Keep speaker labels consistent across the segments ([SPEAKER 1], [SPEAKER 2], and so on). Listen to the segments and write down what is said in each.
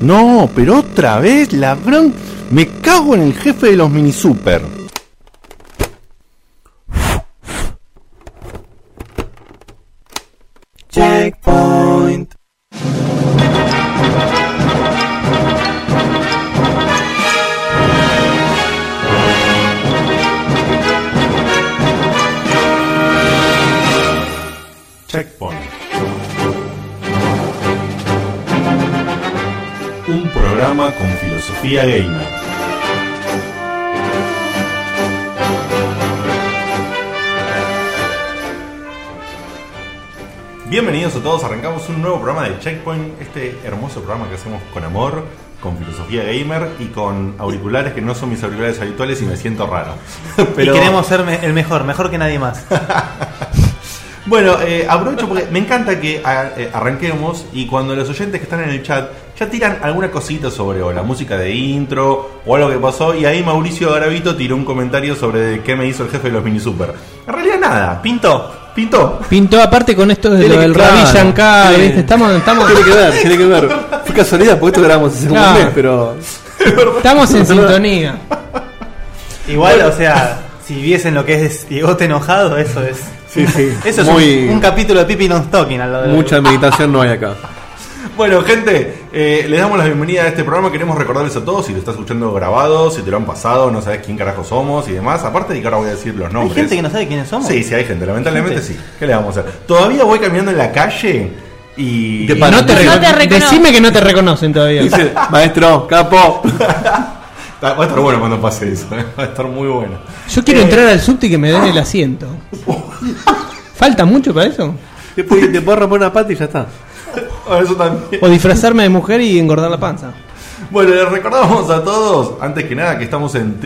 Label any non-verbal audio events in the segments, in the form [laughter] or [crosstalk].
[SPEAKER 1] No, pero otra vez, ladrón. Me cago en el jefe de los mini super.
[SPEAKER 2] Checkpoint.
[SPEAKER 3] Checkpoint. Un programa con filosofía gamer. Bienvenidos a todos, arrancamos un nuevo programa de Checkpoint, este hermoso programa que hacemos con amor, con filosofía gamer y con auriculares que no son mis auriculares habituales y me siento raro. Pero-
[SPEAKER 4] Y queremos ser me- el mejor, mejor que nadie más.
[SPEAKER 3] Bueno, eh, aprovecho porque me encanta que a- eh, arranquemos y cuando los oyentes que están en el chat ya tiran alguna cosita sobre o la música de intro o algo que pasó y ahí Mauricio Garavito tiró un comentario sobre qué me hizo el jefe de los mini super. En realidad nada,
[SPEAKER 4] Pinto,
[SPEAKER 3] pintó. [laughs]
[SPEAKER 5] Pintó aparte con esto de
[SPEAKER 1] Tiene
[SPEAKER 5] lo
[SPEAKER 1] que-
[SPEAKER 5] del
[SPEAKER 1] claro.
[SPEAKER 5] Ravi Shankar,
[SPEAKER 1] Tiene-
[SPEAKER 5] ¿viste? Estamos, estamos,
[SPEAKER 1] Tiene que ver, tiene que ver. Fue casualidad porque esto grabamos hace
[SPEAKER 5] Claro.
[SPEAKER 1] un mes, pero.
[SPEAKER 5] estamos en
[SPEAKER 1] [laughs]
[SPEAKER 5] sintonía.
[SPEAKER 4] igual, o sea, si viesen lo que es Diegote enojado, eso es.
[SPEAKER 1] Sí, sí.
[SPEAKER 4] [laughs] Eso es
[SPEAKER 1] Muy-
[SPEAKER 4] un, un capítulo de Pipi Non Talking al lado de-
[SPEAKER 1] Mucha meditación no hay acá.
[SPEAKER 3] Bueno, gente, eh, les damos la bienvenida a este programa. Queremos recordarles a todos si lo estás escuchando grabado, si te lo han pasado, no sabes quién carajo somos y demás. Aparte de que ahora voy a decir los
[SPEAKER 4] Hay
[SPEAKER 3] nombres.
[SPEAKER 4] gente que no sabe quiénes somos.
[SPEAKER 3] Sí, sí, hay gente, lamentablemente
[SPEAKER 4] Gente.
[SPEAKER 3] sí. ¿Qué le vamos a hacer? Todavía voy caminando en la calle y.
[SPEAKER 1] Te
[SPEAKER 5] No te,
[SPEAKER 1] No
[SPEAKER 5] recono-
[SPEAKER 6] te recono-
[SPEAKER 5] Decime que no te reconocen todavía.
[SPEAKER 1] Dice, maestro, capo.
[SPEAKER 3] Va a estar bueno cuando pase eso, ¿eh? va a estar muy bueno.
[SPEAKER 5] Yo
[SPEAKER 1] Eh.
[SPEAKER 5] quiero entrar al subte y que me den el asiento. ¿Falta mucho para eso?
[SPEAKER 1] Te, puedo- te puedo romper una pata y ya está.
[SPEAKER 3] Bueno, Ah, Eso también.
[SPEAKER 5] ¿O disfrazarme de mujer y engordar la panza?
[SPEAKER 3] Bueno, les recordamos a todos, antes que nada, que estamos en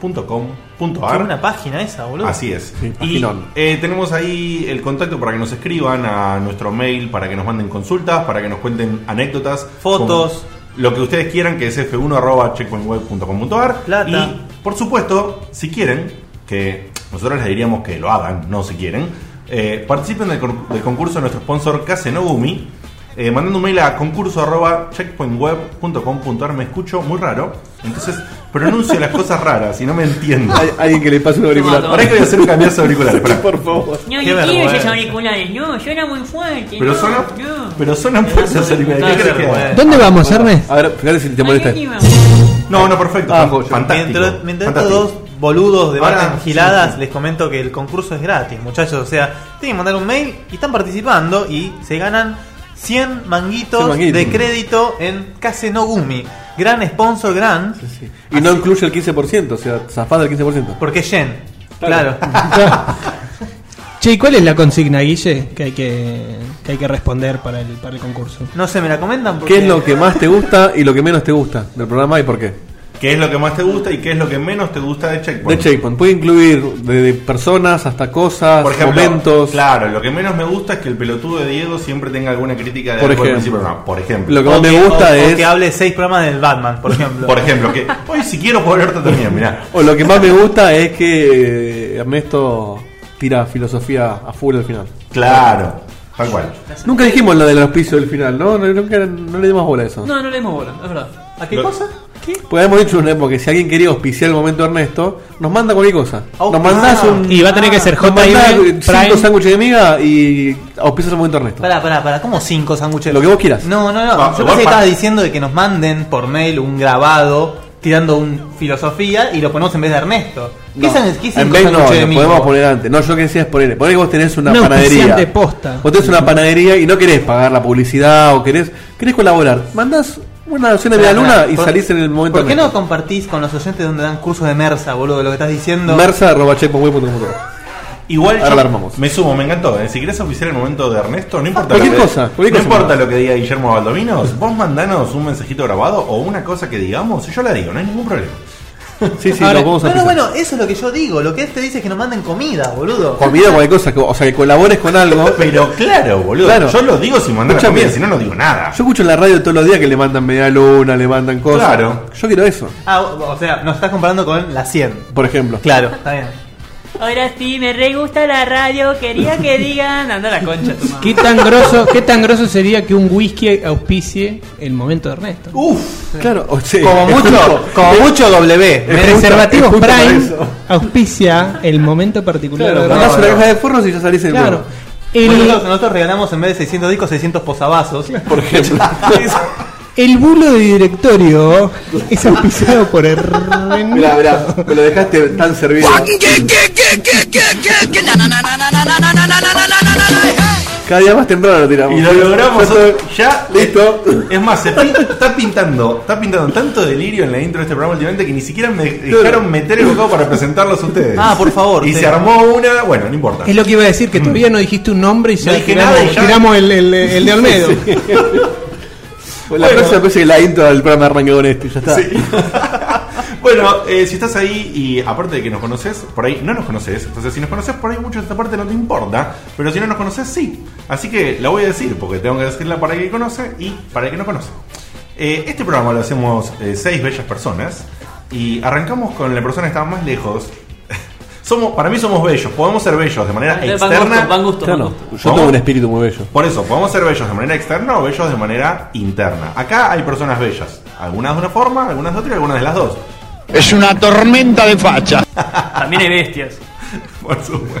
[SPEAKER 3] www.checkpointweb.com.ar.
[SPEAKER 4] Qué buena página esa, boludo.
[SPEAKER 1] Ah,
[SPEAKER 3] Así es. y
[SPEAKER 1] paginón.
[SPEAKER 3] eh, tenemos ahí el contacto para que nos escriban a nuestro mail, para que nos manden consultas, para que nos cuenten anécdotas,
[SPEAKER 4] Fotos.
[SPEAKER 3] con Lo que ustedes quieran, que es f1.checkpointweb.com.ar.
[SPEAKER 4] Plata.
[SPEAKER 3] Y, por supuesto, si quieren, que nosotros les diríamos que lo hagan, no si quieren, eh, participen del, cor- del concurso de nuestro sponsor Casenogumi. eh, mandando un mail a concurso.checkpointweb.com.ar me escucho muy raro, entonces pronuncio las [laughs] cosas raras y no me entiendo.
[SPEAKER 1] Hay alguien que le pase un auricular.
[SPEAKER 6] No,
[SPEAKER 3] Ahora que voy a hacer un cambiazo de [laughs] auriculares. pará.
[SPEAKER 1] Por favor.
[SPEAKER 6] No,
[SPEAKER 4] Qué
[SPEAKER 6] no quiero esos
[SPEAKER 4] vergüenza.
[SPEAKER 6] auriculares, no, suena muy fuerte.
[SPEAKER 3] Pero
[SPEAKER 6] no,
[SPEAKER 3] suena,
[SPEAKER 6] No.
[SPEAKER 3] pero suenan fuertes los auriculares. ¿Qué
[SPEAKER 4] No,
[SPEAKER 3] crees
[SPEAKER 4] no,
[SPEAKER 3] que
[SPEAKER 4] no,
[SPEAKER 3] haga?
[SPEAKER 1] Ah,
[SPEAKER 5] ¿Dónde vamos, Ernest?
[SPEAKER 1] A ver, fíjate si te
[SPEAKER 6] Ay,
[SPEAKER 1] molesta.
[SPEAKER 6] encima.
[SPEAKER 3] No, no, perfecto.
[SPEAKER 1] Ah, joya.
[SPEAKER 3] fantástico.
[SPEAKER 4] Mientras, mientras
[SPEAKER 3] fantástico.
[SPEAKER 4] estos dos boludos de
[SPEAKER 3] Ahora,
[SPEAKER 4] barras
[SPEAKER 3] sí,
[SPEAKER 4] giladas,
[SPEAKER 3] sí.
[SPEAKER 4] les comento que el concurso es gratis, muchachos. O sea, tienen que mandar un mail y están participando y se ganan 100 manguitos,
[SPEAKER 1] 100 manguitos.
[SPEAKER 4] de crédito en Casenogumi. Gran sponsor, gran.
[SPEAKER 1] Y no incluye el 15%, o sea, zafás del 15%.
[SPEAKER 4] Porque es Yen.
[SPEAKER 1] Claro.
[SPEAKER 4] Claro.
[SPEAKER 1] [laughs]
[SPEAKER 5] Che, ¿y cuál es la consigna, Guille, que hay que, que, hay que responder para el, para el concurso?
[SPEAKER 4] No se me la comentan porque.
[SPEAKER 1] ¿Qué es lo que más te gusta y lo que menos te gusta del programa y por qué?
[SPEAKER 3] ¿Qué es lo que más te gusta y qué es lo que menos te gusta de
[SPEAKER 1] De
[SPEAKER 3] Checkpoint?
[SPEAKER 1] Checkpoint. Puede incluir desde personas hasta cosas,
[SPEAKER 3] Por ejemplo,
[SPEAKER 1] momentos.
[SPEAKER 3] claro, lo que menos me gusta es que el pelotudo de Diego siempre tenga alguna crítica de
[SPEAKER 1] Por
[SPEAKER 3] algo al
[SPEAKER 1] ejemplo.
[SPEAKER 3] principio del programa. Por ejemplo.
[SPEAKER 1] Lo que más
[SPEAKER 4] o
[SPEAKER 1] me
[SPEAKER 4] que-
[SPEAKER 1] gusta
[SPEAKER 4] o- o
[SPEAKER 1] es.
[SPEAKER 4] que hable seis programas del Batman, por ejemplo.
[SPEAKER 3] Por ejemplo, que hoy si quiero puedo verte también, mirá.
[SPEAKER 1] O lo que más me gusta es que eh, Ernesto tira filosofía a full al final.
[SPEAKER 3] Claro, tal cual.
[SPEAKER 1] Nunca dijimos lo del auspicio del final, ¿no? No, nunca- no le dimos bola a eso.
[SPEAKER 6] No, no le hemos bola, es verdad.
[SPEAKER 4] ¿A qué
[SPEAKER 3] Lo-
[SPEAKER 4] cosa? ¿Qué?
[SPEAKER 1] Porque hemos dicho en una época que si alguien quería auspiciar el momento de Ernesto, nos manda cualquier cosa. Nos mandás un.
[SPEAKER 5] Y va a tener que ser
[SPEAKER 1] nos mandás
[SPEAKER 5] J.I.B.
[SPEAKER 1] Ah, cinco
[SPEAKER 5] Prime.
[SPEAKER 1] sándwiches de miga y auspicias el momento de Ernesto.
[SPEAKER 4] Pará, pará, pará, ¿cómo cinco sándwiches?
[SPEAKER 1] Lo que vos quieras.
[SPEAKER 4] No, no, no.
[SPEAKER 3] Va, igual
[SPEAKER 4] Yo pensé que
[SPEAKER 3] para-
[SPEAKER 4] estabas diciendo de que nos manden por mail un grabado tirando un filosofía y lo ponemos en vez de Ernesto. ¿Qué
[SPEAKER 1] No.
[SPEAKER 4] san- qué cinco
[SPEAKER 1] en vez no,
[SPEAKER 4] sándwiches de
[SPEAKER 1] lo
[SPEAKER 4] migo?
[SPEAKER 1] podemos poner antes. No, yo que decía es poner. Poner que vos tenés una
[SPEAKER 5] Un auspiciante
[SPEAKER 1] panadería.
[SPEAKER 5] posta.
[SPEAKER 1] Vos tenés una panadería y no querés pagar la publicidad o querés, querés colaborar. Mandás una donación de media
[SPEAKER 4] Pará,
[SPEAKER 1] luna
[SPEAKER 4] pará,
[SPEAKER 1] y
[SPEAKER 4] por-
[SPEAKER 1] salís en el momento.
[SPEAKER 4] ¿Por qué no
[SPEAKER 1] Ernesto.
[SPEAKER 4] compartís con los oyentes donde dan cursos de Mersa, boludo, lo que estás diciendo?
[SPEAKER 1] Mersa.checkpoint.com.ar.
[SPEAKER 3] Igual
[SPEAKER 1] Ahora
[SPEAKER 3] yo
[SPEAKER 1] la armamos.
[SPEAKER 3] me sumo, me encantó. eh. Si querés oficiar el momento de Ernesto, no importa
[SPEAKER 1] Cualquier
[SPEAKER 3] lo que,
[SPEAKER 1] cosa, cualquier
[SPEAKER 3] no
[SPEAKER 1] cosa.
[SPEAKER 3] importa lo que diga Guillermo Baldovinos, vos mandanos un mensajito grabado o una cosa que digamos, y yo la digo, no hay ningún problema.
[SPEAKER 1] [laughs] Sí, sí,
[SPEAKER 5] Ahora,
[SPEAKER 1] nos vamos a
[SPEAKER 4] No, no,
[SPEAKER 1] pisar.
[SPEAKER 4] bueno, eso es lo que yo digo. Lo que este dice es que nos manden comida, boludo.
[SPEAKER 1] Comida, cualquier cosa. que- O sea, que colabores con algo. Yo
[SPEAKER 3] Pero claro, boludo,
[SPEAKER 1] Claro.
[SPEAKER 3] yo lo digo sin mandar la
[SPEAKER 1] Escuchame.
[SPEAKER 3] comida, si no no digo nada.
[SPEAKER 1] escucho en la radio todos los días que le mandan media luna, le mandan cosas.
[SPEAKER 3] Claro.
[SPEAKER 1] Yo quiero eso,
[SPEAKER 4] Ah, o o sea, nos estás comparando con la 100.
[SPEAKER 1] por ejemplo.
[SPEAKER 4] Claro, está bien.
[SPEAKER 6] Ahora sí, me re gusta la radio. Quería que digan. Anda la concha, tu madre.
[SPEAKER 5] ¿Qué tan grosso, qué tan grosso sería que un whisky auspicie el momento de Ernesto?
[SPEAKER 1] Uf, claro. o sea,
[SPEAKER 4] Como
[SPEAKER 1] es
[SPEAKER 4] mucho,
[SPEAKER 1] justo-
[SPEAKER 4] como mucho W.
[SPEAKER 1] es
[SPEAKER 4] Me-
[SPEAKER 1] justo-
[SPEAKER 5] Preservativos
[SPEAKER 1] es justo
[SPEAKER 5] Prime
[SPEAKER 1] eso.
[SPEAKER 5] auspicia el momento particular
[SPEAKER 1] Claro,
[SPEAKER 5] de
[SPEAKER 1] mandás
[SPEAKER 5] Ernesto.
[SPEAKER 1] una caja de forros y ya salís el
[SPEAKER 5] Claro.
[SPEAKER 1] huevo.
[SPEAKER 5] El,
[SPEAKER 4] Nosotros, nosotros regalamos en vez de 600 discos 600 posavasos.
[SPEAKER 1] [laughs] Por ejemplo.
[SPEAKER 5] el bulo de directorio es auspiciado por Ernesto.
[SPEAKER 1] mirá, mirá, me lo dejaste tan servido. Cada día más temprano lo tiramos.
[SPEAKER 3] Y lo logramos
[SPEAKER 1] Ya está-
[SPEAKER 3] ya. eh,
[SPEAKER 1] Listo.
[SPEAKER 3] Es más, se pin- está pintando, está pintando tanto delirio en la intro de este programa últimamente que ni siquiera me dejaron meter el bocado para presentarlos a ustedes.
[SPEAKER 4] Ah, por favor,
[SPEAKER 3] Y
[SPEAKER 4] sí.
[SPEAKER 3] se armó una, bueno, no importa.
[SPEAKER 5] Es lo que iba a decir, que todavía no dijiste un nombre y ya
[SPEAKER 3] No dije
[SPEAKER 5] tiramos,
[SPEAKER 3] nada y ya-
[SPEAKER 5] tiramos el, el- el de Olmedo.
[SPEAKER 1] La
[SPEAKER 3] Bueno.
[SPEAKER 1] próxima vez que la intro del programa arranque con este, ya está.
[SPEAKER 3] Sí. bueno, eh, si estás ahí y aparte de que nos conoces, por ahí no nos conoces. Entonces, si nos conoces por ahí mucho de esta parte no te importa, pero si no nos conoces, sí. Así que la voy a decir porque tengo que decirla para el que conoce y para el que no conoce. Eh, este programa lo hacemos eh, seis bellas personas y arrancamos con la persona que está más lejos. [laughs] somos, para mí somos bellos, podemos ser bellos de manera
[SPEAKER 6] Van
[SPEAKER 3] externa.
[SPEAKER 6] gustos, van gustos, van
[SPEAKER 1] Claro,
[SPEAKER 6] gustos.
[SPEAKER 1] yo tengo un espíritu muy bello.
[SPEAKER 3] Por eso, podemos ser bellos de manera externa o bellos de manera interna. Acá hay personas bellas, algunas de una forma, algunas de otra y algunas de las dos.
[SPEAKER 7] Es una tormenta de facha.
[SPEAKER 6] [laughs] También hay bestias.
[SPEAKER 3] Por supuesto.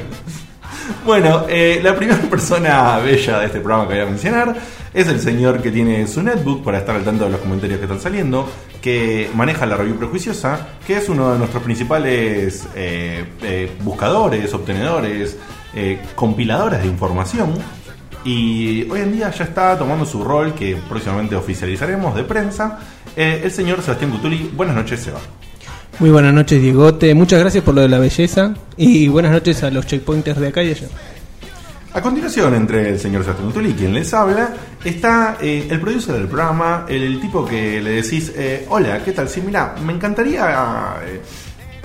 [SPEAKER 3] Bueno, eh, la primera persona bella de este programa que voy a mencionar es el señor que tiene su netbook para estar al tanto de los comentarios que están saliendo, que maneja la review prejuiciosa, que es uno de nuestros principales eh, eh, buscadores, obtenedores, eh, compiladores de información. Y hoy en día ya está tomando su rol, que próximamente oficializaremos, de prensa, eh, el señor Sebastián Cutuli. Buenas noches, Seba.
[SPEAKER 5] Muy buenas noches, Diegote. Muchas gracias por lo de la belleza. Y buenas noches a los checkpointers de acá y allá.
[SPEAKER 3] A continuación, entre el señor Sebastián Tuli, quien les habla, está eh, el producer del programa, el, tipo que le decís, eh, hola, ¿qué tal? Sí, mira, me encantaría eh,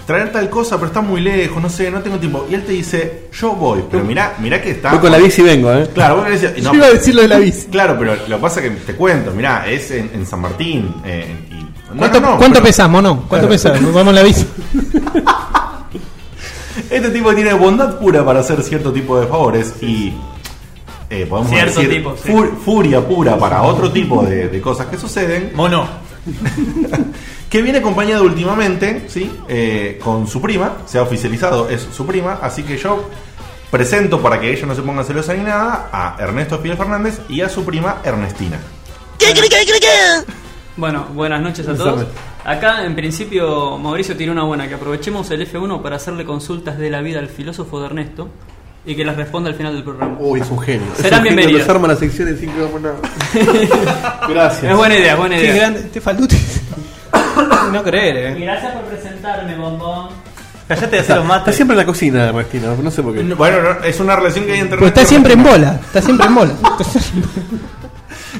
[SPEAKER 3] traer tal cosa, pero está muy lejos, no sé, no tengo tiempo. Y él te dice, yo voy, pero mirá, mirá que está...
[SPEAKER 1] Voy con la bici y vengo, eh.
[SPEAKER 3] Claro, vos
[SPEAKER 5] [laughs]
[SPEAKER 3] le decís, no,
[SPEAKER 5] Yo iba a decir lo de la bici.
[SPEAKER 3] claro, pero lo que pasa es que te cuento, mirá, es en, en San Martín. eh, en- y- no,
[SPEAKER 5] ¿Cuánto,
[SPEAKER 3] no, no,
[SPEAKER 5] cuánto
[SPEAKER 3] pero-
[SPEAKER 5] pesamos, no? ¿Cuánto pesamos? Vamos a la bici.
[SPEAKER 3] Este tipo tiene bondad pura para hacer cierto tipo de favores y eh, podemos
[SPEAKER 6] Cierto
[SPEAKER 3] decir
[SPEAKER 6] tipo, sí.
[SPEAKER 3] fu- furia pura para otro tipo de, de cosas que suceden.
[SPEAKER 4] Mono.
[SPEAKER 3] Que viene acompañado últimamente, ¿sí? Eh, con su prima, se ha oficializado, es su prima, así que yo presento para que ella no se ponga celosa ni nada a Ernesto Fidel Fernández y a su prima Ernestina.
[SPEAKER 6] Bueno, buenas noches a todos. Acá, en principio, Mauricio tiene una buena, que aprovechemos el F1 para hacerle consultas de la vida al filósofo de Ernesto y que las responda al final del programa.
[SPEAKER 1] Uy, es un genio. Es
[SPEAKER 6] Serán
[SPEAKER 1] un genio,
[SPEAKER 6] bienvenidos.
[SPEAKER 1] Desarma la sección en 5 gramos
[SPEAKER 6] [laughs]
[SPEAKER 1] nada.
[SPEAKER 6] Es
[SPEAKER 1] Gracias.
[SPEAKER 6] buena idea, buena
[SPEAKER 5] Qué
[SPEAKER 6] idea.
[SPEAKER 5] grande. Te faltó. no creer, eh.
[SPEAKER 6] Gracias por presentarme, bombón.
[SPEAKER 4] Callate de hacer los
[SPEAKER 1] Está
[SPEAKER 4] mates.
[SPEAKER 1] siempre en la cocina, Ernestina, no sé por qué.
[SPEAKER 3] Bueno, no, es una relación que hay entre...
[SPEAKER 5] Pero Pues está
[SPEAKER 3] Ernesto y
[SPEAKER 5] siempre en bola. Está siempre en bola.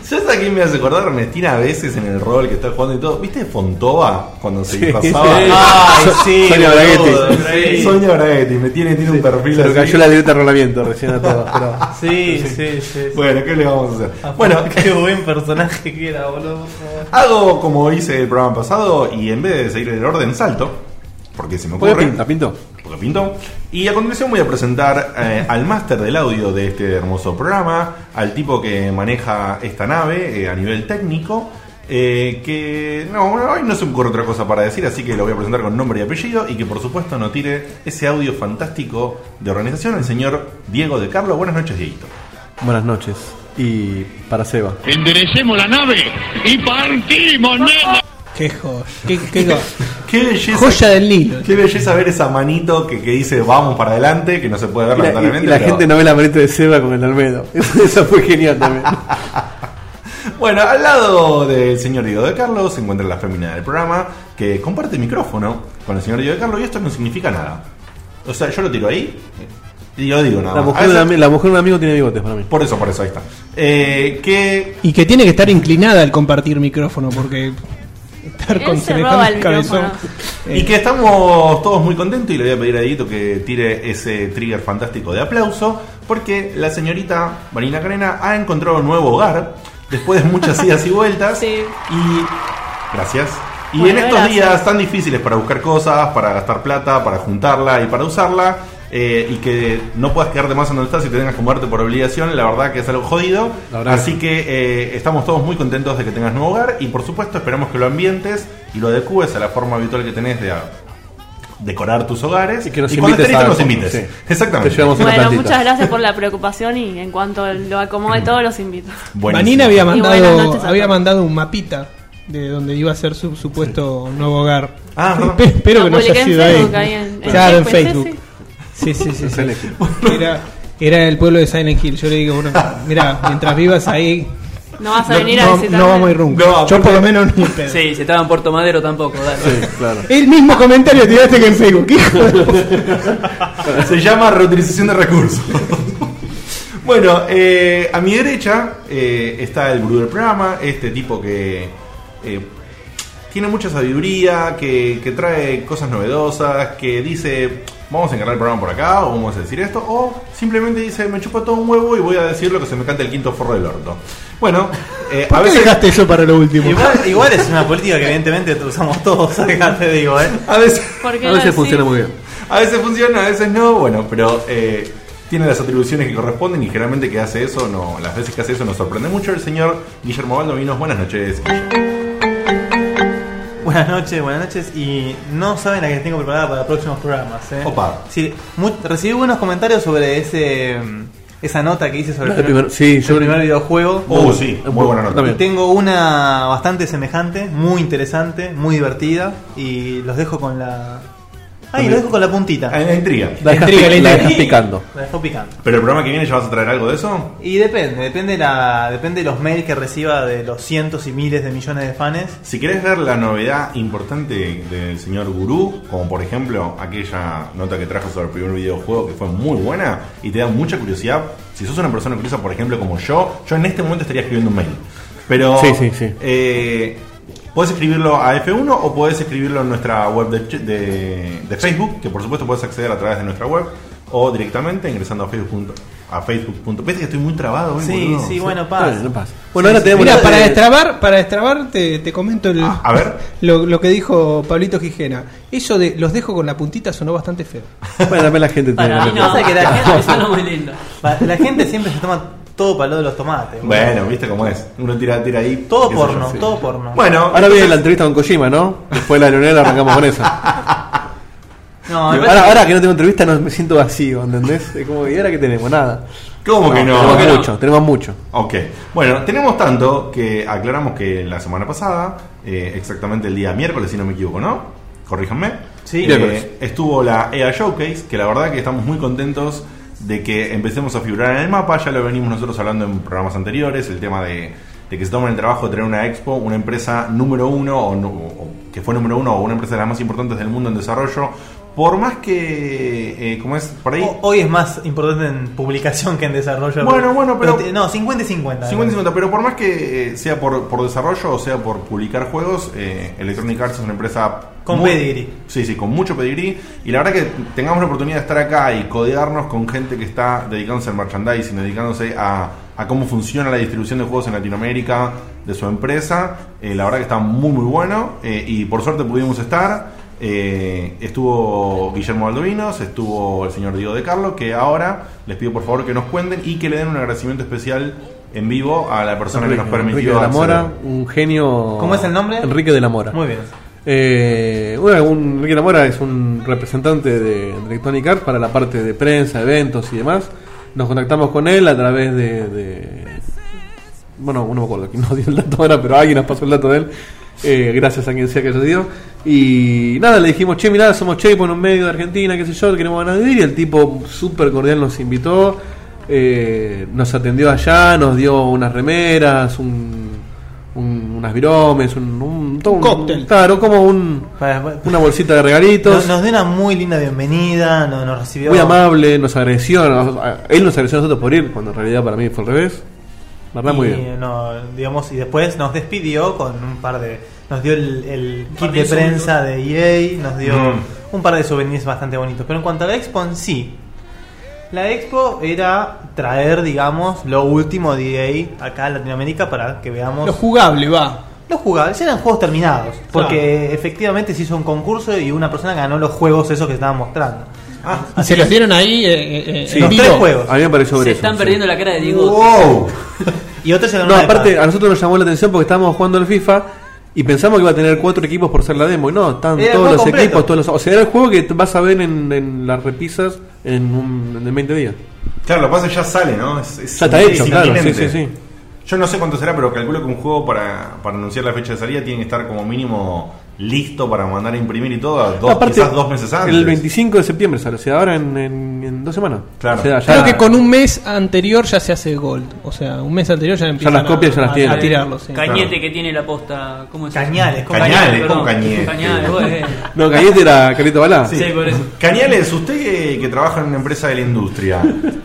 [SPEAKER 3] ¿Sabes a quién me hace acordar Ernestina a veces en el rol que está jugando y todo? ¿Viste Fontova cuando se
[SPEAKER 1] Sí.
[SPEAKER 3] disfrazaba? Ah,
[SPEAKER 1] Sí.
[SPEAKER 4] Ay, sí.
[SPEAKER 1] Sonia
[SPEAKER 4] boludo,
[SPEAKER 1] Braguetti.
[SPEAKER 4] sí.
[SPEAKER 3] Sonia Bragetti, me tiene, tiene un perfil
[SPEAKER 1] Se lo
[SPEAKER 3] así.
[SPEAKER 1] cayó la libreta de rolamiento recién a todos, pero.
[SPEAKER 4] Sí, sí, sí. sí.
[SPEAKER 3] Bueno, ¿qué le vamos a
[SPEAKER 1] Ah.
[SPEAKER 3] hacer?
[SPEAKER 4] [laughs]
[SPEAKER 3] Bueno,
[SPEAKER 4] qué buen personaje que era, boludo. por favor.
[SPEAKER 3] hago como hice el programa pasado y en vez de seguir el orden salto, porque se me
[SPEAKER 1] ¿Puedo
[SPEAKER 3] ocurre,
[SPEAKER 1] pinta, pinto?
[SPEAKER 3] porque pinto, y a continuación voy a presentar eh, al máster del audio de este hermoso programa, al tipo que maneja esta nave eh, a nivel técnico. eh, que no, hoy no se me ocurre otra cosa para decir, así que lo voy a presentar con nombre y apellido y que por supuesto no tire ese audio fantástico de organización, el señor Diego de Carlo. Buenas noches, Dieguito.
[SPEAKER 1] Buenas noches. Y para Seba.
[SPEAKER 7] Enderecemos la nave y partimos, nena.
[SPEAKER 5] Qué joya. Qué, qué go-
[SPEAKER 3] Qué belleza.
[SPEAKER 5] joya del Nilo.
[SPEAKER 3] Qué belleza ver esa manito que, que dice vamos para adelante, que no se puede ver
[SPEAKER 1] Y la, y- y
[SPEAKER 3] lamentablemente.
[SPEAKER 1] la
[SPEAKER 3] pero-
[SPEAKER 1] gente no ve la manita de Seba con el Almedo. Eso, [laughs] eso fue genial también.
[SPEAKER 3] Bueno, al lado del señor Diego de Carlos se encuentra la fémina del programa que comparte micrófono con el señor Diego de Carlos y esto no significa nada. O sea, yo lo tiro ahí y lo digo nada.
[SPEAKER 1] La
[SPEAKER 3] más. A
[SPEAKER 1] mujer, de un
[SPEAKER 3] veces-
[SPEAKER 1] ami- la mujer de un amigo tiene bigotes para mí.
[SPEAKER 3] Por eso, por eso, ahí está. Eh, que
[SPEAKER 5] Y que tiene que estar inclinada al compartir micrófono porque estar
[SPEAKER 6] Él
[SPEAKER 5] con
[SPEAKER 6] se roba el
[SPEAKER 5] semejante cabezón.
[SPEAKER 6] micrófono.
[SPEAKER 5] eh,
[SPEAKER 3] Y que estamos todos muy contentos y le voy a pedir a Dieguito que tire ese trigger fantástico de aplauso porque la señorita Marina Carena ha encontrado un nuevo hogar después de muchas idas y vueltas
[SPEAKER 6] Sí.
[SPEAKER 3] y gracias. Y
[SPEAKER 6] Bueno,
[SPEAKER 3] en estos
[SPEAKER 6] gracias.
[SPEAKER 3] días tan difíciles para buscar cosas, para gastar plata, para juntarla y para usarla, eh, y que no puedas quedarte más en donde estás y te tengas que mudarte por obligación, la verdad que es algo jodido.
[SPEAKER 1] La verdad
[SPEAKER 3] Así que eh, estamos todos muy contentos de que tengas nuevo hogar y por supuesto esperamos que lo ambientes y lo adecues a la forma habitual que tenés de ah, decorar tus hogares
[SPEAKER 1] Y que nos
[SPEAKER 3] cuando
[SPEAKER 1] invites
[SPEAKER 3] estés listo
[SPEAKER 1] a-
[SPEAKER 3] nos invites.
[SPEAKER 1] sí.
[SPEAKER 3] Exactamente.
[SPEAKER 1] Te llevamos una
[SPEAKER 6] Bueno,
[SPEAKER 1] plantita.
[SPEAKER 6] muchas gracias por la preocupación y en cuanto lo
[SPEAKER 5] Mm.
[SPEAKER 6] acomode todo los invito.
[SPEAKER 3] Buenísimo.
[SPEAKER 5] Vanina había
[SPEAKER 6] buenas
[SPEAKER 5] mandado,
[SPEAKER 6] noches a
[SPEAKER 5] había
[SPEAKER 6] todos.
[SPEAKER 5] mandado un mapita de donde iba a ser su supuesto nuevo hogar.
[SPEAKER 3] Ah,
[SPEAKER 5] Espe-
[SPEAKER 3] perdón.
[SPEAKER 5] Espero
[SPEAKER 6] Lo
[SPEAKER 5] que no haya
[SPEAKER 6] publiqué en
[SPEAKER 5] sido
[SPEAKER 6] Facebook,
[SPEAKER 5] ahí.
[SPEAKER 6] ahí en- en
[SPEAKER 5] claro, en
[SPEAKER 6] Facebook,
[SPEAKER 5] Facebook. Sí, sí, sí. sí.
[SPEAKER 1] Excelente.
[SPEAKER 5] Era, era el pueblo de Silent Hill. Yo le digo, bueno, mira, mientras vivas ahí,
[SPEAKER 6] No vas a
[SPEAKER 5] no,
[SPEAKER 6] venir a
[SPEAKER 5] no-
[SPEAKER 6] visitarme.
[SPEAKER 5] no vamos a ir nunca.
[SPEAKER 3] No,
[SPEAKER 5] Yo por lo menos ni en pedo.
[SPEAKER 7] Sí, si estaba en Puerto Madero tampoco, dale.
[SPEAKER 1] Sí, claro.
[SPEAKER 5] [laughs] El mismo comentario tiraste que en Facebook. hijo de puta.
[SPEAKER 3] Se llama reutilización de recursos. [laughs] bueno, eh, a mi derecha eh, está el gurú del programa, este tipo que eh, tiene mucha sabiduría, que, que trae cosas novedosas, que dice, vamos a encargar el programa por acá, o vamos a decir esto, o simplemente dice, me chupa todo un huevo y voy a decir lo que se me canta el quinto forro del orto. Bueno, eh, a
[SPEAKER 5] ¿Por qué
[SPEAKER 3] veces... [laughs]
[SPEAKER 5] dejaste eso para lo último?
[SPEAKER 4] Igual, igual es una política que evidentemente usamos todos, [laughs] acá te digo, ¿eh?
[SPEAKER 3] A veces...
[SPEAKER 6] ¿Por qué
[SPEAKER 1] A
[SPEAKER 6] lo
[SPEAKER 1] veces
[SPEAKER 6] decís?
[SPEAKER 1] funciona muy bien.
[SPEAKER 3] A veces funciona, a veces no, bueno, pero eh, tiene las atribuciones que corresponden y generalmente que hace eso, no, las veces que hace eso nos sorprende mucho. El señor Guillermo Valdominos, buenas noches. Guillermo.
[SPEAKER 4] Buenas noches, buenas noches. Y no saben la que tengo preparada para próximos programas, ¿eh?
[SPEAKER 3] Opa.
[SPEAKER 4] Sí, mu- recibí buenos comentarios sobre ese mm, esa nota que hice sobre
[SPEAKER 1] La del primer- sí,
[SPEAKER 4] el
[SPEAKER 1] yo-
[SPEAKER 4] primer videojuego.
[SPEAKER 3] Oh, sí, muy buena nota.
[SPEAKER 1] También.
[SPEAKER 4] Tengo una bastante semejante, muy interesante, muy divertida. Y los dejo con la. Ay, los dejo con la puntita.
[SPEAKER 3] Ah, La intriga.
[SPEAKER 1] La dejas
[SPEAKER 5] intriga, la
[SPEAKER 1] pi- la
[SPEAKER 5] intriga.
[SPEAKER 1] dejas picando.
[SPEAKER 4] La dejo picando.
[SPEAKER 3] Pero el programa que viene ya vas a traer algo de eso.
[SPEAKER 4] Y depende, depende la, depende de los mails que reciba de los cientos y miles de millones de fans.
[SPEAKER 3] Si querés ver la novedad importante del señor Gurú, como por ejemplo aquella nota que trajo sobre el primer videojuego que fue muy buena y te da mucha curiosidad, si sos una persona curiosa, por ejemplo, como yo, yo en este momento estaría escribiendo un mail. Pero.
[SPEAKER 1] Sí, sí, sí.
[SPEAKER 3] eh, Podés escribirlo a F1 o podés escribirlo en nuestra web de, ch- de- de Facebook, que por supuesto podés acceder a través de nuestra web o directamente ingresando a Facebook. A Facebook. ¿Ves que estoy muy trabado hoy,
[SPEAKER 4] Sí,
[SPEAKER 3] boludo?
[SPEAKER 4] sí, bueno, pasa.
[SPEAKER 1] Bueno, no pasa. Bueno, ahora tenemos.
[SPEAKER 5] Mira,
[SPEAKER 1] la-
[SPEAKER 5] para
[SPEAKER 1] eh,
[SPEAKER 5] destrabar, para destrabar te, te comento el-
[SPEAKER 3] Ah, a ver.
[SPEAKER 5] Lo, lo que dijo Pablito Gijena. Eso de los dejo con la puntita sonó bastante feo.
[SPEAKER 1] Bueno, también la gente tiene.
[SPEAKER 7] Para mí no,
[SPEAKER 4] Pasa que la
[SPEAKER 7] [laughs]
[SPEAKER 4] gente-
[SPEAKER 7] me suena muy lindo.
[SPEAKER 4] Pa- La gente siempre se toma todo para lo de los tomates. boludo.
[SPEAKER 3] Bueno, viste cómo es. Uno tira, tira ahí.
[SPEAKER 4] Todo
[SPEAKER 3] qué sé yo,
[SPEAKER 4] porno,
[SPEAKER 3] sí.
[SPEAKER 4] todo porno.
[SPEAKER 3] Bueno,
[SPEAKER 1] Ahora viene la entrevista con Kojima, ¿no? Después de la reunión arrancamos con eso.
[SPEAKER 4] no, me
[SPEAKER 1] Ahora,
[SPEAKER 4] parece
[SPEAKER 1] ahora que no tengo entrevista no, me siento vacío, ¿entendés? Es como, ¿y ahora qué tenemos? Nada.
[SPEAKER 3] ¿cómo que no?
[SPEAKER 1] Tenemos
[SPEAKER 7] que no?
[SPEAKER 1] mucho, tenemos mucho.
[SPEAKER 3] Ok, bueno, tenemos tanto que aclaramos que la semana pasada, eh, exactamente el día miércoles, si no me equivoco, ¿no? Corríjanme.
[SPEAKER 4] Sí.
[SPEAKER 3] Eh,
[SPEAKER 1] Miércoles.
[SPEAKER 3] estuvo la EA Showcase, que la verdad que estamos muy contentos de que empecemos a figurar en el mapa. Ya lo venimos nosotros hablando en programas anteriores, el tema de, de que se tomen el trabajo de tener una expo, una empresa número uno, o, nu- o que fue número uno, o una empresa de las más importantes del mundo en desarrollo. Por más que, eh, ¿cómo es? Por ahí.
[SPEAKER 4] que ho- Hoy es más importante en publicación que en desarrollo.
[SPEAKER 3] Bueno, bueno, pero-
[SPEAKER 4] te- No, 50 y 50.
[SPEAKER 3] 50 y 50, pero por más que eh, sea por, por desarrollo o sea por publicar juegos, eh, Electronic Arts es una empresa...
[SPEAKER 4] Con
[SPEAKER 3] muy-
[SPEAKER 4] pedigrí.
[SPEAKER 3] Sí, sí, con mucho pedigrí. Y la verdad que tengamos la oportunidad de estar acá y codearnos con gente que está dedicándose al merchandising, dedicándose a, a cómo funciona la distribución de juegos en Latinoamérica, de su empresa, eh, la verdad que está muy, muy bueno. eh, y por suerte pudimos estar. Eh, estuvo Guillermo Baldovinos, estuvo el señor Diego de Carlo, que ahora les pido por favor que nos cuenten y que le den un agradecimiento especial en vivo a la persona que nos
[SPEAKER 1] Enrique
[SPEAKER 3] permitió
[SPEAKER 1] de la Mora,
[SPEAKER 3] acceder.
[SPEAKER 1] un genio.
[SPEAKER 4] ¿Cómo es el nombre?
[SPEAKER 1] Enrique de la Mora.
[SPEAKER 4] Muy bien.
[SPEAKER 1] Eh, bueno, un- Enrique de la Mora es un representante de Electronic Arts para la parte de prensa, eventos y demás. Nos contactamos con él a través de. de- bueno, no [laughs] me acuerdo quién nos dio el dato ahora, pero alguien nos pasó el dato de él. Eh, gracias a quien sea que haya sido. Y nada, le dijimos, che, mirá, somos Checkpoint, un medio de Argentina, qué sé yo, queremos ganar de ir. Y el tipo súper cordial nos invitó, eh, nos atendió allá, nos dio unas remeras, un, un- unas viromes, un, un- todo un-
[SPEAKER 5] cóctel.
[SPEAKER 1] Claro, como un,
[SPEAKER 4] Para- para-
[SPEAKER 1] una bolsita de
[SPEAKER 4] nos,
[SPEAKER 1] regalitos.
[SPEAKER 4] nos dio una muy linda bienvenida, nos, nos recibió.
[SPEAKER 1] Muy amable, nos agradeció. nos- a- él nos agradeció a nosotros por ir, cuando en realidad para mí fue al revés. La verdad, muy
[SPEAKER 4] y,
[SPEAKER 1] bien.
[SPEAKER 4] no, digamos, y después nos despidió con un par de. Nos dio el, el kit
[SPEAKER 7] par
[SPEAKER 4] de
[SPEAKER 7] de
[SPEAKER 4] prensa de EA, nos dio
[SPEAKER 3] Mm.
[SPEAKER 4] un par de souvenirs bastante bonitos. Pero en cuanto a la expo en sí, la expo era traer, digamos, lo último de EA acá a Latinoamérica para que veamos
[SPEAKER 5] Lo jugable, va.
[SPEAKER 4] los jugables. Eran juegos terminados, porque efectivamente se hizo un concurso y una persona ganó los juegos esos que estaban mostrando.
[SPEAKER 5] Y se los dieron ahí eh, eh, eh,
[SPEAKER 1] Sí.
[SPEAKER 5] en
[SPEAKER 4] Los
[SPEAKER 5] vivo.
[SPEAKER 4] tres juegos.
[SPEAKER 1] A mí me pareció
[SPEAKER 7] Se
[SPEAKER 1] ver
[SPEAKER 7] están
[SPEAKER 1] eso, sí.
[SPEAKER 7] perdiendo la cara de Diego.
[SPEAKER 4] Y otros se ganó
[SPEAKER 1] No,
[SPEAKER 4] una de
[SPEAKER 1] aparte,
[SPEAKER 4] Paz.
[SPEAKER 1] a nosotros nos llamó la atención porque estábamos jugando al FIFA y pensamos que iba a tener cuatro equipos por ser la demo. Y no, están
[SPEAKER 4] Era el
[SPEAKER 1] todos
[SPEAKER 4] juego
[SPEAKER 1] los
[SPEAKER 4] completo.
[SPEAKER 1] equipos, todos los. O sea, era el juego que vas a ver en, en las repisas en, un, en 20 días.
[SPEAKER 3] Claro, lo que pasa es que ya sale, ¿no? Es, es-
[SPEAKER 1] Ya está
[SPEAKER 3] es
[SPEAKER 1] hecho, claro. Sí,
[SPEAKER 3] inminente.
[SPEAKER 1] sí, sí.
[SPEAKER 3] Yo no sé cuánto será, pero calculo que un juego para, para anunciar la fecha de salida tiene que estar como mínimo listo para mandar a imprimir y todo, a dos, quizás dos meses antes.
[SPEAKER 1] El 25 de septiembre sale, o sea, ahora en, en- en dos semanas.
[SPEAKER 3] Claro.
[SPEAKER 1] O sea, ya-
[SPEAKER 5] Creo que con un mes anterior ya se hace Gold. O sea, un mes anterior ya empiezan
[SPEAKER 1] las copias
[SPEAKER 5] a,
[SPEAKER 1] ya las
[SPEAKER 5] a-
[SPEAKER 1] tienen.
[SPEAKER 5] a tirarlos. sí.
[SPEAKER 7] Cañete que tiene la posta. ¿Cómo es?
[SPEAKER 4] Cañales, con
[SPEAKER 3] Cañales,
[SPEAKER 7] Cañales,
[SPEAKER 3] ¿cómo
[SPEAKER 7] perdón.
[SPEAKER 3] cañete?
[SPEAKER 7] Cañales, vos, eh.
[SPEAKER 1] No, Cañete era Carlito Balá.
[SPEAKER 7] Sí, por eso.
[SPEAKER 3] Cañales, usted que, que trabaja en una empresa de la industria,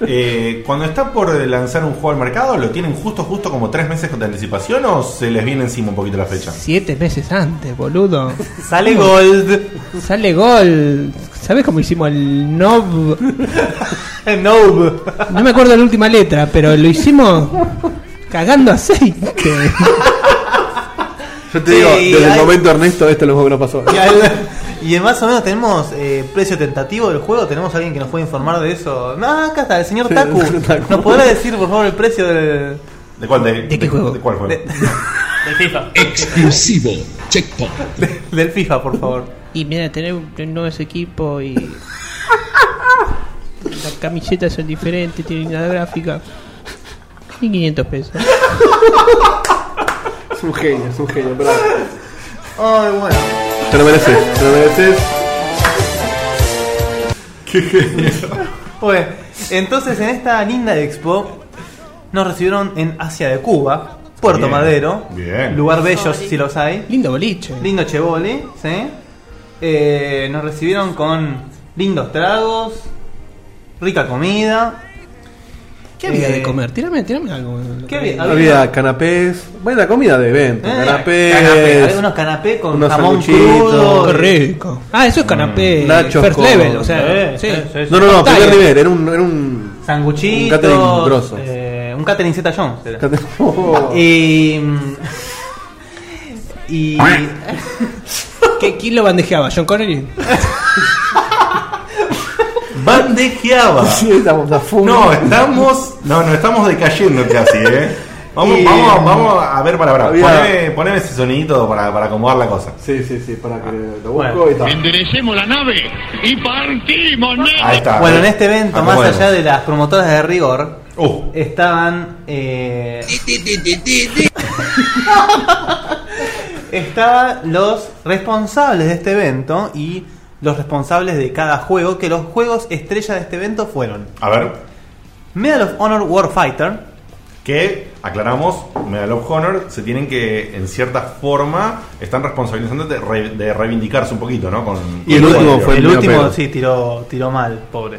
[SPEAKER 3] eh, cuando está por lanzar un juego al mercado, ¿lo tienen justo, justo como tres meses con anticipación o se les viene encima un poquito la fecha?
[SPEAKER 5] Siete meses antes, boludo.
[SPEAKER 4] Sale Gold.
[SPEAKER 5] Sale Gold. ¿Sabes cómo hicimos el NOB?
[SPEAKER 4] no.
[SPEAKER 5] No me acuerdo la última letra, pero lo hicimos cagando aceite.
[SPEAKER 1] Yo te
[SPEAKER 4] Sí,
[SPEAKER 1] digo, desde
[SPEAKER 4] hay-
[SPEAKER 1] el momento Ernesto, esto es lo que no pasó.
[SPEAKER 4] Y, al- y más o menos tenemos eh, precio tentativo del juego. Tenemos alguien que nos puede informar de eso. No, acá está, el señor
[SPEAKER 1] Sí,
[SPEAKER 4] Taku.
[SPEAKER 1] el señor Taku.
[SPEAKER 4] ¿Nos podrá decir, por favor, el precio del.
[SPEAKER 3] ¿De cuál? ¿De,
[SPEAKER 5] qué juego?
[SPEAKER 3] de cuál juego?
[SPEAKER 4] de-
[SPEAKER 7] Del FIFA.
[SPEAKER 8] Exclusivo. Checkpoint.
[SPEAKER 4] del FIFA, por favor?
[SPEAKER 5] Y mira, tener un nuevo equipo y. Las camisetas son diferentes, tienen la gráfica. 1500 pesos.
[SPEAKER 1] Es un genio, es un genio, pero.
[SPEAKER 4] Ay, bueno.
[SPEAKER 1] Te lo mereces, te lo mereces.
[SPEAKER 4] Bueno, entonces en esta linda expo nos recibieron en Asia de Cuba, Puerto
[SPEAKER 3] Bien,
[SPEAKER 4] Madero,
[SPEAKER 3] bien.
[SPEAKER 4] lugar bello si los hay,
[SPEAKER 5] Lindo boliche.
[SPEAKER 4] lindo chevoli, ¿sí? Eh, nos recibieron con lindos tragos, rica comida.
[SPEAKER 5] ¿Qué había
[SPEAKER 4] Eh,
[SPEAKER 5] de comer? Tirame, tirame algo.
[SPEAKER 4] ¿Qué había?
[SPEAKER 1] Había canapés. Buena comida de evento.
[SPEAKER 4] Eh,
[SPEAKER 1] canapés.
[SPEAKER 4] canapé, había unos canapés con
[SPEAKER 1] unos
[SPEAKER 4] jamón
[SPEAKER 1] sanguchitos.
[SPEAKER 4] crudo.
[SPEAKER 5] Qué rico. Ah, eso es canapé.
[SPEAKER 1] Mm, nachos
[SPEAKER 5] first
[SPEAKER 1] con-
[SPEAKER 5] level, o sea.
[SPEAKER 4] Eh,
[SPEAKER 5] sí.
[SPEAKER 4] eh, eh,
[SPEAKER 1] No, no, no,
[SPEAKER 5] Pantalla.
[SPEAKER 1] primer nivel, era un. Era un...
[SPEAKER 4] Sanguchitos.
[SPEAKER 1] Un catering grosso.
[SPEAKER 4] eh, un catering Zeta Jones. era.
[SPEAKER 1] Oh.
[SPEAKER 4] [laughs] Y. Y.
[SPEAKER 5] ¿Qué, ¿Quién lo bandejeaba? ¿John Connery?
[SPEAKER 3] Bandejeaba.
[SPEAKER 1] [laughs] Sí, estamos a full.
[SPEAKER 3] No, estamos. No, no, estamos decayendo casi,
[SPEAKER 4] [laughs]
[SPEAKER 3] eh. Vamos,
[SPEAKER 1] Y-
[SPEAKER 3] vamos, vamos a ver para, para.
[SPEAKER 1] Había-
[SPEAKER 3] Poneme, poneme ese sonidito para, para acomodar la cosa.
[SPEAKER 1] Sí, sí, sí, para que lo busco
[SPEAKER 4] Bueno.
[SPEAKER 1] y tal.
[SPEAKER 8] Enderecemos la nave y partimos,
[SPEAKER 3] Ahí
[SPEAKER 8] nene.
[SPEAKER 3] está.
[SPEAKER 4] Eh, Bueno, en este evento,
[SPEAKER 1] Ah,
[SPEAKER 4] más
[SPEAKER 3] Acomodemos.
[SPEAKER 4] allá de las promotoras de rigor,
[SPEAKER 3] Uh,
[SPEAKER 4] estaban. Eh, estaban los responsables de este evento y los responsables de cada juego, que los juegos estrella de este evento fueron
[SPEAKER 3] a ver,
[SPEAKER 4] Medal of Honor Warfighter,
[SPEAKER 3] que aclaramos, Medal of Honor se tienen que, en cierta forma, están responsabilizando de, re- de reivindicarse un poquito, ¿no? Con,
[SPEAKER 1] Y el
[SPEAKER 3] con
[SPEAKER 1] último
[SPEAKER 3] anterior.
[SPEAKER 1] fue
[SPEAKER 4] el
[SPEAKER 1] medio
[SPEAKER 4] último
[SPEAKER 1] pedo.
[SPEAKER 4] sí tiró, tiró mal, pobre.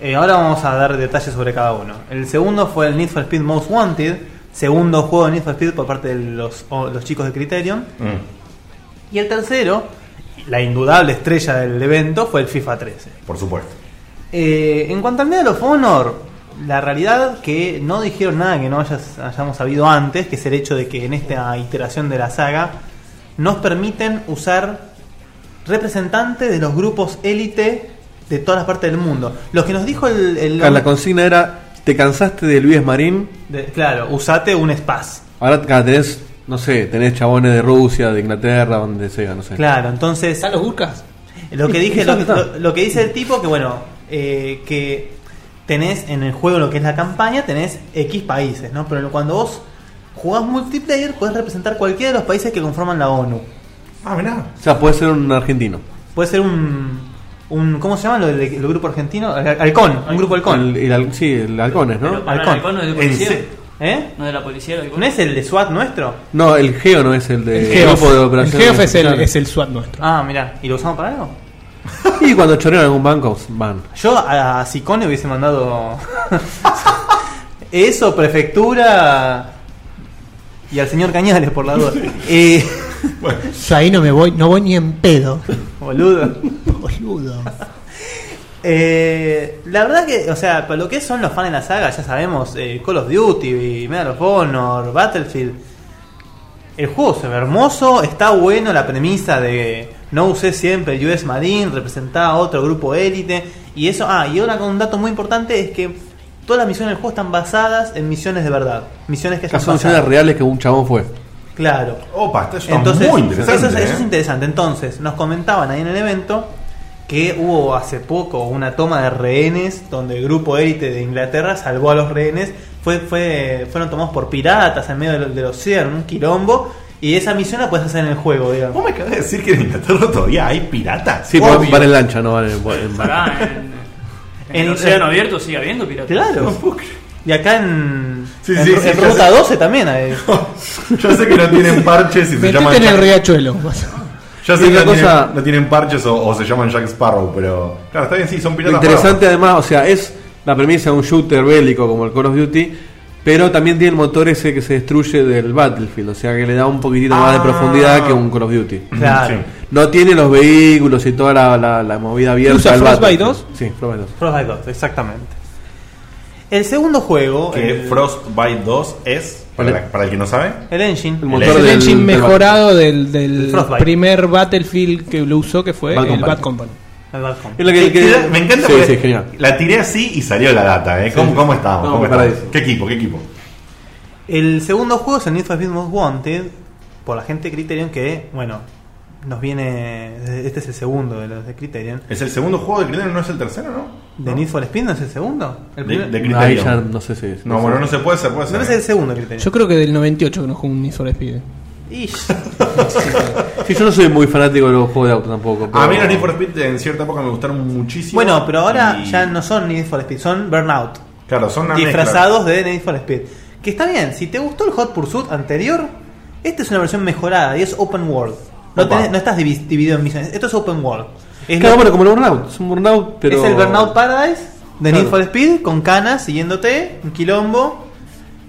[SPEAKER 4] Eh, ahora vamos a dar detalles sobre cada uno. El segundo fue el Need for Speed Most Wanted, segundo juego de Need for Speed por parte de los, o- los chicos de Criterion.
[SPEAKER 3] Mm,
[SPEAKER 4] Y el tercero, la indudable estrella del evento, fue el FIFA 13.
[SPEAKER 3] por supuesto.
[SPEAKER 4] Eh, en cuanto al Medal of Honor, la realidad que no dijeron nada que no hayas- hayamos sabido antes, que es el hecho de que en esta iteración de la saga nos permiten usar representantes de los grupos élite de todas las partes del mundo. Los que nos dijo el... el-
[SPEAKER 1] La consigna era: ¿te cansaste de Luis Marín?
[SPEAKER 4] de- claro, usate un spaz.
[SPEAKER 1] Ahora acá tenés, no sé, tenés chabones de Rusia, de Inglaterra, donde sea, no sé.
[SPEAKER 4] Claro, entonces...
[SPEAKER 5] ¿Están los burcas?
[SPEAKER 4] Lo que dije,
[SPEAKER 1] Eso
[SPEAKER 4] lo,
[SPEAKER 1] que está.
[SPEAKER 4] lo- lo que dice el tipo, que bueno, eh, que tenés en el juego lo que es la campaña, tenés X países, ¿no? Pero cuando vos jugás multiplayer, podés representar cualquiera de los países que conforman la ONU.
[SPEAKER 3] Ah, mirá.
[SPEAKER 1] O sea, puede ser un argentino.
[SPEAKER 4] Puede ser un, un ¿cómo se llama lo del el grupo argentino? Al- Halcón, un grupo halcón.
[SPEAKER 1] El, el al- sí, el halcones,
[SPEAKER 7] Pero
[SPEAKER 1] ¿no?
[SPEAKER 7] para el
[SPEAKER 4] Halcón.
[SPEAKER 7] halcón no es de
[SPEAKER 3] En
[SPEAKER 7] policía.
[SPEAKER 3] se-
[SPEAKER 4] ¿Eh?
[SPEAKER 7] No es de la policía el halcón.
[SPEAKER 4] ¿No es el de SWAT nuestro?
[SPEAKER 1] No, el geo no es el de
[SPEAKER 5] El
[SPEAKER 1] el
[SPEAKER 5] Geoff.
[SPEAKER 1] grupo de
[SPEAKER 5] El
[SPEAKER 1] operaciones.
[SPEAKER 5] Geoff es el,
[SPEAKER 1] especiales.
[SPEAKER 5] es el SWAT nuestro.
[SPEAKER 4] Ah, mirá, ¿y lo usamos para algo?
[SPEAKER 1] Ah, Y cuando chorean algún banco, van.
[SPEAKER 4] Yo a a Sicone hubiese mandado [laughs] eso, prefectura y al señor Cañales por la duda. Eh,
[SPEAKER 5] Yo ahí no me voy, no voy ni en pedo. [laughs]
[SPEAKER 4] Boludo.
[SPEAKER 5] Boludo.
[SPEAKER 4] Eh, la verdad que, o sea, para lo que son los fans de la saga, ya sabemos, eh, Call of Duty, Medal of Honor, Battlefield. El juego se ve hermoso, está bueno la premisa de No usé siempre el US Marine, representaba a otro grupo élite. Y eso, ah, y ahora con un dato muy importante es que todas las misiones del juego están basadas en misiones de verdad. Misiones que
[SPEAKER 1] Que
[SPEAKER 4] hayan
[SPEAKER 1] son
[SPEAKER 4] pasado.
[SPEAKER 1] misiones reales que un chabón fue.
[SPEAKER 4] Claro.
[SPEAKER 3] Opa, esto está
[SPEAKER 4] Entonces,
[SPEAKER 3] muy interesante.
[SPEAKER 4] Eso, es, eso es
[SPEAKER 3] ¿eh?
[SPEAKER 4] interesante. Entonces, nos comentaban ahí en el evento que hubo hace poco una toma de rehenes donde el grupo élite de Inglaterra salvó a los rehenes. Fue, fue, fueron tomados por piratas en medio del, del océano, en un quilombo. Y esa misión la puedes hacer en el juego, digamos.
[SPEAKER 3] ¿Vos me acabas de decir que en Inglaterra todavía hay piratas?
[SPEAKER 1] Sí,
[SPEAKER 3] Obvio.
[SPEAKER 1] pero van en lancha, no van en, en barco.
[SPEAKER 7] Pará, en, en
[SPEAKER 4] En-
[SPEAKER 7] el océano abierto sigue habiendo piratas.
[SPEAKER 4] Claro. Y acá en,
[SPEAKER 3] Sí,
[SPEAKER 4] en,
[SPEAKER 3] sí,
[SPEAKER 4] Ru-
[SPEAKER 3] sí,
[SPEAKER 4] en
[SPEAKER 3] ya
[SPEAKER 4] Ruta
[SPEAKER 3] sé.
[SPEAKER 4] 12 también hay.
[SPEAKER 3] [laughs] Yo sé que no tienen parches y se llaman.
[SPEAKER 5] Metete en el
[SPEAKER 3] Jack-
[SPEAKER 5] riachuelo.
[SPEAKER 3] Yo sé
[SPEAKER 1] Y
[SPEAKER 3] que
[SPEAKER 1] otra
[SPEAKER 3] no,
[SPEAKER 1] cosa-
[SPEAKER 3] tienen, no tienen parches o, o se llaman Jack Sparrow, pero. Claro, está bien, sí, son
[SPEAKER 1] Lo
[SPEAKER 3] piratas.
[SPEAKER 1] interesante además, o sea, es la premisa de un shooter bélico como el Call of Duty, pero también tiene el motor ese que se destruye del Battlefield, o sea que le da un poquitito más de
[SPEAKER 3] Ah.
[SPEAKER 1] profundidad que un Call of Duty.
[SPEAKER 4] Claro.
[SPEAKER 3] Sí.
[SPEAKER 1] No tiene los vehículos y toda la, la- la movida abierta
[SPEAKER 5] ¿Usa
[SPEAKER 1] del
[SPEAKER 5] Frostbite
[SPEAKER 1] Battlefield.
[SPEAKER 5] 2?
[SPEAKER 1] Sí, Frostbite 2.
[SPEAKER 4] Frostbite 2, exactamente. El segundo juego,
[SPEAKER 3] Que
[SPEAKER 4] el,
[SPEAKER 3] Frostbite 2 es, para, la- para el que no sabe,
[SPEAKER 4] el Engine,
[SPEAKER 1] El
[SPEAKER 5] Es
[SPEAKER 1] motor
[SPEAKER 5] el
[SPEAKER 1] del,
[SPEAKER 5] engine
[SPEAKER 1] del
[SPEAKER 5] mejorado del, del
[SPEAKER 4] El Frostbite.
[SPEAKER 5] primer Battlefield que lo usó, que fue
[SPEAKER 1] Bad
[SPEAKER 5] el
[SPEAKER 1] Company.
[SPEAKER 5] Bad Company.
[SPEAKER 4] el Balcón.
[SPEAKER 1] Battlefield. Es la que- que-
[SPEAKER 3] Tira- me encanta
[SPEAKER 1] sí,
[SPEAKER 3] porque
[SPEAKER 1] sí, genial.
[SPEAKER 3] la tiré así y salió la data, ¿eh? ¿Cómo,
[SPEAKER 1] Sí.
[SPEAKER 3] cómo estábamos?
[SPEAKER 1] No,
[SPEAKER 3] ¿Cómo
[SPEAKER 1] me parece.
[SPEAKER 3] estábamos? ¿Qué equipo? ¿Qué equipo?
[SPEAKER 4] El segundo juego es el Need for Speed Most Wanted, por la gente de Criterion que, bueno, nos viene... Este es el segundo de los de Criterion.
[SPEAKER 3] ¿Es el segundo juego de Criterion? ¿No es el tercero, no?
[SPEAKER 4] ¿De Need for Speed no es el segundo? El
[SPEAKER 3] De,
[SPEAKER 4] primer-
[SPEAKER 3] de
[SPEAKER 1] No, ahí
[SPEAKER 3] Criterion.
[SPEAKER 1] ya no sé si es.
[SPEAKER 3] No, bueno, no se puede, se puede
[SPEAKER 4] Me parece
[SPEAKER 3] ser.
[SPEAKER 4] el segundo de Criterion.
[SPEAKER 5] Yo creo que del 98 que no jugó un Need for Speed.
[SPEAKER 4] Ish.
[SPEAKER 1] Sí, yo no soy muy fanático de los juegos de auto tampoco.
[SPEAKER 3] A
[SPEAKER 1] pero-
[SPEAKER 3] mí los Need for Speed en cierta época me gustaron muchísimo.
[SPEAKER 4] bueno, pero ahora
[SPEAKER 3] y-
[SPEAKER 4] ya no son Need for Speed, son Burnout.
[SPEAKER 3] Claro, son una mezcla.
[SPEAKER 4] disfrazados de Need for Speed. Que está bien, si te gustó el Hot Pursuit anterior, esta es una versión mejorada y es open world. No,
[SPEAKER 3] Opa.
[SPEAKER 4] tenés- no estás divi- dividido en misiones, esto es open world. Es,
[SPEAKER 1] Claro,
[SPEAKER 4] lo-
[SPEAKER 1] bueno, como el Burnout. Es un Burnout, pero.
[SPEAKER 4] es el Burnout Paradise de
[SPEAKER 1] Claro.
[SPEAKER 4] Need for Speed con canas siguiéndote, un quilombo.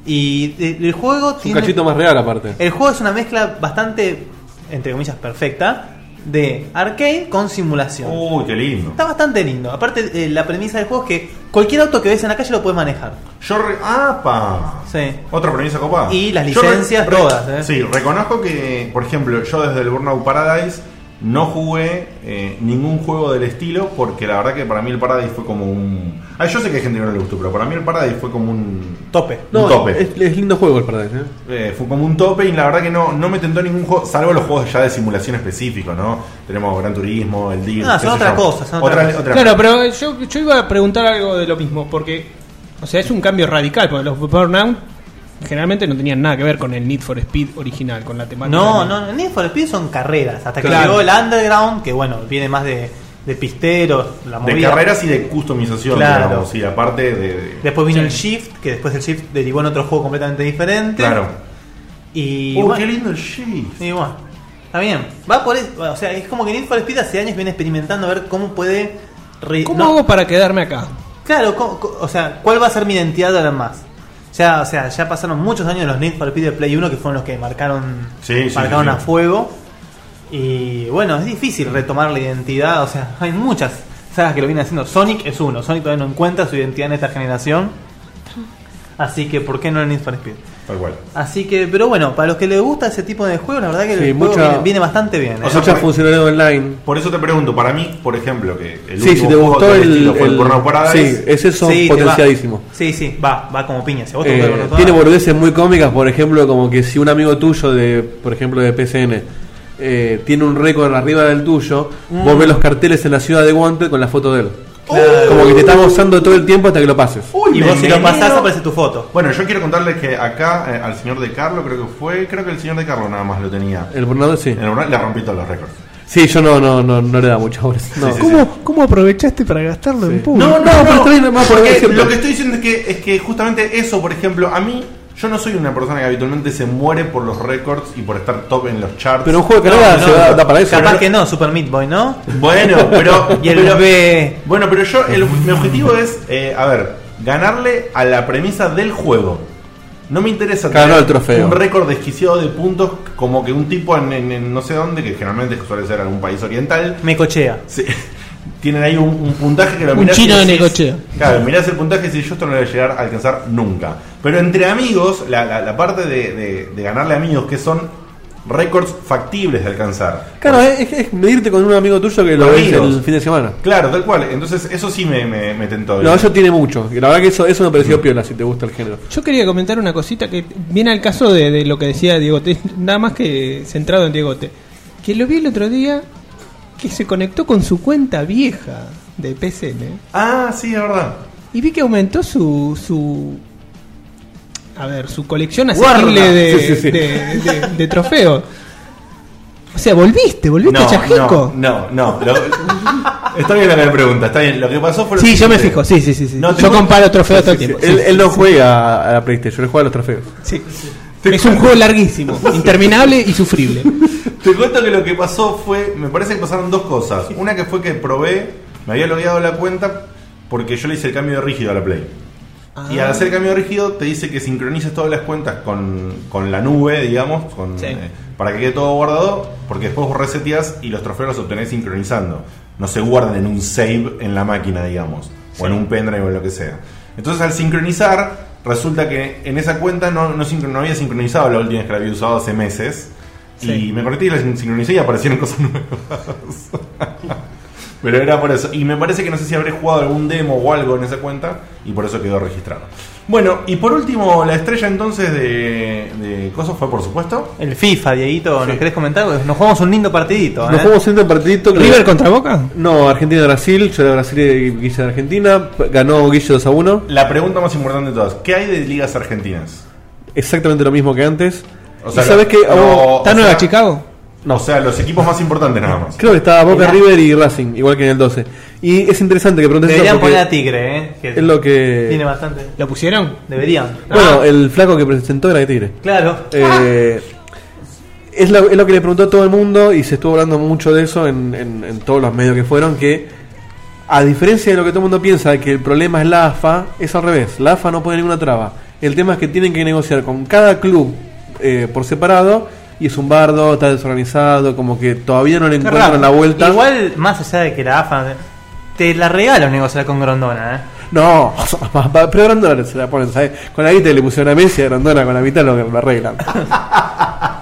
[SPEAKER 4] Y el el juego
[SPEAKER 1] Un
[SPEAKER 4] tiene.
[SPEAKER 1] cachito más real aparte.
[SPEAKER 4] El juego es una mezcla bastante, entre comillas, perfecta de arcade con simulación.
[SPEAKER 3] Uy, qué lindo.
[SPEAKER 4] Está bastante lindo. Aparte, eh, la premisa del juego es que cualquier auto que ves en la calle lo puedes manejar.
[SPEAKER 3] Yo re... ¡Apa!
[SPEAKER 4] Sí.
[SPEAKER 3] Otra premisa copada.
[SPEAKER 4] Y las
[SPEAKER 3] Yo re-
[SPEAKER 4] licencias
[SPEAKER 3] re-
[SPEAKER 4] todas, ¿eh?
[SPEAKER 3] Sí, reconozco que, por ejemplo, yo desde el Burnout Paradise no jugué eh, ningún juego del estilo porque la verdad que para mí el Paradise fue como un... Ah, yo sé que hay gente que no le gustó, pero para mí el Paradise fue como un...
[SPEAKER 4] Tope.
[SPEAKER 1] No,
[SPEAKER 3] un tope.
[SPEAKER 1] Es, es lindo juego el Paradise. ¿eh?
[SPEAKER 3] Eh, fue como un tope y la verdad que no, no me tentó ningún juego, salvo los juegos ya de simulación específico, ¿no? Tenemos Gran Turismo, el Dig.
[SPEAKER 4] Ah, son otras cosas, son otras cosas.
[SPEAKER 5] Claro, pero yo, yo iba a preguntar algo de lo mismo, porque, o sea, es un cambio radical, porque los Burnout generalmente no tenían nada que ver con el Need for Speed original, con la temática.
[SPEAKER 4] No,
[SPEAKER 5] del-
[SPEAKER 4] no, Need for Speed son carreras. Hasta que
[SPEAKER 5] Claro.
[SPEAKER 4] llegó el Underground, que bueno, viene más de, de pisteros, la
[SPEAKER 3] de
[SPEAKER 4] movida.
[SPEAKER 3] carreras y de customización,
[SPEAKER 4] Claro.
[SPEAKER 3] digamos, y aparte de... de-
[SPEAKER 4] Después vino
[SPEAKER 5] Sí.
[SPEAKER 4] el Shift, que después el Shift derivó en otro juego completamente diferente.
[SPEAKER 3] Claro.
[SPEAKER 4] Y,
[SPEAKER 3] Uy,
[SPEAKER 4] bueno,
[SPEAKER 3] qué lindo el Jeep.
[SPEAKER 4] y bueno, está bien. Va por es- bueno, o sea, es como que Need for Speed hace años viene experimentando a ver cómo puede. re-
[SPEAKER 5] ¿Cómo
[SPEAKER 4] no-
[SPEAKER 5] hago para quedarme acá?
[SPEAKER 4] Claro, co- co- o sea, ¿cuál va a ser mi identidad ahora más? Ya, o sea, ya pasaron muchos años de los Need for Speed de Play 1 que fueron los que marcaron,
[SPEAKER 3] Sí, sí,
[SPEAKER 4] marcaron
[SPEAKER 3] sí,
[SPEAKER 4] a
[SPEAKER 3] sí.
[SPEAKER 4] fuego. Y bueno, es difícil retomar la identidad, o sea, hay muchas sagas que lo vienen haciendo. Sonic es uno, Sonic todavía no encuentra su identidad en esta generación. Así que, ¿por qué no el Need for Speed?
[SPEAKER 3] Tal cual.
[SPEAKER 4] Así que, pero bueno, para los que les gusta ese tipo de juegos, la verdad que
[SPEAKER 1] Sí,
[SPEAKER 4] el juego
[SPEAKER 1] mucha-
[SPEAKER 4] viene, viene bastante bien.
[SPEAKER 3] O
[SPEAKER 4] ¿eh?
[SPEAKER 3] sea,
[SPEAKER 1] Mucha
[SPEAKER 3] por-
[SPEAKER 1] funcionalidad online.
[SPEAKER 3] Por eso te pregunto, para mí, por ejemplo, que el
[SPEAKER 1] Sí, si
[SPEAKER 3] último
[SPEAKER 1] te
[SPEAKER 3] juego
[SPEAKER 1] gustó
[SPEAKER 3] del
[SPEAKER 1] el,
[SPEAKER 3] estilo fue el,
[SPEAKER 1] el-
[SPEAKER 3] Burnout Paradise,
[SPEAKER 1] Sí, esos son
[SPEAKER 4] Sí, te va.
[SPEAKER 1] potenciadísimos.
[SPEAKER 4] Sí, sí, va, va como piña. Si a vos te
[SPEAKER 1] Eh,
[SPEAKER 4] gusta el Burnout
[SPEAKER 1] tiene
[SPEAKER 4] Paradise-
[SPEAKER 1] boludeces muy cómicas, por ejemplo, como que si un amigo tuyo, de por ejemplo de PCN, eh, tiene un récord arriba del tuyo,
[SPEAKER 4] Mm.
[SPEAKER 1] vos ves los carteles en la ciudad de Wanted con la foto de él. Como que te está gozando todo el tiempo hasta que lo pases.
[SPEAKER 3] Uy,
[SPEAKER 4] y vos si lo
[SPEAKER 3] bienvenido.
[SPEAKER 4] pasás aparece tu foto.
[SPEAKER 3] Bueno, yo quiero contarles que acá eh, al señor de Carlo, creo que fue, creo que el señor de Carlo nada más lo tenía.
[SPEAKER 4] Uh.
[SPEAKER 1] El Burnout sí.
[SPEAKER 3] En el Burnout le rompí todos los récords.
[SPEAKER 1] Sí, yo no, no, no, no le da muchas horas. No.
[SPEAKER 3] Sí, sí,
[SPEAKER 5] ¿Cómo, ¿Cómo aprovechaste para gastarlo en público?
[SPEAKER 1] No, no, pero está bien, no, porque es
[SPEAKER 3] porque
[SPEAKER 1] cierto.
[SPEAKER 3] lo que estoy diciendo es que, es que justamente eso, por ejemplo, a mí, yo no soy una persona que habitualmente se muere por los récords y por estar top en los charts.
[SPEAKER 1] Pero un juego de
[SPEAKER 4] No,
[SPEAKER 1] carrera
[SPEAKER 4] no,
[SPEAKER 1] se da, da para eso.
[SPEAKER 4] Capaz
[SPEAKER 1] ¿no?
[SPEAKER 4] que no, Super Meat Boy, ¿no?
[SPEAKER 3] Bueno,
[SPEAKER 4] [laughs]
[SPEAKER 3] pero.
[SPEAKER 4] Y el
[SPEAKER 3] pero-
[SPEAKER 4] bebé.
[SPEAKER 3] Bueno, pero yo, el- mi objetivo es, eh, a ver, ganarle a la premisa del juego. No me interesa
[SPEAKER 1] Ganó el trofeo.
[SPEAKER 3] un récord desquiciado de puntos como que un tipo en, en- en no sé dónde, que generalmente suele ser algún país oriental,
[SPEAKER 4] Me cochea.
[SPEAKER 3] se- tienen ahí un, un puntaje que lo
[SPEAKER 5] Un
[SPEAKER 3] mirás y
[SPEAKER 5] chino de
[SPEAKER 3] decís-
[SPEAKER 5] negochea.
[SPEAKER 3] Claro, mirás el puntaje y decís, yo esto no lo voy a llegar a alcanzar nunca. Pero entre amigos, la, la- la parte de, de- de ganarle a amigos, que son récords factibles de alcanzar.
[SPEAKER 1] Claro, es, es medirte con un amigo tuyo que lo ves
[SPEAKER 3] Amigos.
[SPEAKER 1] el fin de semana.
[SPEAKER 3] Claro, tal cual. Entonces, eso sí me, me, me tentó.
[SPEAKER 1] No, eso tiene mucho. La verdad que eso, eso me pareció piola si te gusta el género.
[SPEAKER 5] Yo quería comentar una cosita que viene al caso de, de lo que decía Diegote, nada más que centrado en Diegote. Que lo vi el otro día que se conectó con su cuenta vieja de PCN
[SPEAKER 3] Ah, sí, es verdad.
[SPEAKER 5] y vi que aumentó su. su a ver, su colección
[SPEAKER 1] Guarda.
[SPEAKER 5] asequible de,
[SPEAKER 1] Sí, sí, sí.
[SPEAKER 5] de- de- de trofeos. O sea, volviste, volviste a
[SPEAKER 3] No,
[SPEAKER 5] Chajico.
[SPEAKER 3] no, no. Lo- [laughs] está bien la que me pregunta, está bien. Lo que pasó fue lo
[SPEAKER 5] Sí, yo me
[SPEAKER 3] siguiente.
[SPEAKER 5] fijo, sí, sí, sí. sí.
[SPEAKER 3] No, te
[SPEAKER 5] yo
[SPEAKER 3] cu-
[SPEAKER 5] comparo trofeos todo el
[SPEAKER 1] Sí,
[SPEAKER 5] tiempo.
[SPEAKER 1] él,
[SPEAKER 5] sí,
[SPEAKER 1] él
[SPEAKER 5] sí,
[SPEAKER 1] no
[SPEAKER 5] sí.
[SPEAKER 1] juega a la PlayStation, él juega a los trofeos.
[SPEAKER 5] Sí. Es un juego larguísimo, interminable y sufrible.
[SPEAKER 3] Te cuento que lo que pasó fue, me parece que pasaron dos cosas. Una que fue que probé, me había logueado la cuenta porque yo le hice el cambio de rígido a la Play. Y al hacer el cambio de rígido te dice que sincronices todas las cuentas con, con la nube, digamos, con,
[SPEAKER 5] Sí.
[SPEAKER 3] eh, para que quede todo guardado, porque después vos reseteas y los trofeos los obtenés sincronizando. No se guardan en un save en la máquina, digamos, o en un pendrive o en lo que sea. Entonces al sincronizar, resulta que en esa cuenta no, no, sincro- no había sincronizado la última vez que la había usado hace meses.
[SPEAKER 5] Sí.
[SPEAKER 3] Y me conecté y la sin- sincronicé y aparecieron cosas nuevas. [laughs] Pero era por eso. Y me parece que no sé si habré jugado algún demo o algo en esa cuenta. Y por eso quedó registrado. Bueno, y por último, la estrella entonces de, de Cosas fue, por supuesto.
[SPEAKER 4] El FIFA, Dieguito, ¿nos querés comentar? Pues Nos jugamos un lindo partidito.
[SPEAKER 1] Nos
[SPEAKER 4] ¿eh?
[SPEAKER 1] jugamos siendo el partidito que-
[SPEAKER 5] ¿River contra Boca?
[SPEAKER 1] No, Argentina-Brasil, yo era Brasil y Guille de Argentina. Ganó Guille 2 a 1.
[SPEAKER 3] La pregunta más importante de todas: ¿qué hay de ligas argentinas?
[SPEAKER 1] Exactamente lo mismo que antes.
[SPEAKER 3] O sea,
[SPEAKER 1] y sabes que
[SPEAKER 3] no-
[SPEAKER 1] oh,
[SPEAKER 5] ¿Está
[SPEAKER 3] O
[SPEAKER 5] Nueva
[SPEAKER 3] sea-
[SPEAKER 5] Chicago?
[SPEAKER 3] O sea, los equipos más importantes nada más.
[SPEAKER 1] creo que estaba Boca
[SPEAKER 4] Era-
[SPEAKER 1] River y Racing, igual que en el 12. Y es interesante que preguntes eso
[SPEAKER 4] Deberían
[SPEAKER 1] porque
[SPEAKER 4] poner a Tigre, ¿eh? Que
[SPEAKER 1] es lo que
[SPEAKER 4] Tiene bastante.
[SPEAKER 5] ¿Lo pusieron?
[SPEAKER 4] Deberían.
[SPEAKER 1] Bueno, el flaco que presentó era de Tigre.
[SPEAKER 4] Claro.
[SPEAKER 1] Eh, es, lo, es lo que le preguntó a todo el mundo y se estuvo hablando mucho de eso en, en- en todos los medios que fueron, que a diferencia de lo que todo el mundo piensa, que el problema es la AFA, es al revés, la AFA no pone ninguna traba. El tema es que tienen que negociar con cada club eh, por separado y es un bardo, está desorganizado, como que todavía no le
[SPEAKER 4] Qué
[SPEAKER 1] encuentran
[SPEAKER 4] raro.
[SPEAKER 1] la vuelta.
[SPEAKER 4] Igual, más allá de que la AFA. Te la regalo negociar con Grondona, ¿eh?
[SPEAKER 1] No, [laughs] pero Grandona se la ponen, ¿sabes? Con la guita que le pusieron a Messi, a Grandona con la mitad lo, lo arreglan.
[SPEAKER 4] Bueno,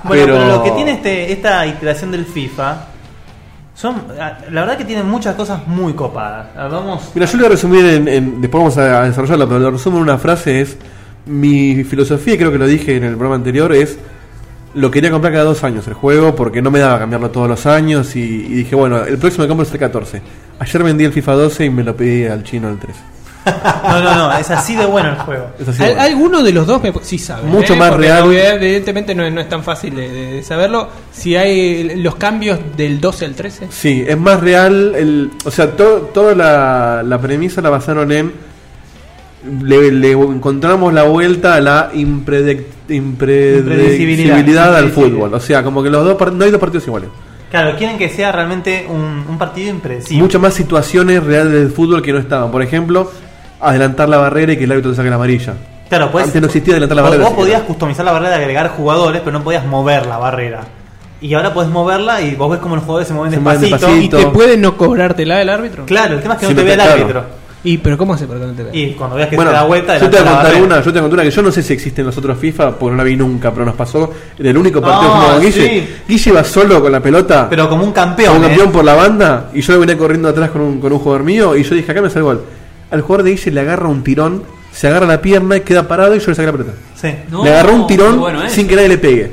[SPEAKER 4] pero,
[SPEAKER 1] Pero-
[SPEAKER 4] lo que tiene este, esta iteración del FIFA son. ah, La verdad que tienen muchas cosas muy copadas. Ah, Vamos.
[SPEAKER 1] Mira, yo lo voy a resumir en, en- Después vamos a, a desarrollarlo, pero lo resumo en una frase: es. Mi filosofía, y creo que lo dije en el programa anterior, es. Lo quería comprar cada dos años el juego porque no me daba cambiarlo todos los años. Y, y dije, bueno, el próximo que compro es el 14. Ayer vendí el FIFA 12 y me lo pedí al chino el 13.
[SPEAKER 4] No, no, no, es así de bueno el juego.
[SPEAKER 1] Es así,
[SPEAKER 5] Al-
[SPEAKER 1] bueno.
[SPEAKER 5] Alguno de los dos me, sí sabe. ¿eh?
[SPEAKER 1] Mucho más
[SPEAKER 5] Porque
[SPEAKER 1] real.
[SPEAKER 5] no, evidentemente no, es- no es tan fácil de, de- de saberlo. Si hay los cambios del 12 al 13.
[SPEAKER 1] Sí, es más real. El, o sea, to- toda la, la premisa la basaron en. Le, le encontramos la vuelta a la impredec- impredecibilidad al fútbol. O sea, como que los dos par- no hay dos partidos iguales.
[SPEAKER 4] Claro, quieren que sea realmente un, un partido impredecible.
[SPEAKER 1] Muchas más situaciones reales del fútbol que no estaban. Por ejemplo, adelantar la barrera y que el árbitro te saque la amarilla.
[SPEAKER 4] Claro, pues.
[SPEAKER 1] Antes no existía adelantar la
[SPEAKER 4] vos-
[SPEAKER 1] barrera,
[SPEAKER 4] Vos
[SPEAKER 1] sí,
[SPEAKER 4] podías
[SPEAKER 1] claro.
[SPEAKER 4] customizar la barrera de agregar jugadores, pero no podías mover la barrera. Y ahora podés moverla y vos ves cómo los jugadores se mueven
[SPEAKER 1] Se mueven
[SPEAKER 4] despacito.
[SPEAKER 5] ¿Y te puede no cobrártela el árbitro?
[SPEAKER 4] Claro, el tema es que
[SPEAKER 1] Sí,
[SPEAKER 4] no te
[SPEAKER 1] me
[SPEAKER 4] vea el
[SPEAKER 1] claro.
[SPEAKER 4] árbitro.
[SPEAKER 5] ¿Y pero cómo hace para que no te vea?
[SPEAKER 4] Y cuando veas que
[SPEAKER 1] Bueno,
[SPEAKER 4] se da vuelta,
[SPEAKER 1] yo te voy a
[SPEAKER 4] adelantá la
[SPEAKER 1] contar
[SPEAKER 4] barrera.
[SPEAKER 1] una, yo te voy a contar una que yo no sé si existe en los otros FIFA, porque no la vi nunca, pero nos pasó en el único partido
[SPEAKER 4] Ah,
[SPEAKER 1] que jugaba Guille.
[SPEAKER 4] sí.
[SPEAKER 1] Guille va solo con la pelota.
[SPEAKER 4] Pero como un
[SPEAKER 1] a
[SPEAKER 4] campeón.
[SPEAKER 1] un
[SPEAKER 4] ¿eh?
[SPEAKER 1] campeón por la banda y yo lo venía corriendo atrás con un, con un jugador mío y yo dije, acá me sale el gol. Al jugador de Guille le agarra un tirón, se agarra la pierna, queda parado y yo le saqué la pelota.
[SPEAKER 4] Sí.
[SPEAKER 7] No,
[SPEAKER 1] le agarró un tirón
[SPEAKER 7] muy bueno, ¿eh?
[SPEAKER 1] sin que nadie le pegue.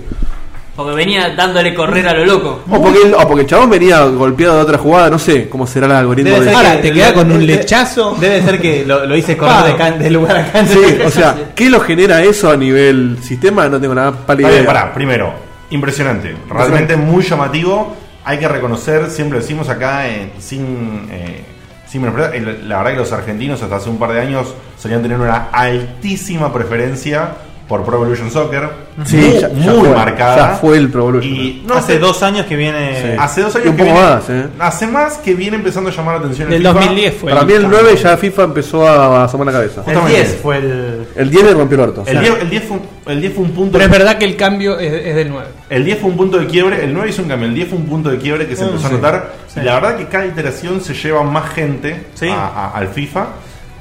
[SPEAKER 7] Porque venía dándole correr a lo loco.
[SPEAKER 1] O porque, el, o porque el chabón venía golpeado de otra jugada, no sé cómo será el algoritmo
[SPEAKER 4] Debe
[SPEAKER 1] de...
[SPEAKER 4] ser
[SPEAKER 5] Ahora,
[SPEAKER 4] que-
[SPEAKER 5] te queda con un
[SPEAKER 4] debe-
[SPEAKER 5] lechazo.
[SPEAKER 4] Debe ser que lo, lo hice correr
[SPEAKER 5] Claro.
[SPEAKER 4] de, can- de lugar a cancha.
[SPEAKER 1] [laughs] Sí, o sea, ¿qué lo genera eso a nivel sistema? No tengo nada pálida
[SPEAKER 3] Está bien,
[SPEAKER 1] idea.
[SPEAKER 3] pará, primero, impresionante. Realmente muy llamativo. Hay que reconocer, siempre lo decimos acá, eh, sin, eh, sin menospreciar, el- la verdad que los argentinos hasta hace un par de años solían tener una altísima preferencia por Pro Evolution Soccer.
[SPEAKER 1] Sí,
[SPEAKER 3] muy,
[SPEAKER 1] ya- ya
[SPEAKER 3] muy
[SPEAKER 1] fue,
[SPEAKER 3] marcada.
[SPEAKER 1] ya fue el Pro Evolution.
[SPEAKER 3] Y no
[SPEAKER 4] Hace
[SPEAKER 3] sé,
[SPEAKER 4] dos años que viene.
[SPEAKER 1] Sí. Ah,
[SPEAKER 3] hace dos años
[SPEAKER 1] Y un
[SPEAKER 3] que
[SPEAKER 1] poco
[SPEAKER 3] viene-
[SPEAKER 1] más, eh.
[SPEAKER 3] Hace más que viene empezando a llamar la atención el
[SPEAKER 5] Del
[SPEAKER 3] FIFA.
[SPEAKER 5] 2010 fue.
[SPEAKER 1] Para mí el 9 ya FIFA empezó a asomar la cabeza.
[SPEAKER 4] El
[SPEAKER 3] justamente.
[SPEAKER 4] 10 fue el.
[SPEAKER 1] El 10 le rompió el orto.
[SPEAKER 3] El 10, el 10 fue, un- el 10 fue un punto
[SPEAKER 5] Pero es verdad que el cambio es, es del 9.
[SPEAKER 3] El 10 fue un punto de quiebre, el 9 hizo un cambio, el 10 fue un punto de quiebre que se empezó a notar. Y La verdad que cada iteración se lleva más gente
[SPEAKER 4] Sí.
[SPEAKER 3] a- a- al FIFA.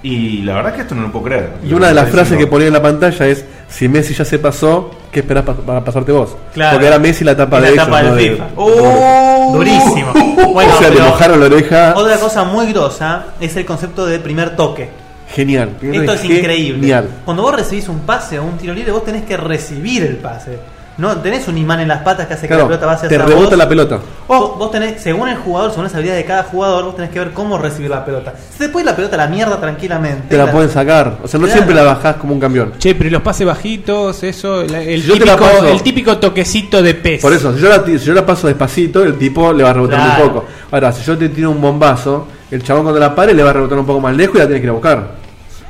[SPEAKER 3] Y la verdad es que esto no lo puedo creer.
[SPEAKER 1] Y una de las frases que
[SPEAKER 3] Diciendo-
[SPEAKER 1] ponía en la pantalla es: Si Messi ya se pasó, ¿qué esperás pa- para pasarte vos?
[SPEAKER 4] Claro.
[SPEAKER 1] Porque era Messi la tapa
[SPEAKER 4] Es la
[SPEAKER 1] de
[SPEAKER 4] tapa
[SPEAKER 1] ellos,
[SPEAKER 4] del
[SPEAKER 1] ¿no?
[SPEAKER 4] FIFA.
[SPEAKER 1] Uh,
[SPEAKER 3] ¡Oh!
[SPEAKER 4] Durísimo. Bueno,
[SPEAKER 1] o sea, le
[SPEAKER 4] pero
[SPEAKER 1] mojaron la oreja.
[SPEAKER 4] otra cosa muy grosa es el concepto de primer toque.
[SPEAKER 1] Genial.
[SPEAKER 4] Esto es increíble.
[SPEAKER 1] Genial.
[SPEAKER 4] Cuando vos recibís un pase o un tiro libre, vos tenés que recibir el pase. No tenés un imán en las patas que hace que la pelota
[SPEAKER 1] Claro,
[SPEAKER 4] vaya
[SPEAKER 1] te
[SPEAKER 4] hacia
[SPEAKER 1] rebota
[SPEAKER 4] vos.
[SPEAKER 1] la pelota.
[SPEAKER 4] Vos, vos tenés, según el jugador, según las habilidades de cada jugador, vos tenés que ver cómo recibir la pelota. Si te puede ir la pelota a la mierda tranquilamente.
[SPEAKER 1] Te la pueden sacar. O sea, no
[SPEAKER 4] Claro.
[SPEAKER 1] siempre la bajás como un camión.
[SPEAKER 5] Che, pero y los pases bajitos, eso, la- el,
[SPEAKER 1] Yo te la
[SPEAKER 5] típico,
[SPEAKER 1] paso.
[SPEAKER 5] el típico toquecito de pez.
[SPEAKER 1] Por eso, si yo la, ti- si yo la paso despacito, el tipo le va a rebotar
[SPEAKER 4] Claro.
[SPEAKER 1] un poco. Ahora, si yo te tiro un bombazo, el chabón cuando la pare le va a rebotar un poco más lejos y la tienes que ir a buscar.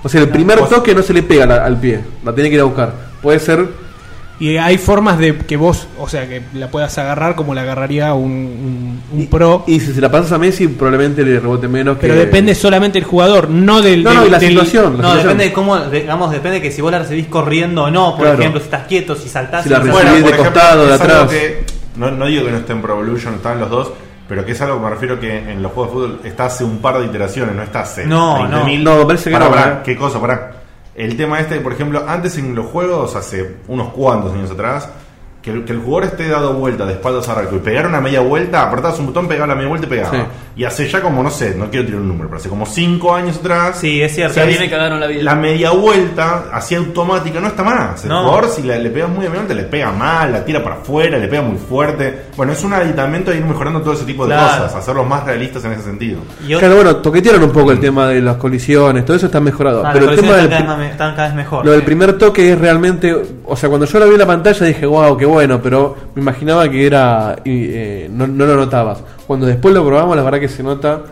[SPEAKER 1] O sea, el primer toque no se le pega la- al pie, la tiene que ir a buscar. Puede ser,
[SPEAKER 5] Y hay formas de que vos, o sea, que la puedas agarrar como la agarraría un, un- un pro.
[SPEAKER 1] y si se la pasas a Messi, probablemente le rebote menos
[SPEAKER 5] pero
[SPEAKER 1] que.
[SPEAKER 5] depende solamente del jugador, no del.
[SPEAKER 1] No, no,
[SPEAKER 5] del-
[SPEAKER 1] y la
[SPEAKER 5] del-
[SPEAKER 1] situación. la
[SPEAKER 4] No,
[SPEAKER 1] situación.
[SPEAKER 4] depende de cómo, digamos, depende de que si vos la recibís corriendo o no, por
[SPEAKER 1] Claro.
[SPEAKER 4] ejemplo, si estás quieto, si saltás.
[SPEAKER 1] Si la
[SPEAKER 4] no
[SPEAKER 1] recibís
[SPEAKER 4] saltás.
[SPEAKER 1] de
[SPEAKER 3] por
[SPEAKER 1] costado, de
[SPEAKER 3] es algo
[SPEAKER 1] atrás.
[SPEAKER 3] que- no, no digo que no esté en Pro Evolution, están los dos, pero que es algo que me refiero que en los juegos de fútbol está hace un par de iteraciones, no está hace.
[SPEAKER 4] No,
[SPEAKER 3] 20.000.
[SPEAKER 1] no. No, parece que
[SPEAKER 3] Pará,
[SPEAKER 1] no,
[SPEAKER 3] pará,
[SPEAKER 1] ¿verdad?
[SPEAKER 3] ¿Qué cosa? Pará. El tema este, por ejemplo, antes en los juegos, hace unos cuantos años atrás, que el, que el jugador esté dado vuelta de espaldas al arco y pegar una media vuelta, apretabas un botón, pegaba la media vuelta y pegaba.
[SPEAKER 1] Sí.
[SPEAKER 3] Y hace ya como, no sé, no quiero tirar un número, pero hace como 5 años atrás.
[SPEAKER 4] Sí, es cierto.
[SPEAKER 3] se
[SPEAKER 7] a
[SPEAKER 3] hace-
[SPEAKER 7] mí me cagaron la vida.
[SPEAKER 3] la media vuelta, así automática, no está más. El
[SPEAKER 4] No.
[SPEAKER 3] jugador, si la- le pegas muy adelante, le pega mal, la tira para afuera, le pega muy fuerte. Bueno, es un aditamento a ir mejorando todo ese tipo de
[SPEAKER 4] Claro.
[SPEAKER 3] cosas, hacerlos más realistas en ese sentido.
[SPEAKER 4] Y otro-
[SPEAKER 1] Claro, bueno, toquetearon un poco el tema de las colisiones, todo eso está mejorado.
[SPEAKER 4] Ah, las
[SPEAKER 1] pero el tema
[SPEAKER 4] colecciones
[SPEAKER 1] del,
[SPEAKER 4] están, cada vez, más- están cada vez mejor.
[SPEAKER 1] Lo del
[SPEAKER 4] Sí.
[SPEAKER 1] primer toque es realmente. O sea, cuando yo la vi en la pantalla dije, wow, qué bueno, pero me imaginaba que era. y, eh, no, no lo notabas. Cuando después lo probamos, la verdad que se nota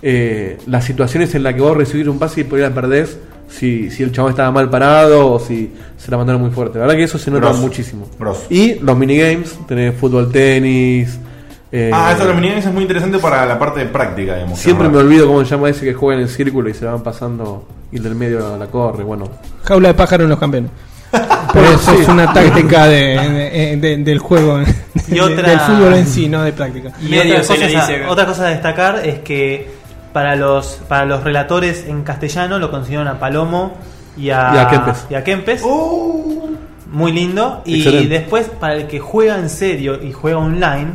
[SPEAKER 1] eh, las situaciones en las que vos recibís un pase y por ahí la perdés. Si, si el chabón estaba mal parado o si se la mandaron muy fuerte. La verdad que eso se nota
[SPEAKER 3] Grosso,
[SPEAKER 1] muchísimo.
[SPEAKER 3] grosso.
[SPEAKER 1] Y los minigames: tenés fútbol, tenis. eh,
[SPEAKER 3] ah, eso de los minigames Ah. es muy interesante para la parte de práctica, digamos.
[SPEAKER 1] Siempre me
[SPEAKER 3] ¿no?
[SPEAKER 1] olvido cómo se llama ese que juega en el círculo y se van pasando y del medio a la corre. Bueno,
[SPEAKER 5] Jaula de pájaro en los campeones. Pero eso
[SPEAKER 1] Sí.
[SPEAKER 5] es una táctica de, de- de- del juego, [laughs] de-
[SPEAKER 4] otra-
[SPEAKER 5] del fútbol en sí, no de práctica.
[SPEAKER 4] Y
[SPEAKER 7] Medio
[SPEAKER 4] otra
[SPEAKER 7] se
[SPEAKER 4] cosa,
[SPEAKER 7] le dice
[SPEAKER 4] a,
[SPEAKER 7] acá.
[SPEAKER 4] otra cosa a destacar es que para los, para los relatores en castellano lo consiguieron a Palomo y a,
[SPEAKER 1] Y a Kempes.
[SPEAKER 4] y a Kempes.
[SPEAKER 7] ¡Oh!
[SPEAKER 4] Muy lindo. Y
[SPEAKER 1] Excelente.
[SPEAKER 4] después, para el que juega en serio y juega online,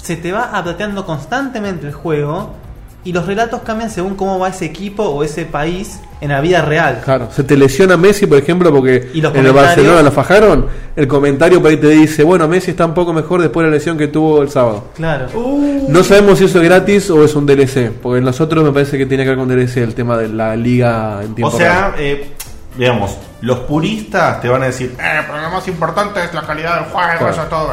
[SPEAKER 4] se te va updateando constantemente el juego y los relatos cambian según cómo va ese equipo o ese país en la vida real.
[SPEAKER 1] Claro, se te lesiona Messi, por ejemplo, porque
[SPEAKER 4] Y los
[SPEAKER 1] en el
[SPEAKER 4] comentarios.
[SPEAKER 1] Barcelona lo fajaron. El comentario por ahí te dice, bueno, Messi está un poco mejor después de la lesión que tuvo el sábado.
[SPEAKER 4] Claro.
[SPEAKER 7] ¡Oh!
[SPEAKER 1] No sabemos si eso es gratis o es un DLC, porque en nosotros me parece que tiene que ver con DLC el tema de la liga en
[SPEAKER 3] O
[SPEAKER 1] tiempo real.
[SPEAKER 3] sea, eh, digamos, los puristas te van a decir, eh, pero lo más importante es la calidad del juego,
[SPEAKER 1] Claro.
[SPEAKER 3] eso es todo.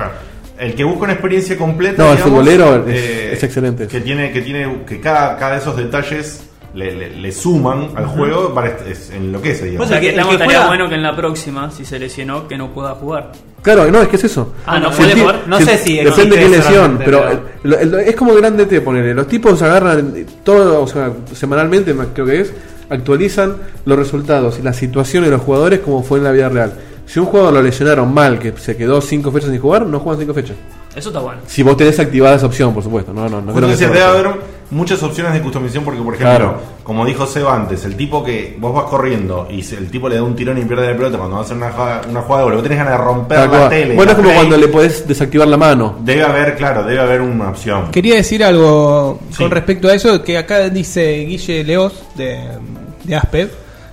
[SPEAKER 3] El que busca una experiencia completa. eh,
[SPEAKER 1] No, el futbolero es- es excelente.
[SPEAKER 3] Que tiene, que tiene, que cada, cada de esos detalles le, le- le suman al juego, para est- es- enloquece, digamos.
[SPEAKER 7] O sea, que
[SPEAKER 4] El que- el
[SPEAKER 7] estamos
[SPEAKER 4] que
[SPEAKER 7] estaría
[SPEAKER 4] juega-
[SPEAKER 7] bueno que en la próxima, si se lesionó, que no pueda jugar.
[SPEAKER 1] Claro, no, es que es eso.
[SPEAKER 7] Ah, no
[SPEAKER 1] Si
[SPEAKER 7] puede
[SPEAKER 1] el ti-
[SPEAKER 7] jugar.
[SPEAKER 4] No sé si
[SPEAKER 1] Depende
[SPEAKER 4] existe
[SPEAKER 1] de qué
[SPEAKER 4] eso
[SPEAKER 1] lesión,
[SPEAKER 4] realmente,
[SPEAKER 1] pero
[SPEAKER 4] pero-
[SPEAKER 1] el- el- el- es como grande T, ponele. Los tipos agarran todo, o sea, semanalmente, me- creo que es, actualizan los resultados y la situación de los jugadores como fue en la vida real. Si un jugador lo lesionaron mal, que se quedó cinco fechas sin jugar, no juegan cinco fechas.
[SPEAKER 7] Eso está bueno.
[SPEAKER 1] Si vos tenés activada esa opción, por supuesto. No, no, no creo que
[SPEAKER 3] Entonces
[SPEAKER 1] sea
[SPEAKER 3] debe
[SPEAKER 1] razón.
[SPEAKER 3] haber muchas opciones de customización porque, por ejemplo,
[SPEAKER 1] Claro.
[SPEAKER 3] como dijo Seba antes, el tipo que vos vas corriendo y se- el tipo le da un tirón y pierde la pelota cuando va a hacer una jugada, una jugada de gol, vos tenés ganas de romper
[SPEAKER 1] Tal
[SPEAKER 3] la
[SPEAKER 1] cual.
[SPEAKER 3] tele.
[SPEAKER 1] Bueno,
[SPEAKER 3] la
[SPEAKER 1] es como
[SPEAKER 3] play.
[SPEAKER 1] cuando le podés desactivar la mano.
[SPEAKER 3] Debe haber, claro, debe haber una opción.
[SPEAKER 5] Quería decir algo
[SPEAKER 3] Sí.
[SPEAKER 5] con respecto a eso, que acá dice Guille Leos de, de Asped,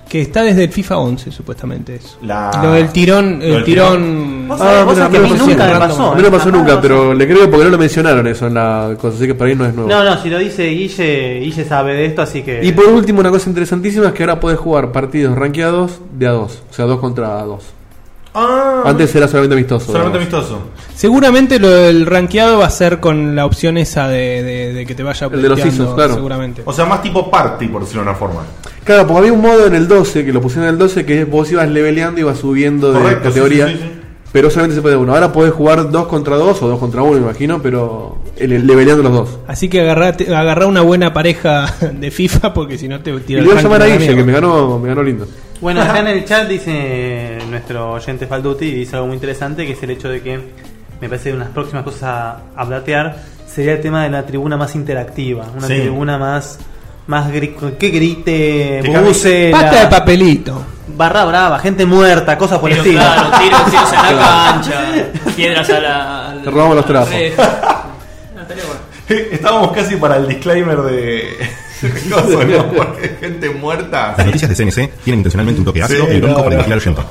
[SPEAKER 5] que está desde el FIFA 11 supuestamente eso.
[SPEAKER 3] La-
[SPEAKER 5] Lo del tirón,
[SPEAKER 3] Lo
[SPEAKER 5] el
[SPEAKER 3] del
[SPEAKER 5] tirón... Ah,
[SPEAKER 4] Vos sabés- vos
[SPEAKER 1] Ah, mira,
[SPEAKER 4] sabés que a
[SPEAKER 1] mira,
[SPEAKER 4] mí
[SPEAKER 1] lo
[SPEAKER 4] nunca me
[SPEAKER 5] random.
[SPEAKER 4] pasó. ¿eh?
[SPEAKER 1] No me lo pasó
[SPEAKER 4] Jamás
[SPEAKER 1] nunca,
[SPEAKER 4] me pasó.
[SPEAKER 1] pero le creo porque no lo mencionaron eso en la cosa, así que para ahí no es nuevo.
[SPEAKER 4] No, no, si lo dice Guille, Guille sabe de esto, así que.
[SPEAKER 1] Y por último, una cosa interesantísima es que ahora podés jugar partidos rankeados de a dos, o sea, dos contra dos.
[SPEAKER 3] Ah,
[SPEAKER 1] Antes era solamente amistoso.
[SPEAKER 3] solamente
[SPEAKER 1] digamos.
[SPEAKER 3] amistoso.
[SPEAKER 5] Seguramente lo del rankeado va a ser con la opción esa de, de- de que te vaya
[SPEAKER 1] El de los
[SPEAKER 5] updateando,
[SPEAKER 1] ISOs, claro.
[SPEAKER 5] Seguramente.
[SPEAKER 3] O sea, más tipo party, por decirlo de una forma.
[SPEAKER 1] Claro, porque había un modo en el 12 que lo pusieron en el 12 que vos ibas leveleando y ibas subiendo de
[SPEAKER 3] Correcto, sí,
[SPEAKER 1] categoría.
[SPEAKER 3] sí, sí, sí.
[SPEAKER 1] Pero solamente se puede uno. Ahora podés jugar dos contra dos o dos contra uno, imagino, pero el- leveleando los dos.
[SPEAKER 5] Así que agarrate, agarrá una buena pareja de FIFA porque si no te
[SPEAKER 1] Y
[SPEAKER 5] tira
[SPEAKER 1] le
[SPEAKER 5] el
[SPEAKER 1] voy a
[SPEAKER 5] ranking
[SPEAKER 1] llamar a
[SPEAKER 5] la
[SPEAKER 1] Guille,
[SPEAKER 5] mierda.
[SPEAKER 1] que me ganó, me ganó lindo.
[SPEAKER 4] Bueno, acá en el chat dice nuestro oyente Falduti, dice algo muy interesante, que es el hecho de que me parece que unas próximas cosas a, a platear sería el tema de la tribuna más interactiva, una
[SPEAKER 3] Sí.
[SPEAKER 4] tribuna más más gri- que grite,
[SPEAKER 3] Que cambie.
[SPEAKER 4] buce,
[SPEAKER 5] Pasta de papelito.
[SPEAKER 4] barra brava, gente muerta, cosas por el
[SPEAKER 7] Tiros,
[SPEAKER 4] estilo. [laughs]
[SPEAKER 7] claro, tiros, tiros a la cancha, piedras a la. al-
[SPEAKER 1] Te robamos los trapos.
[SPEAKER 7] Eh, no, estaría bueno.
[SPEAKER 3] Estábamos casi para el disclaimer
[SPEAKER 1] [laughs]
[SPEAKER 3] de. Coso, ¿no? Porque gente muerta.
[SPEAKER 9] Las noticias de CNC tienen intencionalmente un toque ácido
[SPEAKER 3] Sí,
[SPEAKER 9] e irónico
[SPEAKER 3] no,
[SPEAKER 9] para
[SPEAKER 3] no.
[SPEAKER 9] vigilar al oyente.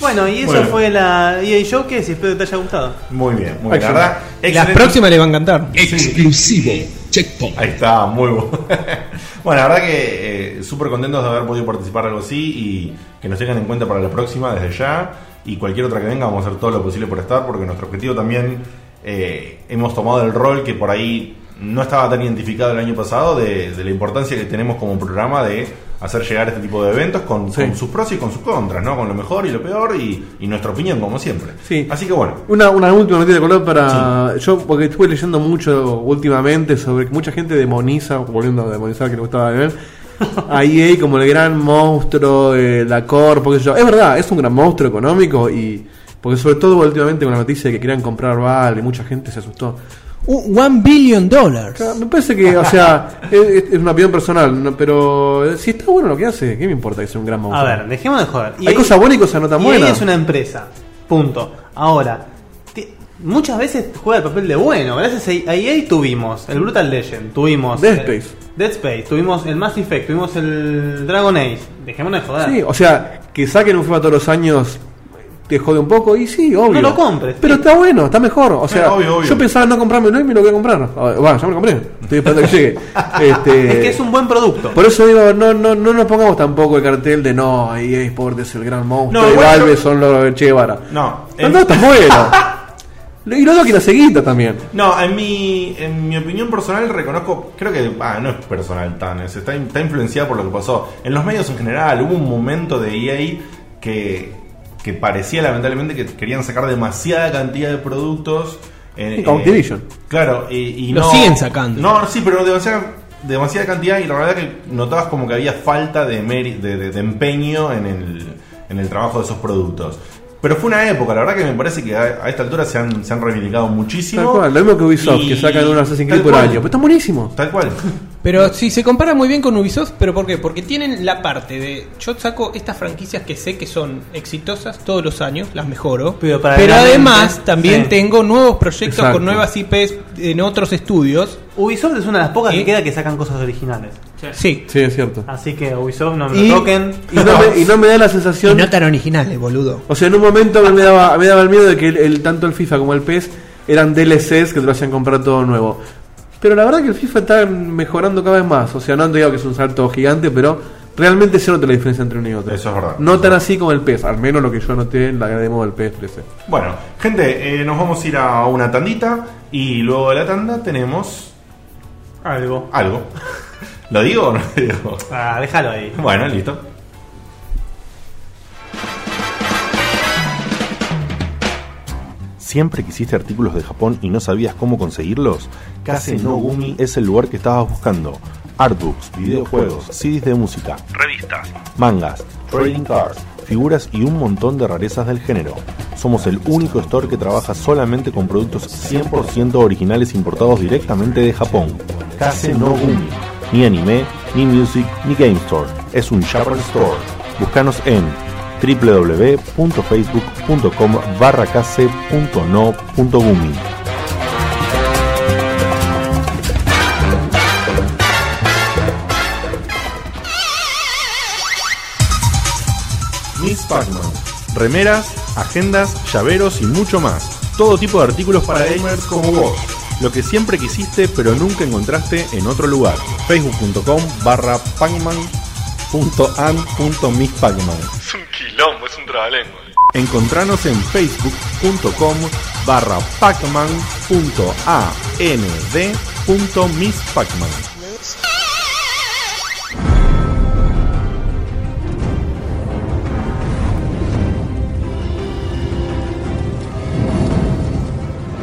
[SPEAKER 4] Bueno, y eso
[SPEAKER 3] Bueno.
[SPEAKER 4] fue la EA Showcase, espero que te haya gustado.
[SPEAKER 3] Muy bien, muy bien. La
[SPEAKER 1] Excelente.
[SPEAKER 3] verdad,
[SPEAKER 5] Las
[SPEAKER 3] excelente.
[SPEAKER 5] próximas le van a encantar.
[SPEAKER 8] Exclusivo. Checkpoint.
[SPEAKER 3] Ahí está, muy bueno. [laughs] bueno, la verdad que eh, súper contentos de haber podido participar de algo así y que nos tengan en cuenta para la próxima desde ya. Y cualquier otra que venga, vamos a hacer todo lo posible por estar, porque nuestro objetivo también eh, hemos tomado el rol que por ahí no estaba tan identificado el año pasado de, de la importancia que tenemos como programa de hacer llegar este tipo de eventos con,
[SPEAKER 1] Sí.
[SPEAKER 3] con sus pros y con sus contras, ¿no? Con lo mejor y lo peor y, y nuestra opinión, como siempre.
[SPEAKER 1] Sí.
[SPEAKER 3] Así que bueno,
[SPEAKER 1] Una, una última noticia de color para. Yo, porque estuve leyendo mucho últimamente sobre que mucha gente demoniza, volviendo a demonizar que le
[SPEAKER 4] [laughs]
[SPEAKER 1] gustaba ver, a EA como el gran monstruo, de la corpo, qué sé yo. Es verdad, es un gran monstruo económico y. Porque sobre todo últimamente con la noticia de que querían comprar Val y mucha gente se asustó.
[SPEAKER 5] Un- One billion dollars.
[SPEAKER 1] Claro, Me parece que,
[SPEAKER 4] [laughs]
[SPEAKER 1] o sea, es, es una opinión personal, no- pero eh, si está bueno lo que hace, ¿qué me importa que sea un gran monstruo?
[SPEAKER 4] A ver, dejemos de joder.
[SPEAKER 1] Hay cosas buenas y cosas no tan
[SPEAKER 4] EA
[SPEAKER 1] buenas.
[SPEAKER 4] es una empresa. Punto. Ahora, ti- muchas veces juega el papel de bueno. Gracias a a EA tuvimos el Brutal Legend, tuvimos
[SPEAKER 1] Dead
[SPEAKER 4] el-
[SPEAKER 1] Space.
[SPEAKER 4] Dead Space, tuvimos el Mass Effect, tuvimos el Dragon Age. Dejémonos de joder.
[SPEAKER 1] Sí, o sea, que saquen un FIFA todos los años te jode un poco y sí,
[SPEAKER 4] No
[SPEAKER 1] obvio.
[SPEAKER 4] lo compres,
[SPEAKER 1] Pero
[SPEAKER 4] sí.
[SPEAKER 1] está bueno, está mejor. O sea,
[SPEAKER 3] Eh, obvio, obvio.
[SPEAKER 1] yo pensaba no comprarme uno y me lo voy a comprar. Ah, Bueno, ya me lo compré. Estoy esperando que
[SPEAKER 4] [laughs]
[SPEAKER 1] llegue. Este,
[SPEAKER 4] es que es un buen producto.
[SPEAKER 1] Por eso digo, no, no, no nos pongamos tampoco el cartel de no, EA Sports es el gran monstruo
[SPEAKER 3] No,
[SPEAKER 1] y
[SPEAKER 3] igual
[SPEAKER 1] Valve
[SPEAKER 3] yo-
[SPEAKER 1] son los de Che Guevara.
[SPEAKER 3] no.
[SPEAKER 1] No,
[SPEAKER 3] en-
[SPEAKER 1] no,
[SPEAKER 3] [laughs]
[SPEAKER 1] está bueno. Lo- y los dos que la seguita también.
[SPEAKER 3] No, en mi, en mi opinión personal reconozco, creo que, ah, no es personal tan, es- está, está influenciada por lo que pasó. En los medios en general hubo un momento de EA que, que parecía lamentablemente que querían sacar demasiada cantidad de productos. eh,
[SPEAKER 1] Sí, como
[SPEAKER 3] eh,
[SPEAKER 1] Activision.
[SPEAKER 3] Claro, y, y
[SPEAKER 5] Lo
[SPEAKER 3] no-
[SPEAKER 5] siguen sacando.
[SPEAKER 3] No, sí, pero demasiada, demasiada cantidad y la verdad que notabas como que había falta de, meri- de, de- de empeño en el, en el trabajo de esos productos. Pero fue una época, la verdad que me parece que a, a esta altura se han, se han reivindicado muchísimo.
[SPEAKER 1] Tal cual, lo mismo que Ubisoft,
[SPEAKER 3] Y-
[SPEAKER 1] que sacan un Assassin's Creed
[SPEAKER 3] tal
[SPEAKER 1] por
[SPEAKER 3] cual,
[SPEAKER 1] año. Pero están buenísimos.
[SPEAKER 3] Tal cual. [laughs]
[SPEAKER 5] Pero si se compara muy bien con Ubisoft, ¿pero por qué? Porque tienen la parte de. Yo saco estas franquicias que sé que son exitosas todos los años, las mejoro. Pero,
[SPEAKER 4] Pero paralelamente,
[SPEAKER 5] además también
[SPEAKER 4] sí.
[SPEAKER 5] tengo nuevos proyectos
[SPEAKER 1] Exacto.
[SPEAKER 5] con nuevas IPs en otros estudios.
[SPEAKER 4] Ubisoft es una de las pocas
[SPEAKER 5] ¿Y?
[SPEAKER 4] que queda que sacan cosas originales.
[SPEAKER 5] Sí.
[SPEAKER 1] Sí, es cierto.
[SPEAKER 4] Así que Ubisoft no me
[SPEAKER 1] Y-
[SPEAKER 4] lo toquen.
[SPEAKER 1] Y no me, y no me da la sensación.
[SPEAKER 5] tan originales, boludo.
[SPEAKER 1] O sea, en un momento me daba, me daba el miedo de que el, el- tanto el FIFA como el PES eran DLCs que te lo hacían comprar todo nuevo. Pero la verdad que el FIFA está mejorando cada vez más. O sea, no te digo que es un salto gigante, pero realmente se nota la diferencia entre uno y otro.
[SPEAKER 3] Eso es verdad.
[SPEAKER 1] No tan así como el PES, al menos lo que yo noté en la gran demo del PES 13.
[SPEAKER 3] Bueno, gente, eh, nos vamos a ir a una tandita y luego de la tanda tenemos
[SPEAKER 4] Algo.
[SPEAKER 3] algo. [laughs] ¿Lo digo o no lo digo?
[SPEAKER 4] Ah, déjalo ahí.
[SPEAKER 3] [laughs] Bueno, listo. ¿Siempre quisiste artículos de Japón y no sabías cómo conseguirlos? Kase no Gumi es el lugar que estabas buscando. Artbooks, videojuegos, CDs de música, revistas, mangas, trading cards, figuras y un montón de rarezas del género. Somos el único store que trabaja solamente con productos 100% originales importados directamente de Japón. Kase no Gumi. Ni anime, ni music, ni game store. Es un Japan store. Búscanos en www.facebook.com barra kc.no.gumi. Miss Pacman. Remeras, agendas, llaveros y mucho más. Todo tipo de artículos para gamers como vos. Lo que siempre quisiste pero nunca encontraste en otro lugar. Facebook.com barra pacman.an.misspacman.
[SPEAKER 8] Es un quilombo, es un trabalengua.
[SPEAKER 3] Encontranos en facebook.com barra pacman.and.misspacman.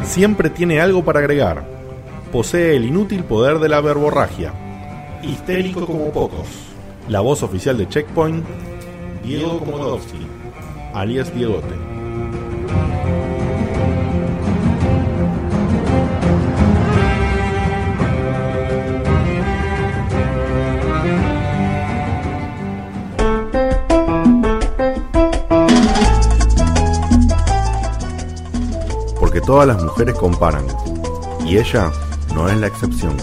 [SPEAKER 3] Siempre tiene algo para agregar. Posee el inútil poder de la verborragia. Histérico como pocos. La voz oficial de Checkpoint, Diego Komodowski alias Diegote.
[SPEAKER 2] Todas las mujeres comparan. Y ella no es la excepción.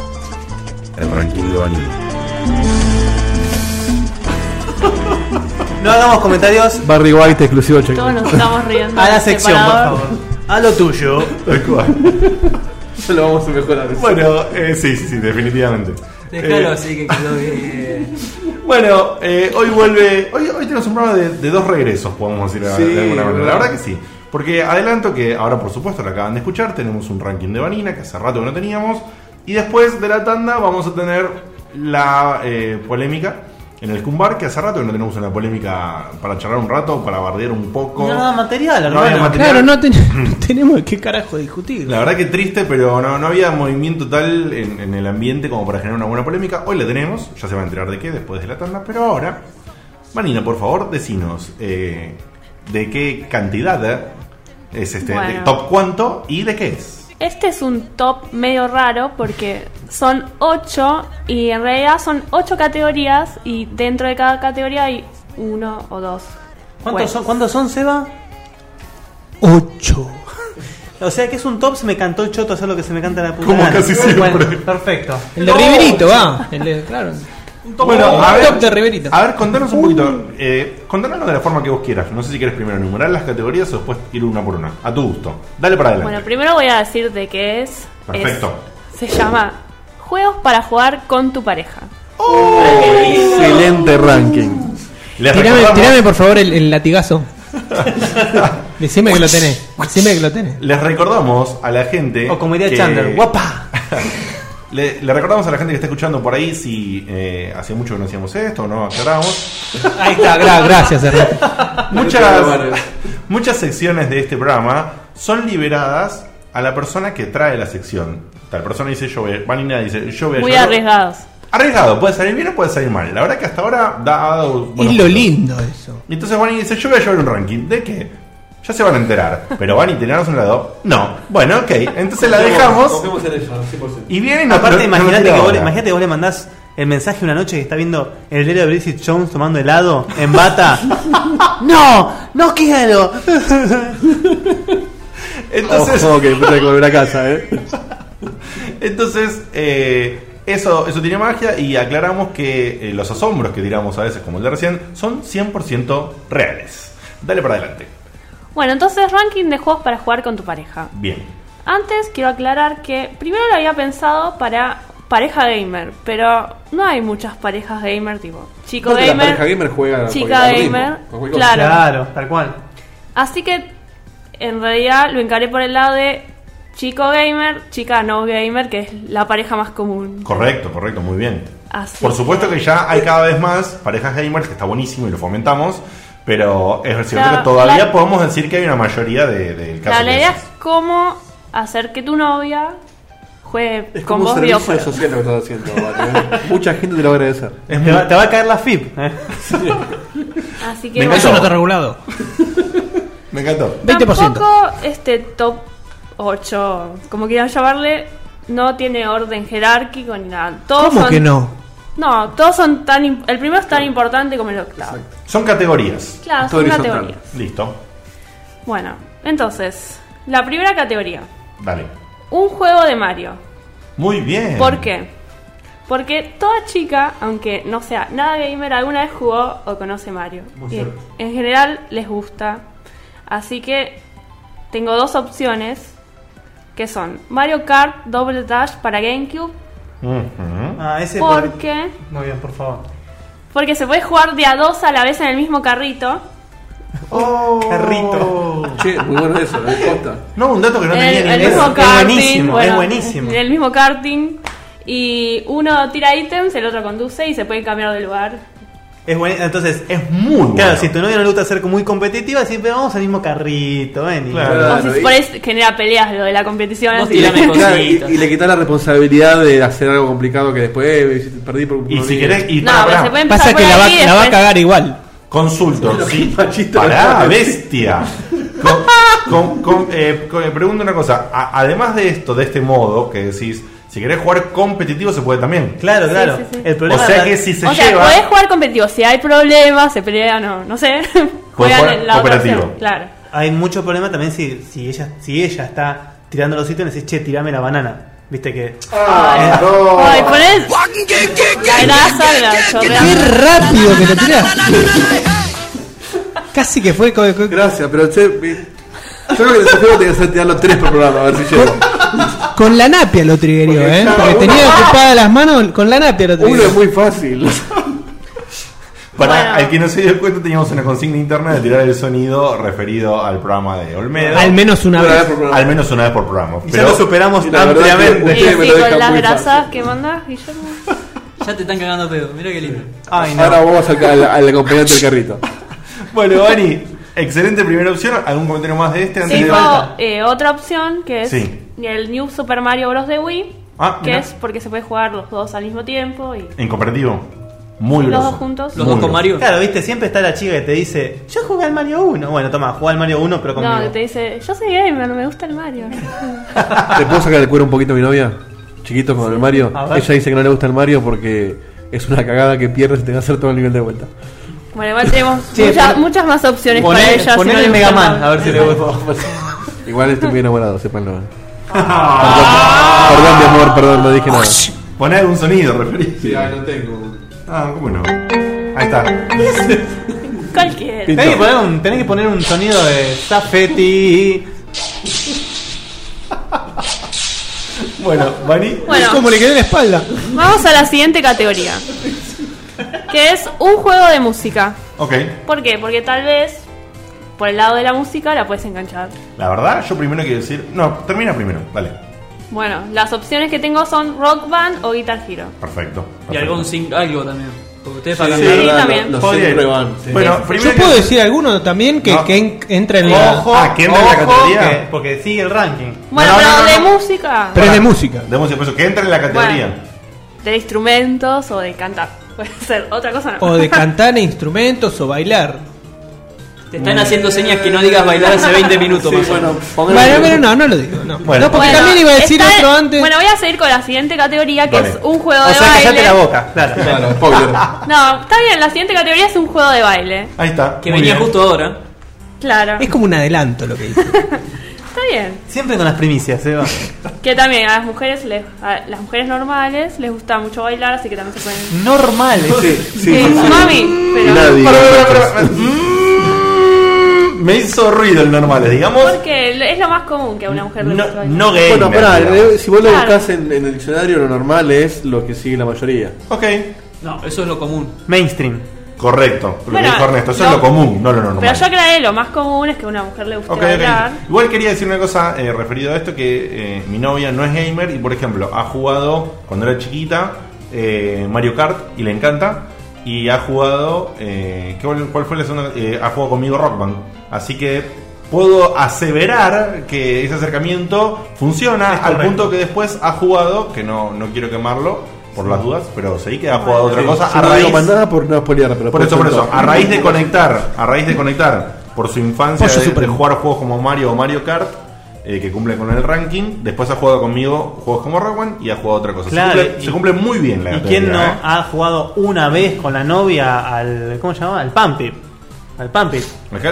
[SPEAKER 2] El ranking de anime.
[SPEAKER 4] No hagamos comentarios.
[SPEAKER 1] Barry White exclusivo check.
[SPEAKER 6] Todos nos estamos riendo.
[SPEAKER 4] A la
[SPEAKER 6] del
[SPEAKER 4] sección, por
[SPEAKER 6] separador.
[SPEAKER 4] favor. A lo tuyo.
[SPEAKER 1] Eso lo vamos a mejorar.
[SPEAKER 3] Bueno, eh, sí, sí, sí, definitivamente.
[SPEAKER 7] Déjalo
[SPEAKER 3] Eh,
[SPEAKER 7] así que quedó bien.
[SPEAKER 3] [laughs] Bueno, eh, hoy vuelve. Hoy, hoy tenemos un programa de, de dos regresos, podemos decir
[SPEAKER 1] Sí,
[SPEAKER 3] de alguna manera. La
[SPEAKER 1] verdad.
[SPEAKER 3] verdad que sí. Porque adelanto que ahora, por supuesto, lo acaban de escuchar. Tenemos un ranking de Vanina que hace rato que no teníamos. Y después de la tanda, vamos a tener la eh, polémica en el Cumbar. Que hace rato que no tenemos una polémica para charlar un rato, para bardear un poco.
[SPEAKER 4] No nada material,
[SPEAKER 3] No
[SPEAKER 4] hermano.
[SPEAKER 3] había material.
[SPEAKER 5] Claro, no, ten- [laughs] no tenemos de qué carajo discutir.
[SPEAKER 3] La verdad que triste, pero no, no había movimiento tal en, en el ambiente como para generar una buena polémica. Hoy la tenemos, ya se va a enterar de qué después de la tanda, pero ahora, Manina, por favor, decinos eh, de qué cantidad eh, es este de
[SPEAKER 6] Bueno.
[SPEAKER 3] top cuánto y de qué es.
[SPEAKER 6] Este es un top medio raro porque son ocho y en realidad son ocho categorías y dentro de cada categoría hay uno o dos.
[SPEAKER 4] ¿Cuántos son, ¿Cuántos son, Seba?
[SPEAKER 5] 8.
[SPEAKER 4] O sea que es un top, se me cantó el choto, hacer lo que se me canta la puta.
[SPEAKER 3] Como
[SPEAKER 4] gana.
[SPEAKER 3] casi siempre.
[SPEAKER 4] Bueno, perfecto.
[SPEAKER 5] El de Riverito, va. El de, claro.
[SPEAKER 3] Bueno, a
[SPEAKER 5] un
[SPEAKER 3] ver,
[SPEAKER 5] top de Uh. Riverito.
[SPEAKER 3] a ver, contanos un poquito. Eh, contanos de la forma que vos quieras. No sé si quieres primero enumerar las categorías o después ir una por una. A tu gusto. Dale para
[SPEAKER 6] Bueno,
[SPEAKER 3] adelante.
[SPEAKER 6] primero voy a decir de qué es. Es-
[SPEAKER 3] Perfecto.
[SPEAKER 6] se llama Juegos para jugar con tu pareja.
[SPEAKER 1] Excelente ranking.
[SPEAKER 3] Les
[SPEAKER 5] Tirame,
[SPEAKER 3] recordamos-
[SPEAKER 5] tirame, por favor el, el latigazo. Decime que lo tenés. Decime que lo tenés.
[SPEAKER 3] Les recordamos a la gente.
[SPEAKER 4] O como diría
[SPEAKER 3] Eh, que- [laughs]
[SPEAKER 4] Chandler, guapa.
[SPEAKER 3] Le, le recordamos a la gente que está escuchando por ahí si eh, hace mucho que no hacíamos esto o no aclarábamos.
[SPEAKER 5] Ahí está, gra- [laughs] gracias, Hernán.
[SPEAKER 3] Muchas, muchas secciones de este programa son liberadas a la persona que trae la sección. Tal persona dice yo voy, Vanina dice yo voy a
[SPEAKER 6] Muy
[SPEAKER 3] llorar".
[SPEAKER 6] arriesgados.
[SPEAKER 3] Arriesgado, puede salir bien o puede salir mal. La verdad que hasta ahora da, ha dado buenos
[SPEAKER 5] Es lo
[SPEAKER 3] frutos.
[SPEAKER 5] lindo eso.
[SPEAKER 3] Y entonces Vani dice, yo voy a llevar un ranking. ¿De qué? Ya se van a enterar. Pero Vani, ¿teníamos un lado? No. Bueno, ok. Entonces la dejamos.
[SPEAKER 1] Confiemos en ella, 100%.
[SPEAKER 3] Y viene y nos-
[SPEAKER 4] Aparte,
[SPEAKER 3] no- no nos
[SPEAKER 4] imagínate
[SPEAKER 3] tira
[SPEAKER 4] que vos, le-
[SPEAKER 3] ahora.
[SPEAKER 4] imagínate que vos le mandás el mensaje una noche que está viendo el diario de Bridget Jones tomando helado en
[SPEAKER 6] [laughs]
[SPEAKER 4] bata. ¡No! ¡No quiero!
[SPEAKER 3] Entonces,
[SPEAKER 1] Ojo, que tengo que volver a casa, eh.
[SPEAKER 3] Entonces, eh, eso, eso tiene magia y aclaramos que eh, los asombros que tiramos a veces, como el de recién, son 100% reales. Dale para adelante.
[SPEAKER 6] Bueno, entonces ranking de juegos para jugar con tu pareja.
[SPEAKER 3] Bien.
[SPEAKER 6] Antes quiero aclarar que primero lo había pensado para pareja gamer, pero no hay muchas parejas gamer tipo chico
[SPEAKER 1] Aparte, La
[SPEAKER 6] gamer,
[SPEAKER 1] pareja gamer juega. con
[SPEAKER 6] chica
[SPEAKER 1] cualquier
[SPEAKER 6] gamer,
[SPEAKER 1] algoritmo, con cualquier cosa.
[SPEAKER 6] claro.
[SPEAKER 4] Claro, tal cual.
[SPEAKER 6] Así que en realidad lo encaré por el lado de chico gamer, chica no gamer, que es la pareja más común.
[SPEAKER 3] Correcto, correcto, muy bien.
[SPEAKER 6] Así
[SPEAKER 3] Por
[SPEAKER 6] que-
[SPEAKER 3] supuesto que ya hay cada vez más parejas gamers, que está buenísimo y lo fomentamos, pero es cierto
[SPEAKER 6] Claro,
[SPEAKER 3] que todavía
[SPEAKER 6] la-
[SPEAKER 3] podemos decir que hay una mayoría de, del caso.
[SPEAKER 6] Claro, la
[SPEAKER 3] que
[SPEAKER 6] idea
[SPEAKER 3] decís.
[SPEAKER 6] es cómo hacer que tu novia juegue
[SPEAKER 1] Es
[SPEAKER 6] con
[SPEAKER 1] como un
[SPEAKER 6] vos
[SPEAKER 1] servicio
[SPEAKER 6] videojuegos.
[SPEAKER 1] social lo que estás haciendo,
[SPEAKER 6] [laughs]
[SPEAKER 1] Vale, ¿eh? Mucha gente te lo va a agradecer.
[SPEAKER 3] Es
[SPEAKER 4] Te
[SPEAKER 3] muy-
[SPEAKER 4] va, te va a caer la FIP. ¿eh?
[SPEAKER 6] Así
[SPEAKER 3] Me
[SPEAKER 6] que
[SPEAKER 3] encantó.
[SPEAKER 5] Eso no está regulado.
[SPEAKER 3] Me encantó.
[SPEAKER 5] 20%.
[SPEAKER 6] Tampoco este top 8, como quieran llamarle, no tiene orden jerárquico ni nada. Todos
[SPEAKER 5] ¿Cómo
[SPEAKER 6] son-
[SPEAKER 5] que no?
[SPEAKER 6] No, todos son tan... im- El primero es tan importante como el octavo.
[SPEAKER 3] Son categorías.
[SPEAKER 6] Claro,
[SPEAKER 1] Es
[SPEAKER 6] son
[SPEAKER 1] horizontal.
[SPEAKER 6] categorías.
[SPEAKER 3] Listo.
[SPEAKER 6] Bueno, entonces, la primera categoría.
[SPEAKER 3] Dale.
[SPEAKER 6] Un juego de Mario.
[SPEAKER 3] Muy bien.
[SPEAKER 6] ¿Por qué? Porque toda chica, aunque no sea nada gamer, alguna vez jugó o conoce Mario.
[SPEAKER 1] Muy
[SPEAKER 6] Y
[SPEAKER 1] cierto.
[SPEAKER 6] en general les gusta. Así que tengo dos opciones que son Mario Kart Double Dash para GameCube.
[SPEAKER 3] Ujú.
[SPEAKER 4] Ah, ese
[SPEAKER 6] ¿Por qué?
[SPEAKER 4] Muy bien, por favor.
[SPEAKER 6] Porque se puede jugar de a dos a la vez en el mismo carrito.
[SPEAKER 4] Carrito.
[SPEAKER 1] Che, muy bueno eso, me importa.
[SPEAKER 3] No, un dato que no
[SPEAKER 6] en
[SPEAKER 3] tenía
[SPEAKER 6] el,
[SPEAKER 3] ni
[SPEAKER 6] el
[SPEAKER 3] idea.
[SPEAKER 6] mismo
[SPEAKER 4] es
[SPEAKER 6] karting.
[SPEAKER 4] buenísimo,
[SPEAKER 6] bueno,
[SPEAKER 4] es buenísimo.
[SPEAKER 6] En el mismo karting. Y uno tira ítems, el otro conduce y se pueden cambiar de lugar.
[SPEAKER 4] Es buen- Entonces, es
[SPEAKER 3] Es muy bueno.
[SPEAKER 4] Claro, si tu novia no le gusta ser muy competitiva, decís, pero vamos al mismo carrito, ven. y-
[SPEAKER 3] Claro.
[SPEAKER 6] O sea,
[SPEAKER 1] y-
[SPEAKER 6] por eso genera peleas lo de la competición.
[SPEAKER 7] Vos
[SPEAKER 6] así.
[SPEAKER 7] tirame con-
[SPEAKER 1] Claro, y,
[SPEAKER 7] Cositas.
[SPEAKER 1] y le quitas la responsabilidad de hacer algo complicado que después eh, perdí por
[SPEAKER 3] Y
[SPEAKER 1] por
[SPEAKER 3] si
[SPEAKER 1] mí.
[SPEAKER 3] querés, y
[SPEAKER 6] No,
[SPEAKER 3] pará,
[SPEAKER 6] pero
[SPEAKER 3] pará.
[SPEAKER 6] se pueden
[SPEAKER 5] Pasa
[SPEAKER 6] pasar
[SPEAKER 5] que
[SPEAKER 6] por
[SPEAKER 5] la va,
[SPEAKER 6] ahí y
[SPEAKER 5] la va a
[SPEAKER 6] después-
[SPEAKER 5] cagar igual.
[SPEAKER 3] Consulto, sí.
[SPEAKER 1] machista
[SPEAKER 3] Pará,
[SPEAKER 4] [laughs]
[SPEAKER 1] que parece.
[SPEAKER 3] bestia. Con- con- con- eh, con- eh, pregunto una cosa. A- además de esto, de este modo que decís, si querés jugar competitivo se puede también.
[SPEAKER 4] Claro, claro.
[SPEAKER 6] sí, sí.
[SPEAKER 4] El
[SPEAKER 3] O
[SPEAKER 4] problema
[SPEAKER 3] sea
[SPEAKER 4] es-
[SPEAKER 3] que si se
[SPEAKER 6] o sea,
[SPEAKER 3] lleva.
[SPEAKER 6] podés jugar competitivo. Si hay problemas, se pelean o
[SPEAKER 5] [laughs]
[SPEAKER 6] no sé.
[SPEAKER 3] jugar
[SPEAKER 6] Juegan en la otra
[SPEAKER 3] cooperativo.
[SPEAKER 6] opción, Claro.
[SPEAKER 4] hay mucho problema también si, si ella si ella está tirando los ítems decís, che, tirame la banana. Viste que.
[SPEAKER 1] Ah,
[SPEAKER 4] Eh,
[SPEAKER 6] Ay,
[SPEAKER 4] Ah,
[SPEAKER 1] Oh.
[SPEAKER 4] no.
[SPEAKER 6] Ay, ponés la grasa, la
[SPEAKER 5] ¡Qué
[SPEAKER 6] chorreada.
[SPEAKER 5] rápido que te tirás! Casi que fue.
[SPEAKER 1] Gracias, pero che, mi- yo creo que el desafío tiene que ser tirarlo tres por programa, a ver
[SPEAKER 6] [laughs]
[SPEAKER 1] si llego.
[SPEAKER 5] Con la napia lo triggerió,
[SPEAKER 1] Porque
[SPEAKER 5] ¿eh?
[SPEAKER 1] cada
[SPEAKER 5] Porque
[SPEAKER 1] uno-
[SPEAKER 5] tenía ocupadas las manos con la napia lo
[SPEAKER 1] Uno
[SPEAKER 5] triggerió.
[SPEAKER 1] es muy [laughs] fácil.
[SPEAKER 3] Para el que no se dio cuenta, teníamos una consigna interna de tirar el sonido referido al programa de Olmedo.
[SPEAKER 5] Al menos una Una vez. vez por
[SPEAKER 3] Al menos una vez por programa.
[SPEAKER 4] ya lo superamos
[SPEAKER 3] y la verdad que
[SPEAKER 4] ampliamente.
[SPEAKER 6] Y
[SPEAKER 3] ustedes me
[SPEAKER 6] así
[SPEAKER 3] lo
[SPEAKER 6] con
[SPEAKER 3] dejan
[SPEAKER 6] las
[SPEAKER 3] muy fácil.
[SPEAKER 6] grasas que mandas, Guillermo.
[SPEAKER 7] Ya te están cagando a pedo, mirá qué lindo.
[SPEAKER 1] Ahora vamos al, al, al acompañante del carrito.
[SPEAKER 3] Bueno, Ani, excelente primera opción. ¿Algún comentario más de este antes de
[SPEAKER 6] Tengo
[SPEAKER 3] vuelta?
[SPEAKER 6] eh, otra opción que es
[SPEAKER 3] Sí.
[SPEAKER 6] el New Super Mario Bros. de Wii.
[SPEAKER 3] Ah,
[SPEAKER 6] que
[SPEAKER 3] mirá.
[SPEAKER 6] es porque se puede jugar los dos al mismo tiempo. Y...
[SPEAKER 3] En cooperativo. Muy
[SPEAKER 6] Los
[SPEAKER 3] grosso.
[SPEAKER 6] dos juntos.
[SPEAKER 3] Muy grosso.
[SPEAKER 4] Claro, viste, siempre está la chica que te dice, yo jugué al Mario 1. Bueno, toma, juega al Mario 1, pero conmigo.
[SPEAKER 6] No, que te dice, yo soy gamer, me gusta el Mario.
[SPEAKER 1] ¿Te puedo sacar el cuero un poquito a mi novia? Chiquito con el Mario.
[SPEAKER 6] A ver.
[SPEAKER 1] Ella dice que no le gusta el Mario porque es una cagada que pierdes y te va a hacer todo el nivel de vuelta.
[SPEAKER 6] bueno, igual tenemos
[SPEAKER 1] Sí,
[SPEAKER 6] mucha-
[SPEAKER 1] pon-
[SPEAKER 6] muchas más opciones
[SPEAKER 1] poné-
[SPEAKER 6] para ella.
[SPEAKER 1] poné
[SPEAKER 6] no
[SPEAKER 1] el
[SPEAKER 6] le
[SPEAKER 1] Mega
[SPEAKER 6] gusta
[SPEAKER 1] Man,
[SPEAKER 6] nada.
[SPEAKER 1] a ver si le Igual estoy muy enamorado, sepanlo. Perdón,
[SPEAKER 3] Ah.
[SPEAKER 1] mi amor, perdón, no dije nada.
[SPEAKER 3] Poné algún sonido referido.
[SPEAKER 1] Sí, ah, no tengo.
[SPEAKER 3] Ah, ¿cómo no? Ahí está.
[SPEAKER 6] Cualquiera.
[SPEAKER 4] Tenés que, poner un, tenés que poner un sonido de Safety.
[SPEAKER 3] Bueno, Vani.
[SPEAKER 6] Bueno.
[SPEAKER 5] Como le quedó en la espalda.
[SPEAKER 6] Vamos a la siguiente categoría. Que es un juego de música.
[SPEAKER 3] Ok.
[SPEAKER 6] ¿Por qué? Porque tal vez por el lado de la música la puedes enganchar.
[SPEAKER 3] La verdad, yo primero quiero decir. No, termina primero. Vale.
[SPEAKER 6] Bueno, las opciones que tengo son Rock Band o Guitar Hero.
[SPEAKER 3] Perfecto.
[SPEAKER 7] Y algún sin- algo también. Porque ustedes pagan
[SPEAKER 6] sí,
[SPEAKER 7] algo.
[SPEAKER 6] también.
[SPEAKER 1] Los
[SPEAKER 3] Podría ir.
[SPEAKER 1] siempre van. sí.
[SPEAKER 3] Bueno, primero
[SPEAKER 5] Yo puedo decir alguno también que,
[SPEAKER 3] No.
[SPEAKER 5] que en- entra en la.
[SPEAKER 4] Ojo,
[SPEAKER 3] en la
[SPEAKER 4] ojo,
[SPEAKER 3] categoría?
[SPEAKER 4] que- porque sigue el ranking.
[SPEAKER 6] Bueno, pero de música,
[SPEAKER 5] Pero es de música.
[SPEAKER 3] De música, por eso, que entra en la categoría.
[SPEAKER 6] de instrumentos o de cantar. [laughs] Puede ser otra cosa. No.
[SPEAKER 5] O de
[SPEAKER 6] [laughs]
[SPEAKER 5] cantar [laughs] instrumentos o bailar.
[SPEAKER 7] Te están haciendo señas que no digas bailar hace 20 minutos. más o menos.
[SPEAKER 5] Bueno, pero no, no lo digo. No,
[SPEAKER 7] Bueno.
[SPEAKER 5] No, porque
[SPEAKER 6] Bueno,
[SPEAKER 5] también iba a decir
[SPEAKER 6] está-
[SPEAKER 5] otro antes.
[SPEAKER 6] Bueno, voy a seguir con la siguiente categoría que
[SPEAKER 5] Dale.
[SPEAKER 6] es un juego
[SPEAKER 4] O
[SPEAKER 6] de
[SPEAKER 4] sea,
[SPEAKER 6] baile.
[SPEAKER 4] callate la boca, claro.
[SPEAKER 6] No, está bien, la siguiente categoría es un juego de baile.
[SPEAKER 3] Ahí está.
[SPEAKER 7] Que
[SPEAKER 5] Muy
[SPEAKER 7] venía
[SPEAKER 5] bien.
[SPEAKER 7] justo ahora.
[SPEAKER 6] Claro.
[SPEAKER 5] Es como un adelanto lo que dice.
[SPEAKER 6] [laughs] Está bien.
[SPEAKER 4] Siempre con las primicias, Eva.
[SPEAKER 6] Que también a las mujeres les, a las mujeres normales les gusta mucho bailar, así que también se pueden.
[SPEAKER 4] Normal,
[SPEAKER 1] Sí,
[SPEAKER 6] Sí, [laughs] mami, pero
[SPEAKER 3] Nadie. Pará, pará, pará, pará. Mm, Me hizo ruido el normal, digamos.
[SPEAKER 6] porque lo- es lo más común que a una mujer le guste bailar.
[SPEAKER 3] no gamer,
[SPEAKER 1] Bueno, pará,
[SPEAKER 3] digamos.
[SPEAKER 1] eh, si vos lo
[SPEAKER 6] Claro.
[SPEAKER 1] buscas en, en el diccionario, lo normal es lo que sigue la mayoría.
[SPEAKER 3] Ok.
[SPEAKER 7] No, eso es lo común.
[SPEAKER 4] Mainstream.
[SPEAKER 3] Correcto. Lo
[SPEAKER 6] Bueno,
[SPEAKER 3] que dijo Ernesto, eso
[SPEAKER 6] no.
[SPEAKER 3] es lo común, no lo normal.
[SPEAKER 6] Pero yo aclaré, lo más común es que a una mujer le guste
[SPEAKER 3] Ok, ok.
[SPEAKER 6] bailar.
[SPEAKER 3] Igual quería decir una cosa eh, referido a esto, que eh, mi novia no es gamer y, por ejemplo, ha jugado cuando era chiquita eh, Mario Kart y le encanta. Y ha jugado... eh, ¿cuál, cuál fue la segunda? Eh, ha jugado conmigo Rock Band. Así que puedo aseverar que ese acercamiento funciona
[SPEAKER 4] Es
[SPEAKER 3] al
[SPEAKER 4] correcto.
[SPEAKER 3] punto que después ha jugado, que no, no quiero quemarlo por las dudas, pero sí que ha jugado otra
[SPEAKER 1] Sí,
[SPEAKER 3] cosa.
[SPEAKER 1] yo
[SPEAKER 3] a
[SPEAKER 1] no digo
[SPEAKER 3] raíz-
[SPEAKER 1] más nada por no spoilear, pero
[SPEAKER 3] por eso, por
[SPEAKER 1] después
[SPEAKER 3] eso, Ah,
[SPEAKER 1] todo.
[SPEAKER 3] a raíz de conectar, a raíz de conectar por su infancia
[SPEAKER 5] Pollo
[SPEAKER 3] de,
[SPEAKER 5] Supremo.
[SPEAKER 3] de jugar juegos como Mario o Mario Kart, eh, que cumple con el ranking, después ha jugado conmigo juegos como Rock One y ha jugado otra cosa. Se
[SPEAKER 4] Claro,
[SPEAKER 3] cumple-
[SPEAKER 4] y-
[SPEAKER 3] se, cumple, muy bien la
[SPEAKER 4] ¿Y
[SPEAKER 3] categoría,
[SPEAKER 4] quién no
[SPEAKER 3] ¿eh?
[SPEAKER 4] ha jugado una vez con la novia al. ¿Cómo se llama? Al Pump It. Al Pump It.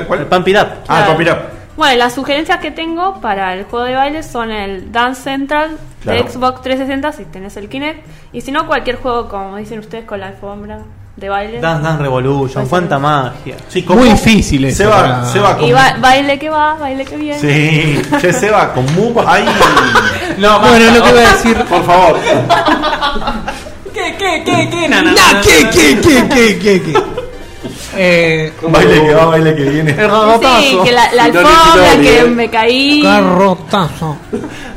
[SPEAKER 3] ¿Cuál?
[SPEAKER 4] Al Pump It Up.
[SPEAKER 3] Ah, el Papirap.
[SPEAKER 6] Bueno, las sugerencias que tengo para el juego de baile son el Dance Central
[SPEAKER 3] Claro.
[SPEAKER 6] de Xbox 360 si tenés el Kinect y si no cualquier juego como dicen ustedes con la alfombra de baile.
[SPEAKER 4] Dance Dance Revolution. Cuánta magia.
[SPEAKER 3] Muy
[SPEAKER 5] difícil
[SPEAKER 3] eso Seba- para- Seba
[SPEAKER 6] Y ba- baile que va, baile que viene.
[SPEAKER 3] Sí, che Seba, con muy [laughs] ay.
[SPEAKER 4] No,
[SPEAKER 5] bueno, lo que iba a decir.
[SPEAKER 1] Por [laughs] favor.
[SPEAKER 7] ¿Qué, qué, qué, qué,
[SPEAKER 5] No,
[SPEAKER 7] nana?
[SPEAKER 5] ¿Qué, qué, qué, qué, qué, qué? Eh,
[SPEAKER 3] Baile que va, baile que viene. [laughs]
[SPEAKER 6] Sí, que la, la alfombra, que me caí.
[SPEAKER 5] Garrotazo.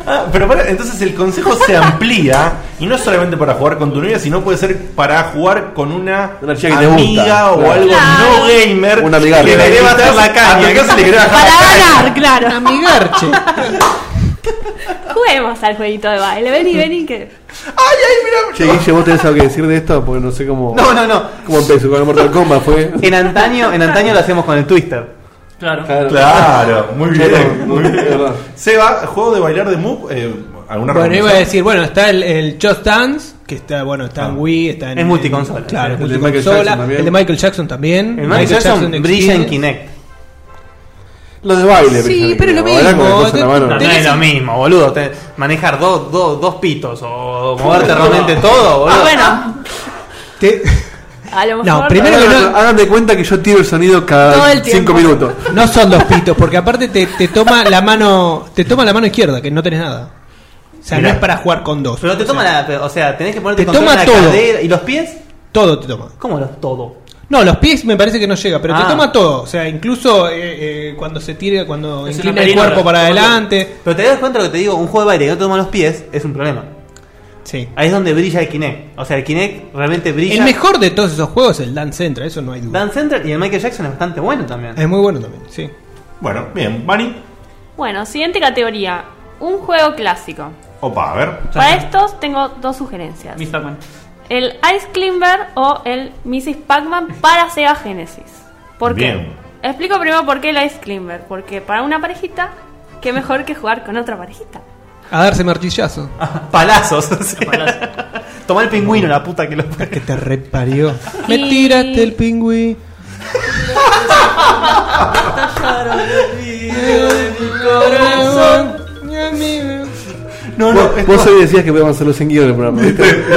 [SPEAKER 3] Ah, pero para, entonces el consejo se amplía y no es solamente para jugar con tu novia, sino puede ser para jugar con una,
[SPEAKER 1] chica que te
[SPEAKER 3] amiga
[SPEAKER 1] gusta,
[SPEAKER 3] o
[SPEAKER 1] claro.
[SPEAKER 3] algo
[SPEAKER 1] Claro.
[SPEAKER 3] no gamer
[SPEAKER 1] Una amiga
[SPEAKER 3] que
[SPEAKER 1] que
[SPEAKER 3] le
[SPEAKER 1] le
[SPEAKER 3] deba hacer
[SPEAKER 1] gusta.
[SPEAKER 3] la caña. que se le quiere bajar
[SPEAKER 6] Para
[SPEAKER 3] la caña.
[SPEAKER 6] ganar, claro.
[SPEAKER 5] Amigarche.
[SPEAKER 6] Juguemos al jueguito de baile. Vení, vení que.
[SPEAKER 3] Ay, ay, mira.
[SPEAKER 1] Che, Guille, ¿vos tenés algo que decir de esto? Porque no sé cómo.
[SPEAKER 4] No, no, no.
[SPEAKER 1] ¿Cómo empezó con el Mortal Kombat? ¿Fue?
[SPEAKER 4] En antaño, en antaño lo hacíamos con el Twister.
[SPEAKER 7] Claro.
[SPEAKER 1] Ah,
[SPEAKER 3] Claro, muy bien.
[SPEAKER 1] Muy bien, verdad.
[SPEAKER 3] Seba, juego de bailar de Moog, eh,
[SPEAKER 5] Bueno, iba
[SPEAKER 3] alguna
[SPEAKER 5] a
[SPEAKER 3] recomendación?
[SPEAKER 5] decir, bueno, está el, el Just Dance, que está, bueno, está en Wii, está en...
[SPEAKER 4] Es multiconsola.
[SPEAKER 5] Claro,
[SPEAKER 4] El
[SPEAKER 5] el
[SPEAKER 4] de
[SPEAKER 5] multiconsola.
[SPEAKER 4] Michael Jackson también.
[SPEAKER 5] el de Michael Jackson también.
[SPEAKER 4] El Michael Jackson brilla en
[SPEAKER 5] Kinect.
[SPEAKER 4] Kinect.
[SPEAKER 1] Lo de baile,
[SPEAKER 4] Sí,
[SPEAKER 1] pensaba que
[SPEAKER 4] pero
[SPEAKER 1] era,
[SPEAKER 4] lo mismo,
[SPEAKER 1] bailar con el coso en la
[SPEAKER 4] te-
[SPEAKER 1] mano.
[SPEAKER 4] no, no es lo mismo, boludo. te- manejar dos, dos, dos pitos o moverte realmente todo, boludo. Ah,
[SPEAKER 6] Bueno. A lo mejor.
[SPEAKER 1] Hagan- hagan de cuenta que yo tiro el sonido
[SPEAKER 6] Todo
[SPEAKER 1] cada
[SPEAKER 6] el
[SPEAKER 1] 5
[SPEAKER 6] tiempo. [laughs]
[SPEAKER 1] minutos.
[SPEAKER 5] [laughs] No son dos pitos, porque aparte te, te toma la mano, te toma la mano izquierda, que no tenés nada. O sea,
[SPEAKER 4] Mirá.
[SPEAKER 5] no es para jugar con dos.
[SPEAKER 4] Pero te toma la. O sea, tenés que ponerte
[SPEAKER 5] Te
[SPEAKER 4] contra
[SPEAKER 5] toma
[SPEAKER 4] la
[SPEAKER 5] todo.
[SPEAKER 4] cadera. ¿Y los pies?
[SPEAKER 5] Todo te toma.
[SPEAKER 4] ¿Cómo los todo?
[SPEAKER 5] No, los pies me parece que no llega, pero
[SPEAKER 4] Ah.
[SPEAKER 5] te toma todo. O sea, incluso eh, eh, cuando se tira, cuando
[SPEAKER 4] Es
[SPEAKER 5] inclina
[SPEAKER 4] una
[SPEAKER 5] el
[SPEAKER 4] película.
[SPEAKER 5] cuerpo para adelante.
[SPEAKER 4] Pero te das cuenta de lo que te digo, un juego de baile que no te toma los pies es un problema.
[SPEAKER 5] Sí.
[SPEAKER 4] Ahí es donde brilla el Kinect. O sea, el Kinect realmente brilla.
[SPEAKER 5] El mejor de todos esos juegos es el Dance Central, eso no hay duda.
[SPEAKER 4] Dance Central y el Michael Jackson es bastante bueno también.
[SPEAKER 5] Es muy bueno también, sí.
[SPEAKER 3] Bueno, bien, Mani.
[SPEAKER 6] Bueno, siguiente categoría. Un juego clásico.
[SPEAKER 3] Opa, a ver.
[SPEAKER 6] Para estos tengo dos sugerencias.
[SPEAKER 7] Miss Pac-Man.
[SPEAKER 6] El Ice Climber o el Mrs. Pac-Man para Sega Genesis. ¿Por qué?
[SPEAKER 3] Bien.
[SPEAKER 6] Explico primero por qué el Ice Climber. Porque para una parejita, qué mejor que jugar con otra parejita.
[SPEAKER 5] A darse martillazo.
[SPEAKER 4] Palazos. [laughs] o sea. Tomá el pingüino, la puta que lo.
[SPEAKER 5] Que te reparió. Me
[SPEAKER 6] Y-
[SPEAKER 5] tiraste el pingüí.
[SPEAKER 4] No,
[SPEAKER 1] vos, vos hoy decías que podíamos hacerlos en guión el programa. ¿viste? [laughs]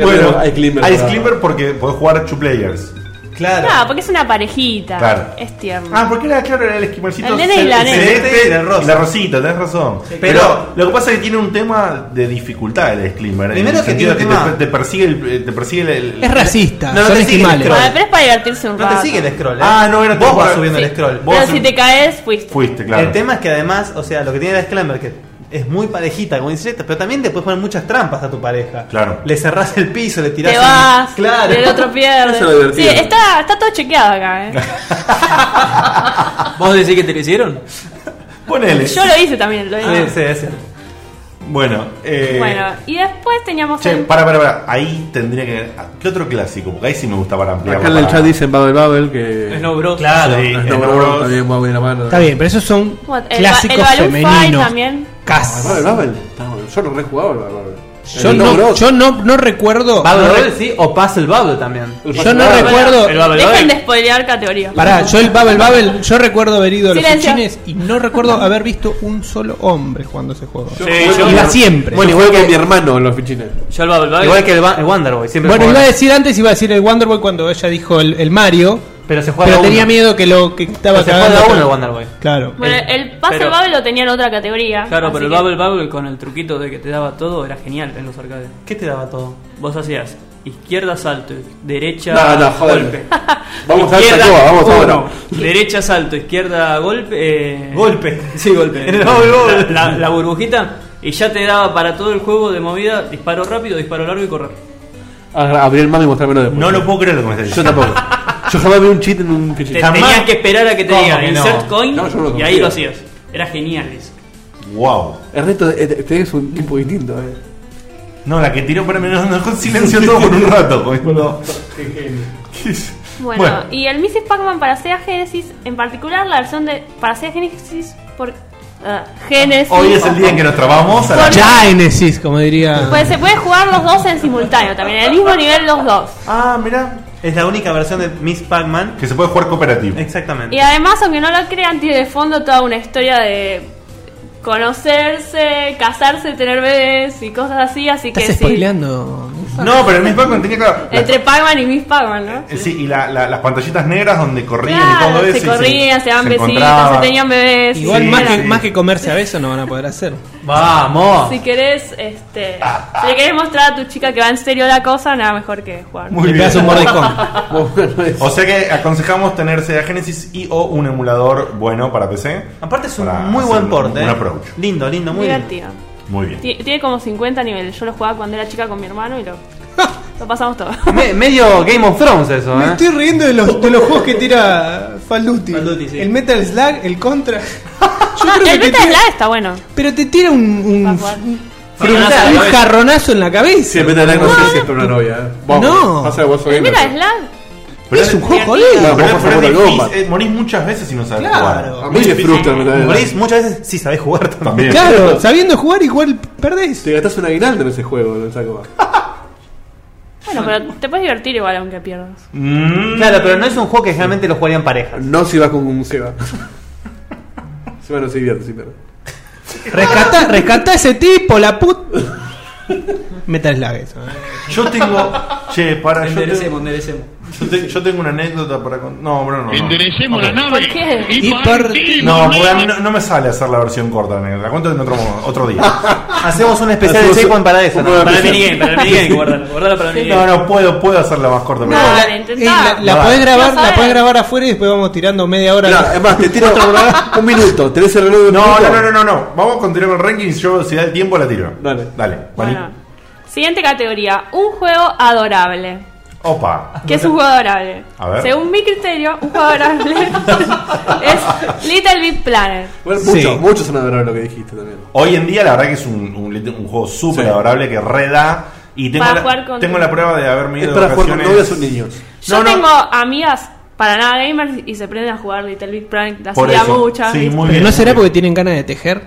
[SPEAKER 3] Bueno,
[SPEAKER 1] Ice Climber.
[SPEAKER 3] Ice Climber porque podés jugar two players.
[SPEAKER 4] Claro.
[SPEAKER 6] Claro, porque es una parejita.
[SPEAKER 3] Claro.
[SPEAKER 6] Es tierno.
[SPEAKER 3] Ah, porque era claro, era el esquimarcito
[SPEAKER 6] El nene y la
[SPEAKER 3] ce-
[SPEAKER 6] nena.
[SPEAKER 3] celeste
[SPEAKER 4] Y la rosa.
[SPEAKER 3] y la rosita, tenés razón. Pero,
[SPEAKER 4] claro.
[SPEAKER 3] lo que pasa es que tiene un tema de dificultad el Sclimmer.
[SPEAKER 4] Primero que tiene un
[SPEAKER 3] te,
[SPEAKER 4] tema-
[SPEAKER 3] te persigue el, eh, te persigue el, el-
[SPEAKER 5] Es racista,
[SPEAKER 4] No, no
[SPEAKER 5] son
[SPEAKER 4] te sigue,
[SPEAKER 5] esquimales.
[SPEAKER 4] creo.
[SPEAKER 6] Bueno, pero es para divertirse un
[SPEAKER 4] No
[SPEAKER 6] rato.
[SPEAKER 4] te sigue el scroll, ¿eh?
[SPEAKER 3] Ah, no, era
[SPEAKER 4] Vos
[SPEAKER 3] tipo-
[SPEAKER 4] vas subiendo
[SPEAKER 6] Sí.
[SPEAKER 4] el scroll.
[SPEAKER 3] Vos-
[SPEAKER 6] Pero si te caes, fuiste.
[SPEAKER 3] fuiste, claro.
[SPEAKER 4] El tema es que además, o sea, lo que tiene la Sclamber que es muy parejita, como dice Jetta, pero también te puedes poner muchas trampas a tu pareja.
[SPEAKER 3] Claro.
[SPEAKER 4] Le cerrás el piso, le tirás.
[SPEAKER 6] Te
[SPEAKER 4] un-
[SPEAKER 6] vas,
[SPEAKER 4] Claro. [laughs]
[SPEAKER 6] el otro pierde.
[SPEAKER 1] Eso es lo
[SPEAKER 6] sí,
[SPEAKER 1] divertido.
[SPEAKER 6] está, está todo chequeado acá, ¿eh?
[SPEAKER 7] ¿Vos decís que te lo hicieron?
[SPEAKER 3] Ponele.
[SPEAKER 6] Yo lo hice también, lo hice.
[SPEAKER 4] Sí, sí, sí.
[SPEAKER 3] Bueno, eh.
[SPEAKER 6] Bueno, y después teníamos
[SPEAKER 3] Che,
[SPEAKER 6] un-
[SPEAKER 3] para, para, para. Ahí tendría que. ah, ¿Qué otro clásico? Porque ahí sí me gusta para ampliar.
[SPEAKER 1] Acá en el chat dicen Babel Babel que.
[SPEAKER 7] Es no bros.
[SPEAKER 3] Claro, sí,
[SPEAKER 1] No,
[SPEAKER 3] es
[SPEAKER 1] no,
[SPEAKER 3] no,
[SPEAKER 1] no,
[SPEAKER 3] bros.
[SPEAKER 1] Está bien, Babel la mano.
[SPEAKER 5] Está bien, pero esos son
[SPEAKER 6] Bueno, el, ba- el
[SPEAKER 5] clásicos
[SPEAKER 6] Balloon Fight
[SPEAKER 5] femeninos.
[SPEAKER 6] también.
[SPEAKER 5] Cas.
[SPEAKER 1] Babel Babel. está bueno. Yo lo rejugaba el Babel Babel.
[SPEAKER 5] Yo
[SPEAKER 1] El
[SPEAKER 5] no,
[SPEAKER 1] Bros.
[SPEAKER 5] yo no, no recuerdo.
[SPEAKER 4] Bubble
[SPEAKER 5] no re-
[SPEAKER 4] Bobble, sí, o Puzzle Bubble también.
[SPEAKER 1] El
[SPEAKER 5] yo
[SPEAKER 1] Bubble
[SPEAKER 5] no
[SPEAKER 1] Bubble.
[SPEAKER 5] recuerdo.
[SPEAKER 4] El Bubble
[SPEAKER 6] Dejen
[SPEAKER 4] Bobble.
[SPEAKER 6] de spoilear categoría.
[SPEAKER 5] Pará, yo el Babel Babel, yo recuerdo haber ido a los
[SPEAKER 6] Silencio.
[SPEAKER 5] chines y no recuerdo haber visto un solo hombre jugando ese juego.
[SPEAKER 1] Yo
[SPEAKER 7] Sí,
[SPEAKER 1] jugué
[SPEAKER 7] yo-
[SPEAKER 1] con
[SPEAKER 5] Iba
[SPEAKER 1] mi-
[SPEAKER 5] siempre.
[SPEAKER 1] Bueno, igual que mi hermano en los fichines.
[SPEAKER 7] Yo al Bubble Bubble.
[SPEAKER 4] Igual que el, Ba- el Wonder Boy, siempre
[SPEAKER 5] Bueno, iba
[SPEAKER 4] juega-
[SPEAKER 5] a decir antes, iba a decir el Wonderboy cuando ella dijo el, el Mario,
[SPEAKER 4] Pero se juega
[SPEAKER 5] pero
[SPEAKER 4] a
[SPEAKER 5] tenía
[SPEAKER 4] uno.
[SPEAKER 5] miedo que lo que estaba
[SPEAKER 4] Pero se juega a uno el
[SPEAKER 5] pero-
[SPEAKER 4] Wonder Boy.
[SPEAKER 5] Claro.
[SPEAKER 6] Bueno,
[SPEAKER 3] Eh,
[SPEAKER 6] el Puzzle
[SPEAKER 7] pero-
[SPEAKER 6] Bubble lo tenía en otra categoría.
[SPEAKER 7] Claro,
[SPEAKER 6] así
[SPEAKER 7] pero el
[SPEAKER 6] que-
[SPEAKER 7] Bubble Bubble con el truquito de que te daba todo era genial en los arcades.
[SPEAKER 4] ¿Qué te daba todo?
[SPEAKER 7] Vos hacías izquierda salto, derecha
[SPEAKER 1] No, no, joder.
[SPEAKER 7] golpe.
[SPEAKER 1] [laughs] Vamos a
[SPEAKER 7] Izquierda,
[SPEAKER 1] ver vamos
[SPEAKER 7] uno.
[SPEAKER 1] ahora.
[SPEAKER 7] Derecha salto, izquierda golpe. eh,
[SPEAKER 4] Golpe.
[SPEAKER 7] Sí, golpe.
[SPEAKER 4] [laughs]
[SPEAKER 1] [laughs]
[SPEAKER 4] En el Bubble Bobble.
[SPEAKER 7] La, la- la burbujita y ya te daba para todo el juego de movida disparo rápido, disparo largo y correr.
[SPEAKER 1] A- Ah, Abrí el mando y mostrármelo después.
[SPEAKER 3] No lo puedo creer lo que me estás
[SPEAKER 1] Yo
[SPEAKER 3] diciendo.
[SPEAKER 1] tampoco. Yo jamás vi un cheat en un
[SPEAKER 7] Te,
[SPEAKER 1] fichín.
[SPEAKER 4] Jamás.
[SPEAKER 7] tenías que esperar a que te
[SPEAKER 4] ¿Cómo
[SPEAKER 7] diga
[SPEAKER 4] que no?
[SPEAKER 7] insert coin
[SPEAKER 1] No, yo no lo
[SPEAKER 7] y ahí lo
[SPEAKER 1] confío.
[SPEAKER 7] hacías. Era genial eso.
[SPEAKER 3] Wow.
[SPEAKER 1] Ernesto, eh, te- tenés un tiempo distinto, eh.
[SPEAKER 3] No, la que tiró para mí nos dejó en silencio todo [laughs] por un rato. boludo. ¿Qué es?
[SPEAKER 6] Bueno, y el Mrs. Pac-Man para Sega Genesis, en particular la versión de para Sega Genesis por ah, Genesis.
[SPEAKER 3] Hoy es el día en que nos trabamos a la
[SPEAKER 6] Por-
[SPEAKER 5] Genesis, como diría.
[SPEAKER 6] Pues se puede jugar los dos en simultáneo también, en el mismo nivel los dos.
[SPEAKER 4] Ah, mirá. Es la única versión de Miss Pac-Man.
[SPEAKER 3] que se puede jugar cooperativo.
[SPEAKER 4] Exactamente.
[SPEAKER 6] Y además, aunque no lo crean, tiene de fondo toda una historia de conocerse, casarse, tener bebés y cosas así, así que
[SPEAKER 5] Estás
[SPEAKER 6] sí.
[SPEAKER 5] spoileando.
[SPEAKER 3] No, pero el mismo Pac-Man tenía claro. las-
[SPEAKER 6] Entre Pac-Man y Miss Pac-Man, ¿no?
[SPEAKER 3] eh, sí, y la- la- las pantallitas negras donde corrían y todo
[SPEAKER 6] Claro,
[SPEAKER 3] eso.
[SPEAKER 6] se
[SPEAKER 3] y
[SPEAKER 6] corrían, se daban besitos, se
[SPEAKER 3] encontraban.
[SPEAKER 6] tenían bebés.
[SPEAKER 5] Igual
[SPEAKER 6] sí,
[SPEAKER 5] más,
[SPEAKER 6] era-
[SPEAKER 5] que, más que comerse a besos no van a poder hacer.
[SPEAKER 4] Vamos.
[SPEAKER 6] Si querés, este, si le querés mostrar a tu chica que va en serio la cosa, nada mejor que jugar.
[SPEAKER 3] Muy
[SPEAKER 5] Le
[SPEAKER 3] bien.
[SPEAKER 5] pegas un mordiscón.
[SPEAKER 1] Vos, bueno, es-
[SPEAKER 3] O sea que aconsejamos tener Sega Genesis y o un emulador bueno para PC.
[SPEAKER 4] Aparte es un
[SPEAKER 3] Para
[SPEAKER 4] muy
[SPEAKER 3] hacer
[SPEAKER 4] buen
[SPEAKER 3] un-
[SPEAKER 4] porte.
[SPEAKER 3] un
[SPEAKER 4] eh.
[SPEAKER 3] approach.
[SPEAKER 4] Lindo, lindo, muy lindo.
[SPEAKER 6] divertido.
[SPEAKER 3] Muy bien.
[SPEAKER 6] Ti- Tiene como 50 niveles. Yo lo jugaba cuando era chica con mi hermano y lo, lo pasamos todo.
[SPEAKER 4] Me- medio Game of Thrones
[SPEAKER 5] [laughs]
[SPEAKER 4] eso,
[SPEAKER 5] Me
[SPEAKER 4] ¿eh?
[SPEAKER 5] estoy riendo de los, de los juegos que tira Falduti.
[SPEAKER 4] Falduti, sí.
[SPEAKER 5] El Metal Slug, el
[SPEAKER 6] [laughs]
[SPEAKER 5] Contra. Yo creo que
[SPEAKER 6] el
[SPEAKER 5] te
[SPEAKER 6] Metal
[SPEAKER 5] tira-
[SPEAKER 6] Slug está bueno.
[SPEAKER 5] Pero te tira un, un,
[SPEAKER 6] Pa' jugar.
[SPEAKER 5] un-
[SPEAKER 4] Fruta.
[SPEAKER 5] un jarronazo en la cabeza.
[SPEAKER 1] Si el Metal Slug no sé si es para una novia, eh. Vamos,
[SPEAKER 5] No.
[SPEAKER 1] Pasa el Guaso
[SPEAKER 6] El
[SPEAKER 1] Gamer.
[SPEAKER 6] Metal Slug.
[SPEAKER 5] es un juego jodido.
[SPEAKER 1] Claro,
[SPEAKER 3] Pero,
[SPEAKER 1] vamos a
[SPEAKER 3] pero es
[SPEAKER 1] jugar con
[SPEAKER 3] difícil,
[SPEAKER 1] goma.
[SPEAKER 3] eh, morís muchas veces y no sabes
[SPEAKER 5] Claro.
[SPEAKER 3] jugar.
[SPEAKER 1] A mí me frustra el Metal Slug.
[SPEAKER 4] Morís muchas veces sí sabés jugar también.
[SPEAKER 3] También.
[SPEAKER 5] Claro, sabiendo jugar igual perdés.
[SPEAKER 1] Te gastás un aguinaldo en ese juego, en el saco.
[SPEAKER 6] Bueno, pero te puedes divertir igual aunque pierdas.
[SPEAKER 4] Claro, pero no es un juego que generalmente lo jugarían parejas.
[SPEAKER 1] No si vas con un Seba. [laughs] Seba no se divierte, sí, pero.
[SPEAKER 5] Rescatá, rescatá a ese tipo, la put. Metal Slug eso. ¿eh?
[SPEAKER 3] Yo tengo. Che, para. yo
[SPEAKER 7] Enderecemos,
[SPEAKER 3] tengo- Yo, te- yo tengo una anécdota para contar. No, Bruno, no.
[SPEAKER 8] Enderecemos la nave. ¿Por qué?
[SPEAKER 3] Y,
[SPEAKER 8] Y partimos,
[SPEAKER 3] No,
[SPEAKER 8] nena.
[SPEAKER 3] porque a mí no, no me sale hacer la versión corta, la anécdota. La cuento en otro, mo- otro día.
[SPEAKER 6] [laughs]
[SPEAKER 4] Hacemos un especial de Checkpoint para eso. ¿no?
[SPEAKER 7] Para el minigame, para el minigame, guardalo, guardalo para el minigame.
[SPEAKER 3] No, no, puedo, puedo hacerla más corta. pero-
[SPEAKER 5] la, la- la
[SPEAKER 3] No,
[SPEAKER 5] podés
[SPEAKER 3] dale.
[SPEAKER 5] grabar,
[SPEAKER 3] No
[SPEAKER 5] la
[SPEAKER 3] sabes.
[SPEAKER 5] podés grabar afuera y después vamos tirando media hora.
[SPEAKER 1] Mirá, es más, te tiro otro programa, un minuto. Tenés el reloj de un
[SPEAKER 3] No,
[SPEAKER 1] minuto.
[SPEAKER 3] no, no, no, no, no. Vamos a continuar con el ranking. Yo, si da el tiempo, la tiro. Dale. Dale. Vani.
[SPEAKER 6] Siguiente categoría, un juego adorable.
[SPEAKER 3] Opa.
[SPEAKER 6] ¿Qué es un juego adorable?
[SPEAKER 3] A ver.
[SPEAKER 6] Según mi criterio, un
[SPEAKER 3] [laughs]
[SPEAKER 6] juego adorable [laughs] es Little Big Planet.
[SPEAKER 1] Bueno, mucho,
[SPEAKER 3] Sí.
[SPEAKER 1] mucho es una verdad lo que dijiste también.
[SPEAKER 3] Hoy en día, la verdad que es un, un, un juego súper adorable que reda. Y tengo,
[SPEAKER 6] Para jugar
[SPEAKER 3] la,
[SPEAKER 6] con-
[SPEAKER 3] tengo la prueba de haberme ido
[SPEAKER 1] Es para
[SPEAKER 3] de
[SPEAKER 1] jugar con
[SPEAKER 3] vacaciones.
[SPEAKER 1] novias o niños.
[SPEAKER 6] Yo tengo amigas para nada gamers y se prenden a jugar Little Big Planet, las
[SPEAKER 5] Por
[SPEAKER 6] hacía
[SPEAKER 5] eso.
[SPEAKER 6] muchas.
[SPEAKER 5] Sí,
[SPEAKER 6] ¿viste?
[SPEAKER 5] muy bien. ¿No será porque tienen ganas de tejer?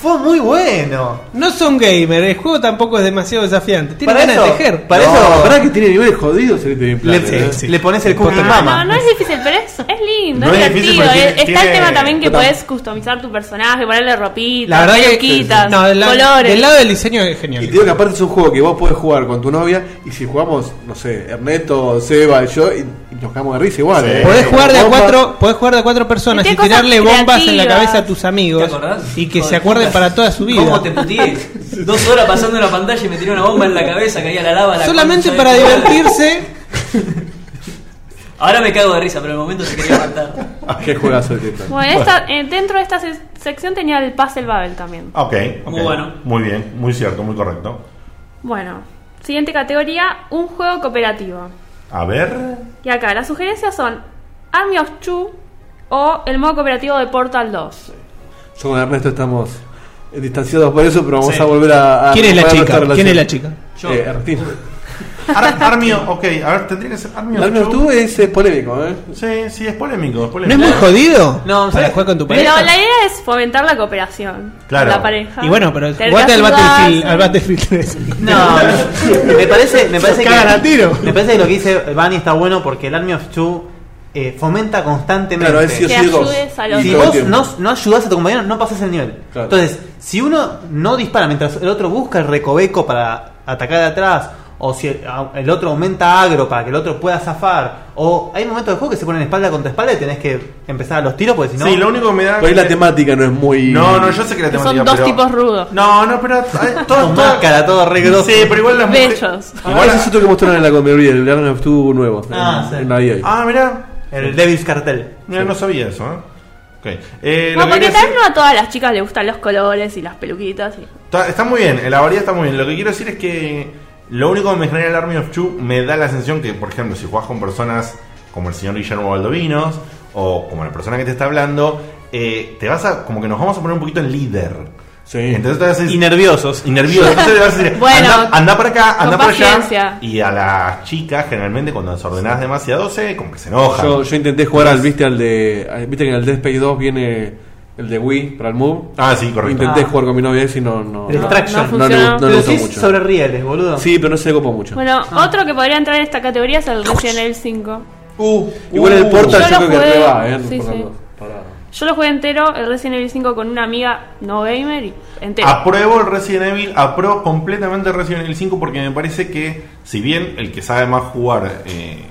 [SPEAKER 4] Fue muy bueno.
[SPEAKER 5] No son gamer, el juego tampoco es demasiado desafiante. Tienen
[SPEAKER 4] Para
[SPEAKER 5] ganas
[SPEAKER 4] eso-
[SPEAKER 5] de tejer.
[SPEAKER 4] para
[SPEAKER 5] No.
[SPEAKER 4] eso-
[SPEAKER 1] ¿Verdad que tiene niveles jodidos el Little Big
[SPEAKER 4] Le,
[SPEAKER 1] Planet, eh?
[SPEAKER 4] le pones el cookie
[SPEAKER 6] No,
[SPEAKER 4] mama.
[SPEAKER 6] no, no es difícil, pero es, es lindo,
[SPEAKER 4] No
[SPEAKER 6] es
[SPEAKER 4] es difícil
[SPEAKER 6] divertido.
[SPEAKER 4] porque
[SPEAKER 6] Es-
[SPEAKER 4] tiene-
[SPEAKER 6] Está el
[SPEAKER 4] tiene-
[SPEAKER 6] tema también que
[SPEAKER 5] total.
[SPEAKER 6] puedes customizar tu personaje, ponerle
[SPEAKER 5] La
[SPEAKER 6] ropita,
[SPEAKER 5] verdad que
[SPEAKER 6] peluquitas,
[SPEAKER 5] no, del, lado-
[SPEAKER 6] colores.
[SPEAKER 5] del lado del diseño es
[SPEAKER 1] Y
[SPEAKER 5] genial.
[SPEAKER 1] te digo que aparte es un juego que vos podés jugar con tu novia y si jugamos, no sé, Ernesto, Seba y yo, y, y nos cagamos de risa igual. ¿eh?
[SPEAKER 5] Podés jugar, de a
[SPEAKER 1] Bomba.
[SPEAKER 5] cuatro, podés jugar de a cuatro personas
[SPEAKER 1] Y
[SPEAKER 5] y
[SPEAKER 1] tiene cosas
[SPEAKER 5] tirarle bombas en la
[SPEAKER 7] creativas.
[SPEAKER 5] cabeza a tus amigos y que se acuerden para toda su vida.
[SPEAKER 7] ¿Cómo te putié? Dos horas pasando en la pantalla y me tiró una bomba en la cabeza, caía la lava. La
[SPEAKER 5] Solamente
[SPEAKER 7] concha
[SPEAKER 5] para
[SPEAKER 7] de-
[SPEAKER 5] divertirse.
[SPEAKER 7] Ahora me cago de risa, pero en el momento se quería matar.
[SPEAKER 1] ah, Qué juegazo este de Tetris.
[SPEAKER 6] [laughs] Bueno, esta- eh, dentro de esta se- sección tenía el Puzzle Babel también.
[SPEAKER 3] Ok, ok.
[SPEAKER 7] Muy bueno.
[SPEAKER 3] Muy bien, muy cierto, muy correcto.
[SPEAKER 6] Bueno, siguiente categoría, un juego cooperativo.
[SPEAKER 3] A
[SPEAKER 1] [laughs]
[SPEAKER 3] ver.
[SPEAKER 6] Y acá las sugerencias son Army of Two o el modo cooperativo de Portal 2.
[SPEAKER 1] Yo con Ernesto estamos eh, distanciados por eso, pero vamos
[SPEAKER 3] Sí.
[SPEAKER 1] a volver a. a
[SPEAKER 5] ¿Quién es la
[SPEAKER 1] recuperar
[SPEAKER 5] chica?
[SPEAKER 1] nuestra
[SPEAKER 5] ¿Quién es
[SPEAKER 1] relación.
[SPEAKER 5] la chica?
[SPEAKER 1] Yo. Eh, Ernestín.
[SPEAKER 3] Ar- Armio, ok, a ver, tendría que ser Armio.
[SPEAKER 1] Darme tú es, eh, polémico, ¿eh?
[SPEAKER 3] Sí, sí, es polémico.
[SPEAKER 5] ¿No
[SPEAKER 3] Es
[SPEAKER 5] es
[SPEAKER 3] polémico.
[SPEAKER 5] muy jodido?
[SPEAKER 4] No,
[SPEAKER 5] para jugar con tu
[SPEAKER 6] Pero
[SPEAKER 5] pareja.
[SPEAKER 6] la idea es fomentar la cooperación.
[SPEAKER 5] Claro.
[SPEAKER 6] La pareja.
[SPEAKER 5] Y bueno, pero
[SPEAKER 6] Tener
[SPEAKER 5] jugate
[SPEAKER 6] que
[SPEAKER 5] al
[SPEAKER 6] ayudarse.
[SPEAKER 5] Battlefield, al Battlefield 3.
[SPEAKER 4] No, me parece, me parece
[SPEAKER 5] Se cagan a
[SPEAKER 4] que me parece que lo que dice Vani está bueno porque el Army of Two eh, fomenta constantemente.
[SPEAKER 1] Claro, es sí o Que sí dos.
[SPEAKER 6] ayudes a los
[SPEAKER 4] si
[SPEAKER 6] dos.
[SPEAKER 4] vos
[SPEAKER 6] Todo el
[SPEAKER 4] no, no ayudás a tu compañero, no pasás el nivel. Entonces, si uno no dispara mientras el otro busca el recoveco para atacar de atrás, o si el, a- el otro aumenta agro para que el otro pueda zafar, o hay momentos de juego que se ponen espalda contra espalda y tenés que empezar a los tiros porque si no.
[SPEAKER 3] Sí, lo único que me da.
[SPEAKER 1] Por ahí la temática no es muy.
[SPEAKER 3] No, no, yo sé que la temática. pero-
[SPEAKER 6] rudos.
[SPEAKER 3] No, no, pero. ay, Todo, todo-
[SPEAKER 4] Máscara, todo re grosso.
[SPEAKER 3] Sí, pero igual las mujeres.
[SPEAKER 6] Bellos.
[SPEAKER 1] Ah, ese es otro que mostraron en la comedia, el Arnold estuvo nuevo.
[SPEAKER 4] Ah,
[SPEAKER 1] en,
[SPEAKER 4] sí.
[SPEAKER 1] en la E EA.
[SPEAKER 3] Ah, mirá.
[SPEAKER 4] El Devil's Cartel.
[SPEAKER 3] Mirá, no sabía eso, ¿eh? Ok. Eh, lo
[SPEAKER 6] No,
[SPEAKER 3] que
[SPEAKER 6] porque
[SPEAKER 3] quería
[SPEAKER 6] tal vez
[SPEAKER 3] decir-
[SPEAKER 6] no a todas las chicas les gustan los colores y las peluquitas. y-
[SPEAKER 3] Está, está muy bien, la variedad está muy bien. Lo que quiero decir es que lo único que me genera el Army of Two me da la sensación que, por ejemplo, si jugás con personas como el señor Guillermo Baldovinos o como la persona que te está hablando, eh, te vas a, como que nos vamos a poner un poquito en líder. Entonces te vas a decir-
[SPEAKER 4] Y nerviosos.
[SPEAKER 3] Y nerviosos. Entonces le vas a decir,
[SPEAKER 6] Bueno,
[SPEAKER 3] anda, anda para acá, anda
[SPEAKER 6] con
[SPEAKER 3] para allá.
[SPEAKER 6] paciencia.
[SPEAKER 3] Y a las chicas, generalmente, cuando desordenás demasiado, se, como que se enojan.
[SPEAKER 1] Yo, yo intenté jugar al, viste, al de. al- viste que en el Dead Space 2 viene el de Wii para el Move.
[SPEAKER 3] Ah, sí, correcto.
[SPEAKER 1] Intenté
[SPEAKER 3] Ah.
[SPEAKER 1] jugar con mi novia ese y no. No,
[SPEAKER 4] El Extraction.
[SPEAKER 1] no, le-
[SPEAKER 6] funcionó.
[SPEAKER 1] no le
[SPEAKER 4] Pero
[SPEAKER 1] gustó
[SPEAKER 4] sí es
[SPEAKER 1] mucho.
[SPEAKER 4] sobre rieles, boludo.
[SPEAKER 1] Sí, pero no se copó mucho.
[SPEAKER 6] Bueno, otro que podría entrar en esta categoría es el Resident Evil 5.
[SPEAKER 1] Igual el Portal yo,
[SPEAKER 6] Yo
[SPEAKER 1] creo
[SPEAKER 6] lo
[SPEAKER 1] que
[SPEAKER 6] jugué.
[SPEAKER 1] re va, ¿eh? el
[SPEAKER 6] Sí,
[SPEAKER 1] Portal
[SPEAKER 6] sí.
[SPEAKER 1] 2. Para-
[SPEAKER 6] Yo lo jugué entero, el Resident Evil 5, con una amiga no gamer y entero.
[SPEAKER 3] Apruebo el Resident Evil, apruebo completamente Resident Evil 5 porque me parece que, si bien el que sabe más jugar eh,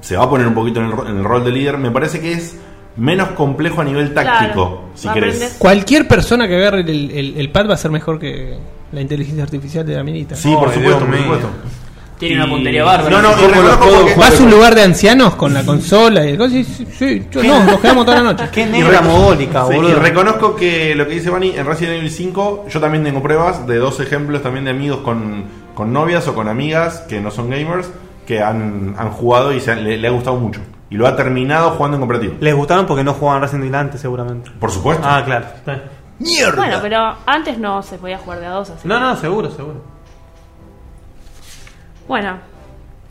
[SPEAKER 3] se va a poner un poquito en el, ro- en el rol de líder, me parece que es menos complejo a nivel táctico, si querés.
[SPEAKER 5] Cualquier persona que agarre el, el- el pad va a ser mejor que la inteligencia artificial de la minita.
[SPEAKER 3] Sí, por supuesto, por supuesto.
[SPEAKER 7] Tiene una puntería bárbara.
[SPEAKER 3] No, no, y reconozco que-
[SPEAKER 5] Vas a un lugar de ancianos con la consola y el coso y dices, sí, yo- no, nos quedamos toda la noche.
[SPEAKER 4] Qué
[SPEAKER 3] Y
[SPEAKER 4] negra
[SPEAKER 3] reco-
[SPEAKER 4] mogólica,
[SPEAKER 3] Sí,
[SPEAKER 4] boludo.
[SPEAKER 3] y reconozco que lo que dice Vani en Resident Evil 5, yo también tengo pruebas de dos ejemplos también de amigos con, con novias o con amigas que no son gamers que han, han jugado y se han- le, le ha gustado mucho. Y lo ha terminado jugando en cooperativo.
[SPEAKER 4] Les gustaron porque no jugaban Resident Evil antes, seguramente.
[SPEAKER 3] Por supuesto.
[SPEAKER 4] Ah, claro.
[SPEAKER 6] Bueno, pero antes no se podía jugar de a dos, así.
[SPEAKER 4] No, no, seguro, seguro.
[SPEAKER 6] Bueno,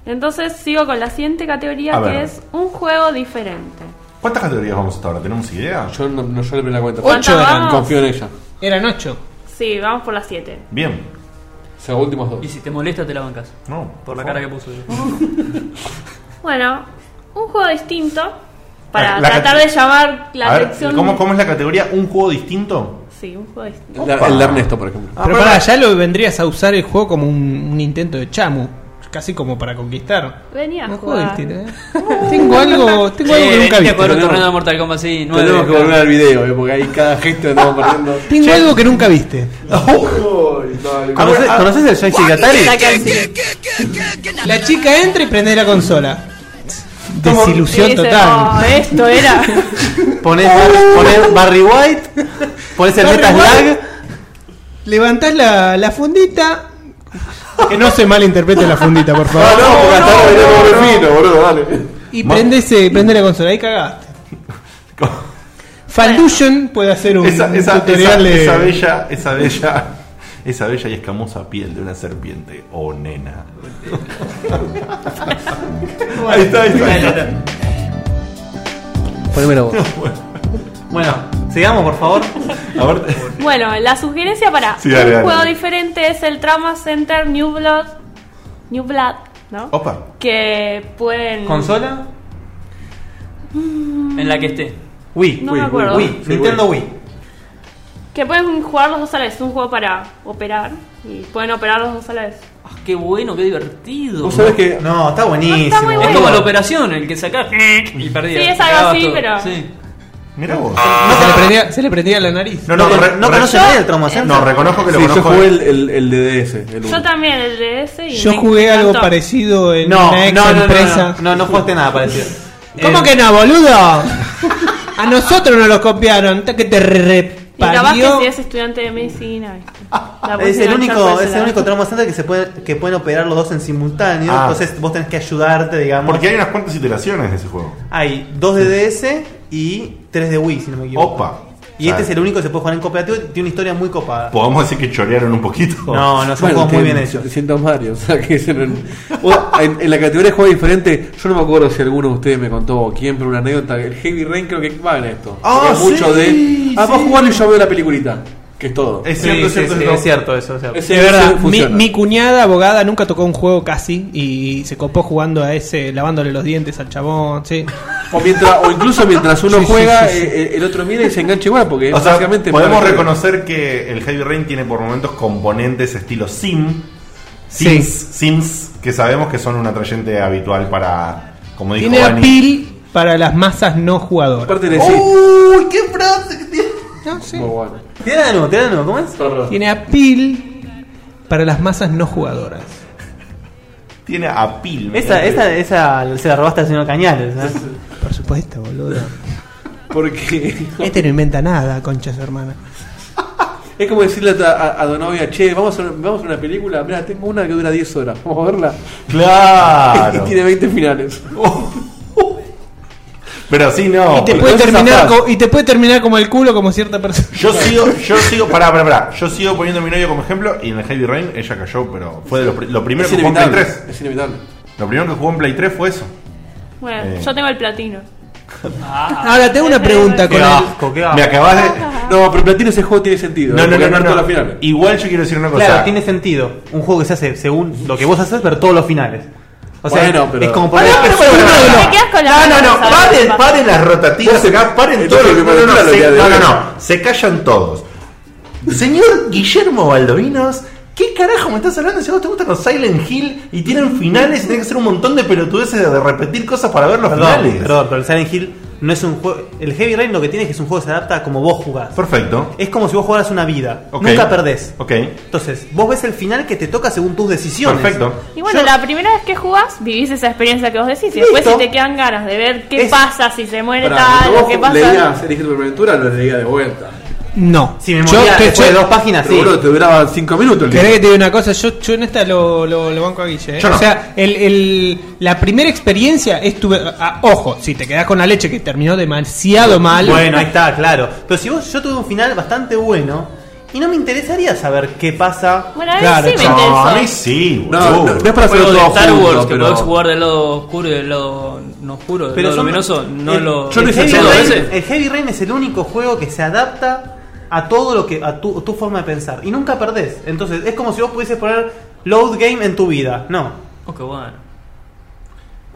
[SPEAKER 6] entonces sigo con la siguiente categoría
[SPEAKER 3] A
[SPEAKER 6] que
[SPEAKER 3] ver.
[SPEAKER 6] es un juego diferente.
[SPEAKER 3] ¿Cuántas categorías vamos hasta ahora? ¿Tenemos idea?
[SPEAKER 1] Yo no, no yo le la cuenta.
[SPEAKER 6] ¿Cuántas Ocho eran. vamos?
[SPEAKER 1] Confío en ella.
[SPEAKER 5] Eran ocho.
[SPEAKER 6] Sí, vamos por las 7.
[SPEAKER 3] Bien.
[SPEAKER 1] O sea, últimos dos.
[SPEAKER 7] Y si te molesta, te la bancas.
[SPEAKER 3] No.
[SPEAKER 7] Por la cara que puso yo.
[SPEAKER 6] Bueno, un juego distinto
[SPEAKER 3] Ah,
[SPEAKER 6] para
[SPEAKER 3] La- la
[SPEAKER 6] tratar
[SPEAKER 3] cate-
[SPEAKER 6] de llamar la
[SPEAKER 3] A ver,
[SPEAKER 6] atención.
[SPEAKER 3] ¿cómo, cómo es la categoría? ¿Un juego distinto?
[SPEAKER 6] Sí, un juego distinto.
[SPEAKER 1] La- el de Ernesto, por ejemplo.
[SPEAKER 6] Ah,
[SPEAKER 5] pero pará, ya lo vendrías a usar el juego como un, un intento de chamu. Casi como para conquistar.
[SPEAKER 6] Venía a
[SPEAKER 5] No
[SPEAKER 6] jugar.
[SPEAKER 5] jodiste,
[SPEAKER 6] [laughs]
[SPEAKER 5] ¿eh? Tengo algo, tengo algo
[SPEAKER 7] Eh,
[SPEAKER 5] que nunca
[SPEAKER 7] venite
[SPEAKER 5] viste.
[SPEAKER 7] a jugar un torneo de Mortal Kombat, sí, nueve.
[SPEAKER 1] Tenemos que volver al video, eh, porque ahí cada gesto que
[SPEAKER 3] [laughs]
[SPEAKER 1] estamos perdiendo.
[SPEAKER 5] Tengo algo que nunca viste.
[SPEAKER 1] Ah,
[SPEAKER 4] ¿Conoces, conoces el Shinji Gatari?
[SPEAKER 6] La canción.
[SPEAKER 5] La chica entra y prende la consola.
[SPEAKER 6] Y
[SPEAKER 5] Desilusión
[SPEAKER 6] dice, "Oh,
[SPEAKER 5] total.
[SPEAKER 3] [laughs]
[SPEAKER 6] esto era.
[SPEAKER 4] Pones, Bar- pones Barry White, pones el
[SPEAKER 5] Barry
[SPEAKER 4] Metal
[SPEAKER 5] White.
[SPEAKER 4] Lag.
[SPEAKER 5] Levantás la, la fundita. Que no se malinterprete la fundita, por favor.
[SPEAKER 1] porque hasta ahora tenemos refino, boludo, dale.
[SPEAKER 5] [laughs] Y
[SPEAKER 3] Ma-
[SPEAKER 5] prende, ese- prende la consola, ahí [laughs] cagaste. Faldution puede hacer un
[SPEAKER 3] Esa, esa,
[SPEAKER 5] tutorial
[SPEAKER 3] esa-
[SPEAKER 5] de-
[SPEAKER 3] esa bella, esa bella, esa bella y escamosa piel de una serpiente. Oh, [laughs] nena. ahí está, ahí está. ahí está.
[SPEAKER 1] Ponémela vos.
[SPEAKER 4] Bueno, sigamos por favor.
[SPEAKER 3] A ver,
[SPEAKER 6] Bueno, la sugerencia para
[SPEAKER 3] Sí, dale,
[SPEAKER 6] un
[SPEAKER 3] dale,
[SPEAKER 6] juego
[SPEAKER 3] dale.
[SPEAKER 6] diferente es el Trauma Center New Blood. New Blood, ¿no?
[SPEAKER 3] opa.
[SPEAKER 6] Que pueden.
[SPEAKER 4] ¿Consola?
[SPEAKER 7] En la que esté.
[SPEAKER 4] Wii.
[SPEAKER 6] No
[SPEAKER 4] Wii,
[SPEAKER 6] me acuerdo.
[SPEAKER 4] Wii,
[SPEAKER 1] Sí,
[SPEAKER 4] Nintendo Wii.
[SPEAKER 6] Que pueden jugar los dos a la vez. Es un juego para operar. Y pueden operar los dos a la vez.
[SPEAKER 7] Ah, qué bueno, qué divertido.
[SPEAKER 1] Vos sabés que.
[SPEAKER 4] No, está buenísimo.
[SPEAKER 6] muy
[SPEAKER 7] Es
[SPEAKER 6] bueno.
[SPEAKER 7] como la operación, el que sacás y perdías.
[SPEAKER 6] Sí, es algo
[SPEAKER 7] Cagabas
[SPEAKER 6] así,
[SPEAKER 7] todo.
[SPEAKER 6] pero-
[SPEAKER 7] Sí.
[SPEAKER 3] Mira vos.
[SPEAKER 5] se, le prendía, se le prendía la nariz.
[SPEAKER 3] No,
[SPEAKER 4] No,
[SPEAKER 3] re-
[SPEAKER 4] no
[SPEAKER 3] re-
[SPEAKER 4] conoce nadie el Trauma Center.
[SPEAKER 3] No, reconozco que lo
[SPEAKER 1] Sí, yo
[SPEAKER 3] conozco.
[SPEAKER 1] jugué el, el, el DDS. El uno.
[SPEAKER 6] Yo también, el DS. Y
[SPEAKER 5] Yo
[SPEAKER 6] me
[SPEAKER 5] jugué algo
[SPEAKER 6] encantó.
[SPEAKER 5] parecido en
[SPEAKER 4] No,
[SPEAKER 5] una ex
[SPEAKER 4] no, no, no,
[SPEAKER 5] empresa.
[SPEAKER 4] no, no, no jugaste nada parecido.
[SPEAKER 5] ¿Cómo
[SPEAKER 4] Eh,
[SPEAKER 5] que no, boludo? [laughs] A nosotros nos los copiaron. ta Que te
[SPEAKER 6] Y capaz que
[SPEAKER 5] reparió.
[SPEAKER 6] si es estudiante de medicina.
[SPEAKER 3] [laughs]
[SPEAKER 6] ¿viste? La
[SPEAKER 4] Es el
[SPEAKER 6] pusieron
[SPEAKER 4] único,
[SPEAKER 6] chapa
[SPEAKER 4] es
[SPEAKER 6] esa.
[SPEAKER 4] el único Trauma Center que se puede, que pueden operar los dos en simultáneo.
[SPEAKER 3] Ah.
[SPEAKER 4] Entonces vos tenés que ayudarte, digamos.
[SPEAKER 3] Porque hay unas cuantas iteraciones de ese juego.
[SPEAKER 4] Hay dos de DS y tres de Wii, si no me equivoco.
[SPEAKER 3] Opa.
[SPEAKER 4] Y este es el único que se puede jugar en cooperativo y tiene una historia muy copada.
[SPEAKER 3] Podemos decir que chorearon un poquito.
[SPEAKER 4] No, no, son
[SPEAKER 1] Bueno,
[SPEAKER 4] juegos muy
[SPEAKER 1] tiene
[SPEAKER 4] bien hechos.
[SPEAKER 1] 700 Mario, [laughs] o sea que ese no- O, en, en la categoría de juego diferente, yo no me acuerdo si alguno de ustedes me contó o quién, pero una anécdota. El Heavy Rain creo que va en esto.
[SPEAKER 4] Ah,
[SPEAKER 1] Porque es mucho
[SPEAKER 4] sí,
[SPEAKER 1] de. Ah, vos
[SPEAKER 4] sí.
[SPEAKER 1] jugalo y yo veo la peliculita. Que es todo.
[SPEAKER 3] Es
[SPEAKER 4] Sí,
[SPEAKER 3] cierto, es
[SPEAKER 4] sí,
[SPEAKER 3] cierto.
[SPEAKER 4] sí,
[SPEAKER 3] cierto.
[SPEAKER 4] es cierto eso. o sea,
[SPEAKER 1] Ese-
[SPEAKER 5] Sí, es verdad.
[SPEAKER 1] ese
[SPEAKER 5] Mi,
[SPEAKER 1] funciona.
[SPEAKER 5] mi cuñada abogada nunca tocó un juego casi y se copó jugando a ese, lavándole los dientes al chabón. Sí.
[SPEAKER 1] O, mientras, o incluso mientras uno
[SPEAKER 5] Sí, sí,
[SPEAKER 1] juega,
[SPEAKER 5] sí, sí.
[SPEAKER 1] eh, eh, el otro mira y se engancha igual, porque
[SPEAKER 3] O sea,
[SPEAKER 1] básicamente.
[SPEAKER 3] podemos
[SPEAKER 1] Mario-
[SPEAKER 3] reconocer que el Heavy Rain tiene por momentos componentes estilo sim,
[SPEAKER 5] Sí.
[SPEAKER 3] sims, sims que sabemos que son un atrayente habitual para, como dijo
[SPEAKER 5] Tiene
[SPEAKER 3] Vani.
[SPEAKER 5] apil para las masas no jugadoras.
[SPEAKER 1] Aparte de sí.
[SPEAKER 4] Oh, ¡Uy, qué frase que tiene!
[SPEAKER 5] No, sí.
[SPEAKER 1] Muy bueno.
[SPEAKER 4] Tira de nuevo, tira de nuevo, ¿cómo es?
[SPEAKER 1] Perdón, perdón.
[SPEAKER 5] Tiene apil para las masas no jugadoras.
[SPEAKER 3] Tiene apil. me
[SPEAKER 4] Esa,
[SPEAKER 3] parece.
[SPEAKER 4] esa, esa se la robaste al señor Cañales. ¿eh?
[SPEAKER 5] Por supuesto, [laughs] boludo.
[SPEAKER 1] Porque [laughs]
[SPEAKER 5] Este no inventa nada, concha su hermana.
[SPEAKER 1] es como decirle a, a, a Donovia, che, vamos a, vamos a una película, mira, tengo una que dura 10 horas, vamos a verla.
[SPEAKER 3] Claro.
[SPEAKER 1] [laughs] Y tiene 20 finales.
[SPEAKER 3] Pero sí, no.
[SPEAKER 5] y, te
[SPEAKER 3] pero-
[SPEAKER 5] puede
[SPEAKER 1] esa
[SPEAKER 5] terminar
[SPEAKER 1] frase.
[SPEAKER 5] co- y te puede terminar como el culo, como cierta persona.
[SPEAKER 3] Yo sigo, yo sigo, pará, pará, pará. Yo sigo poniendo a mi novio como ejemplo y en el Heavy Rain ella cayó, pero fue de lo, pri- lo primero
[SPEAKER 1] es
[SPEAKER 3] que jugó en Play
[SPEAKER 1] inevitable.
[SPEAKER 3] 3.
[SPEAKER 1] Es inevitable.
[SPEAKER 3] Lo primero que jugó en Play 3 fue eso.
[SPEAKER 6] Bueno,
[SPEAKER 3] Eh.
[SPEAKER 6] yo tengo el platino.
[SPEAKER 5] Ahora tengo una pregunta con él.
[SPEAKER 4] Qué asco, qué asco.
[SPEAKER 3] Me acabas de.
[SPEAKER 1] No, pero Platino ese juego tiene sentido.
[SPEAKER 3] No,
[SPEAKER 1] ¿eh?
[SPEAKER 3] no,
[SPEAKER 1] Porque
[SPEAKER 3] no, no,
[SPEAKER 1] ganó
[SPEAKER 3] no.
[SPEAKER 1] todas las finales.
[SPEAKER 3] Igual yo quiero decir una cosa.
[SPEAKER 4] Claro, tiene sentido. Un juego que se hace según lo que vos haces, pero todos los finales. O sea,
[SPEAKER 1] Bueno, pero-
[SPEAKER 4] es como
[SPEAKER 3] Pará, pará, pará, pará, pará.
[SPEAKER 6] Te quedas con la
[SPEAKER 3] No, no, no,
[SPEAKER 6] cabeza,
[SPEAKER 3] paren,
[SPEAKER 6] ¿verdad?
[SPEAKER 3] paren las rotativas acá, paren todo lo que no, no, no, se, no, no, no, se callan todos. Señor Guillermo Baldovinos, ¿qué carajo me estás hablando? Si a vos te gustan los Silent Hill y tienen finales y tenés que hacer un montón de pelotudeces de repetir cosas para ver los
[SPEAKER 4] Perdón,
[SPEAKER 3] finales.
[SPEAKER 4] perdón, pero el Silent Hill no es un juego. El Heavy Rain lo que tiene es que es un juego que se adapta a como vos jugás.
[SPEAKER 3] Perfecto.
[SPEAKER 4] Es como si vos jugaras una vida.
[SPEAKER 3] Ok.
[SPEAKER 4] Nunca perdés.
[SPEAKER 3] Ok.
[SPEAKER 4] Entonces, vos ves el final que te toca según tus decisiones.
[SPEAKER 3] Perfecto.
[SPEAKER 6] Y bueno,
[SPEAKER 4] Yo-
[SPEAKER 6] la primera vez que jugás, vivís esa experiencia que vos decís. Y después,
[SPEAKER 4] Listo.
[SPEAKER 6] si te quedan ganas de ver qué
[SPEAKER 4] Es-
[SPEAKER 6] pasa, si se muere
[SPEAKER 1] Pará,
[SPEAKER 6] tal,
[SPEAKER 1] cuando
[SPEAKER 6] o
[SPEAKER 1] vos
[SPEAKER 6] qué pasa.
[SPEAKER 1] leías Elegir tu aventura, lo leía de vuelta.
[SPEAKER 5] No.
[SPEAKER 4] Si me
[SPEAKER 5] Yo
[SPEAKER 4] moría
[SPEAKER 5] te-
[SPEAKER 4] después de
[SPEAKER 5] yo-
[SPEAKER 4] dos páginas,
[SPEAKER 1] Pero
[SPEAKER 4] sí.
[SPEAKER 1] boludo, te duraba 5 minutos el
[SPEAKER 5] ¿Querés
[SPEAKER 1] libro.
[SPEAKER 5] que te diga una cosa? Yo, yo en esta lo, lo, lo banco a Guille. ¿eh?
[SPEAKER 3] Yo no.
[SPEAKER 5] O sea, el, el- la primera experiencia estuve. a- ojo, si te quedás con la leche que terminó demasiado mal.
[SPEAKER 4] Bueno, ahí está, claro. Pero si vos, yo tuve un final bastante bueno Y no me interesaría saber qué pasa.
[SPEAKER 6] Bueno, a
[SPEAKER 7] mí Claro, sí me no, interesó. a mí
[SPEAKER 3] sí,
[SPEAKER 7] No, no, no es para
[SPEAKER 4] hacer
[SPEAKER 7] de Star Wars que podés jugar del lado oscuro y del lado no oscuro, del
[SPEAKER 4] Pero
[SPEAKER 7] lado
[SPEAKER 4] son- eh,
[SPEAKER 7] luminoso, no
[SPEAKER 4] el,
[SPEAKER 7] lo.
[SPEAKER 4] el Heavy,
[SPEAKER 7] ¿Todo
[SPEAKER 4] Rain,
[SPEAKER 7] ese?
[SPEAKER 4] el Heavy Rain es el único juego que se adapta a todo lo que a tu, tu forma de pensar y nunca perdés. Entonces, es como si vos pudieses poner load game en tu vida. No.
[SPEAKER 7] Oh, qué bueno.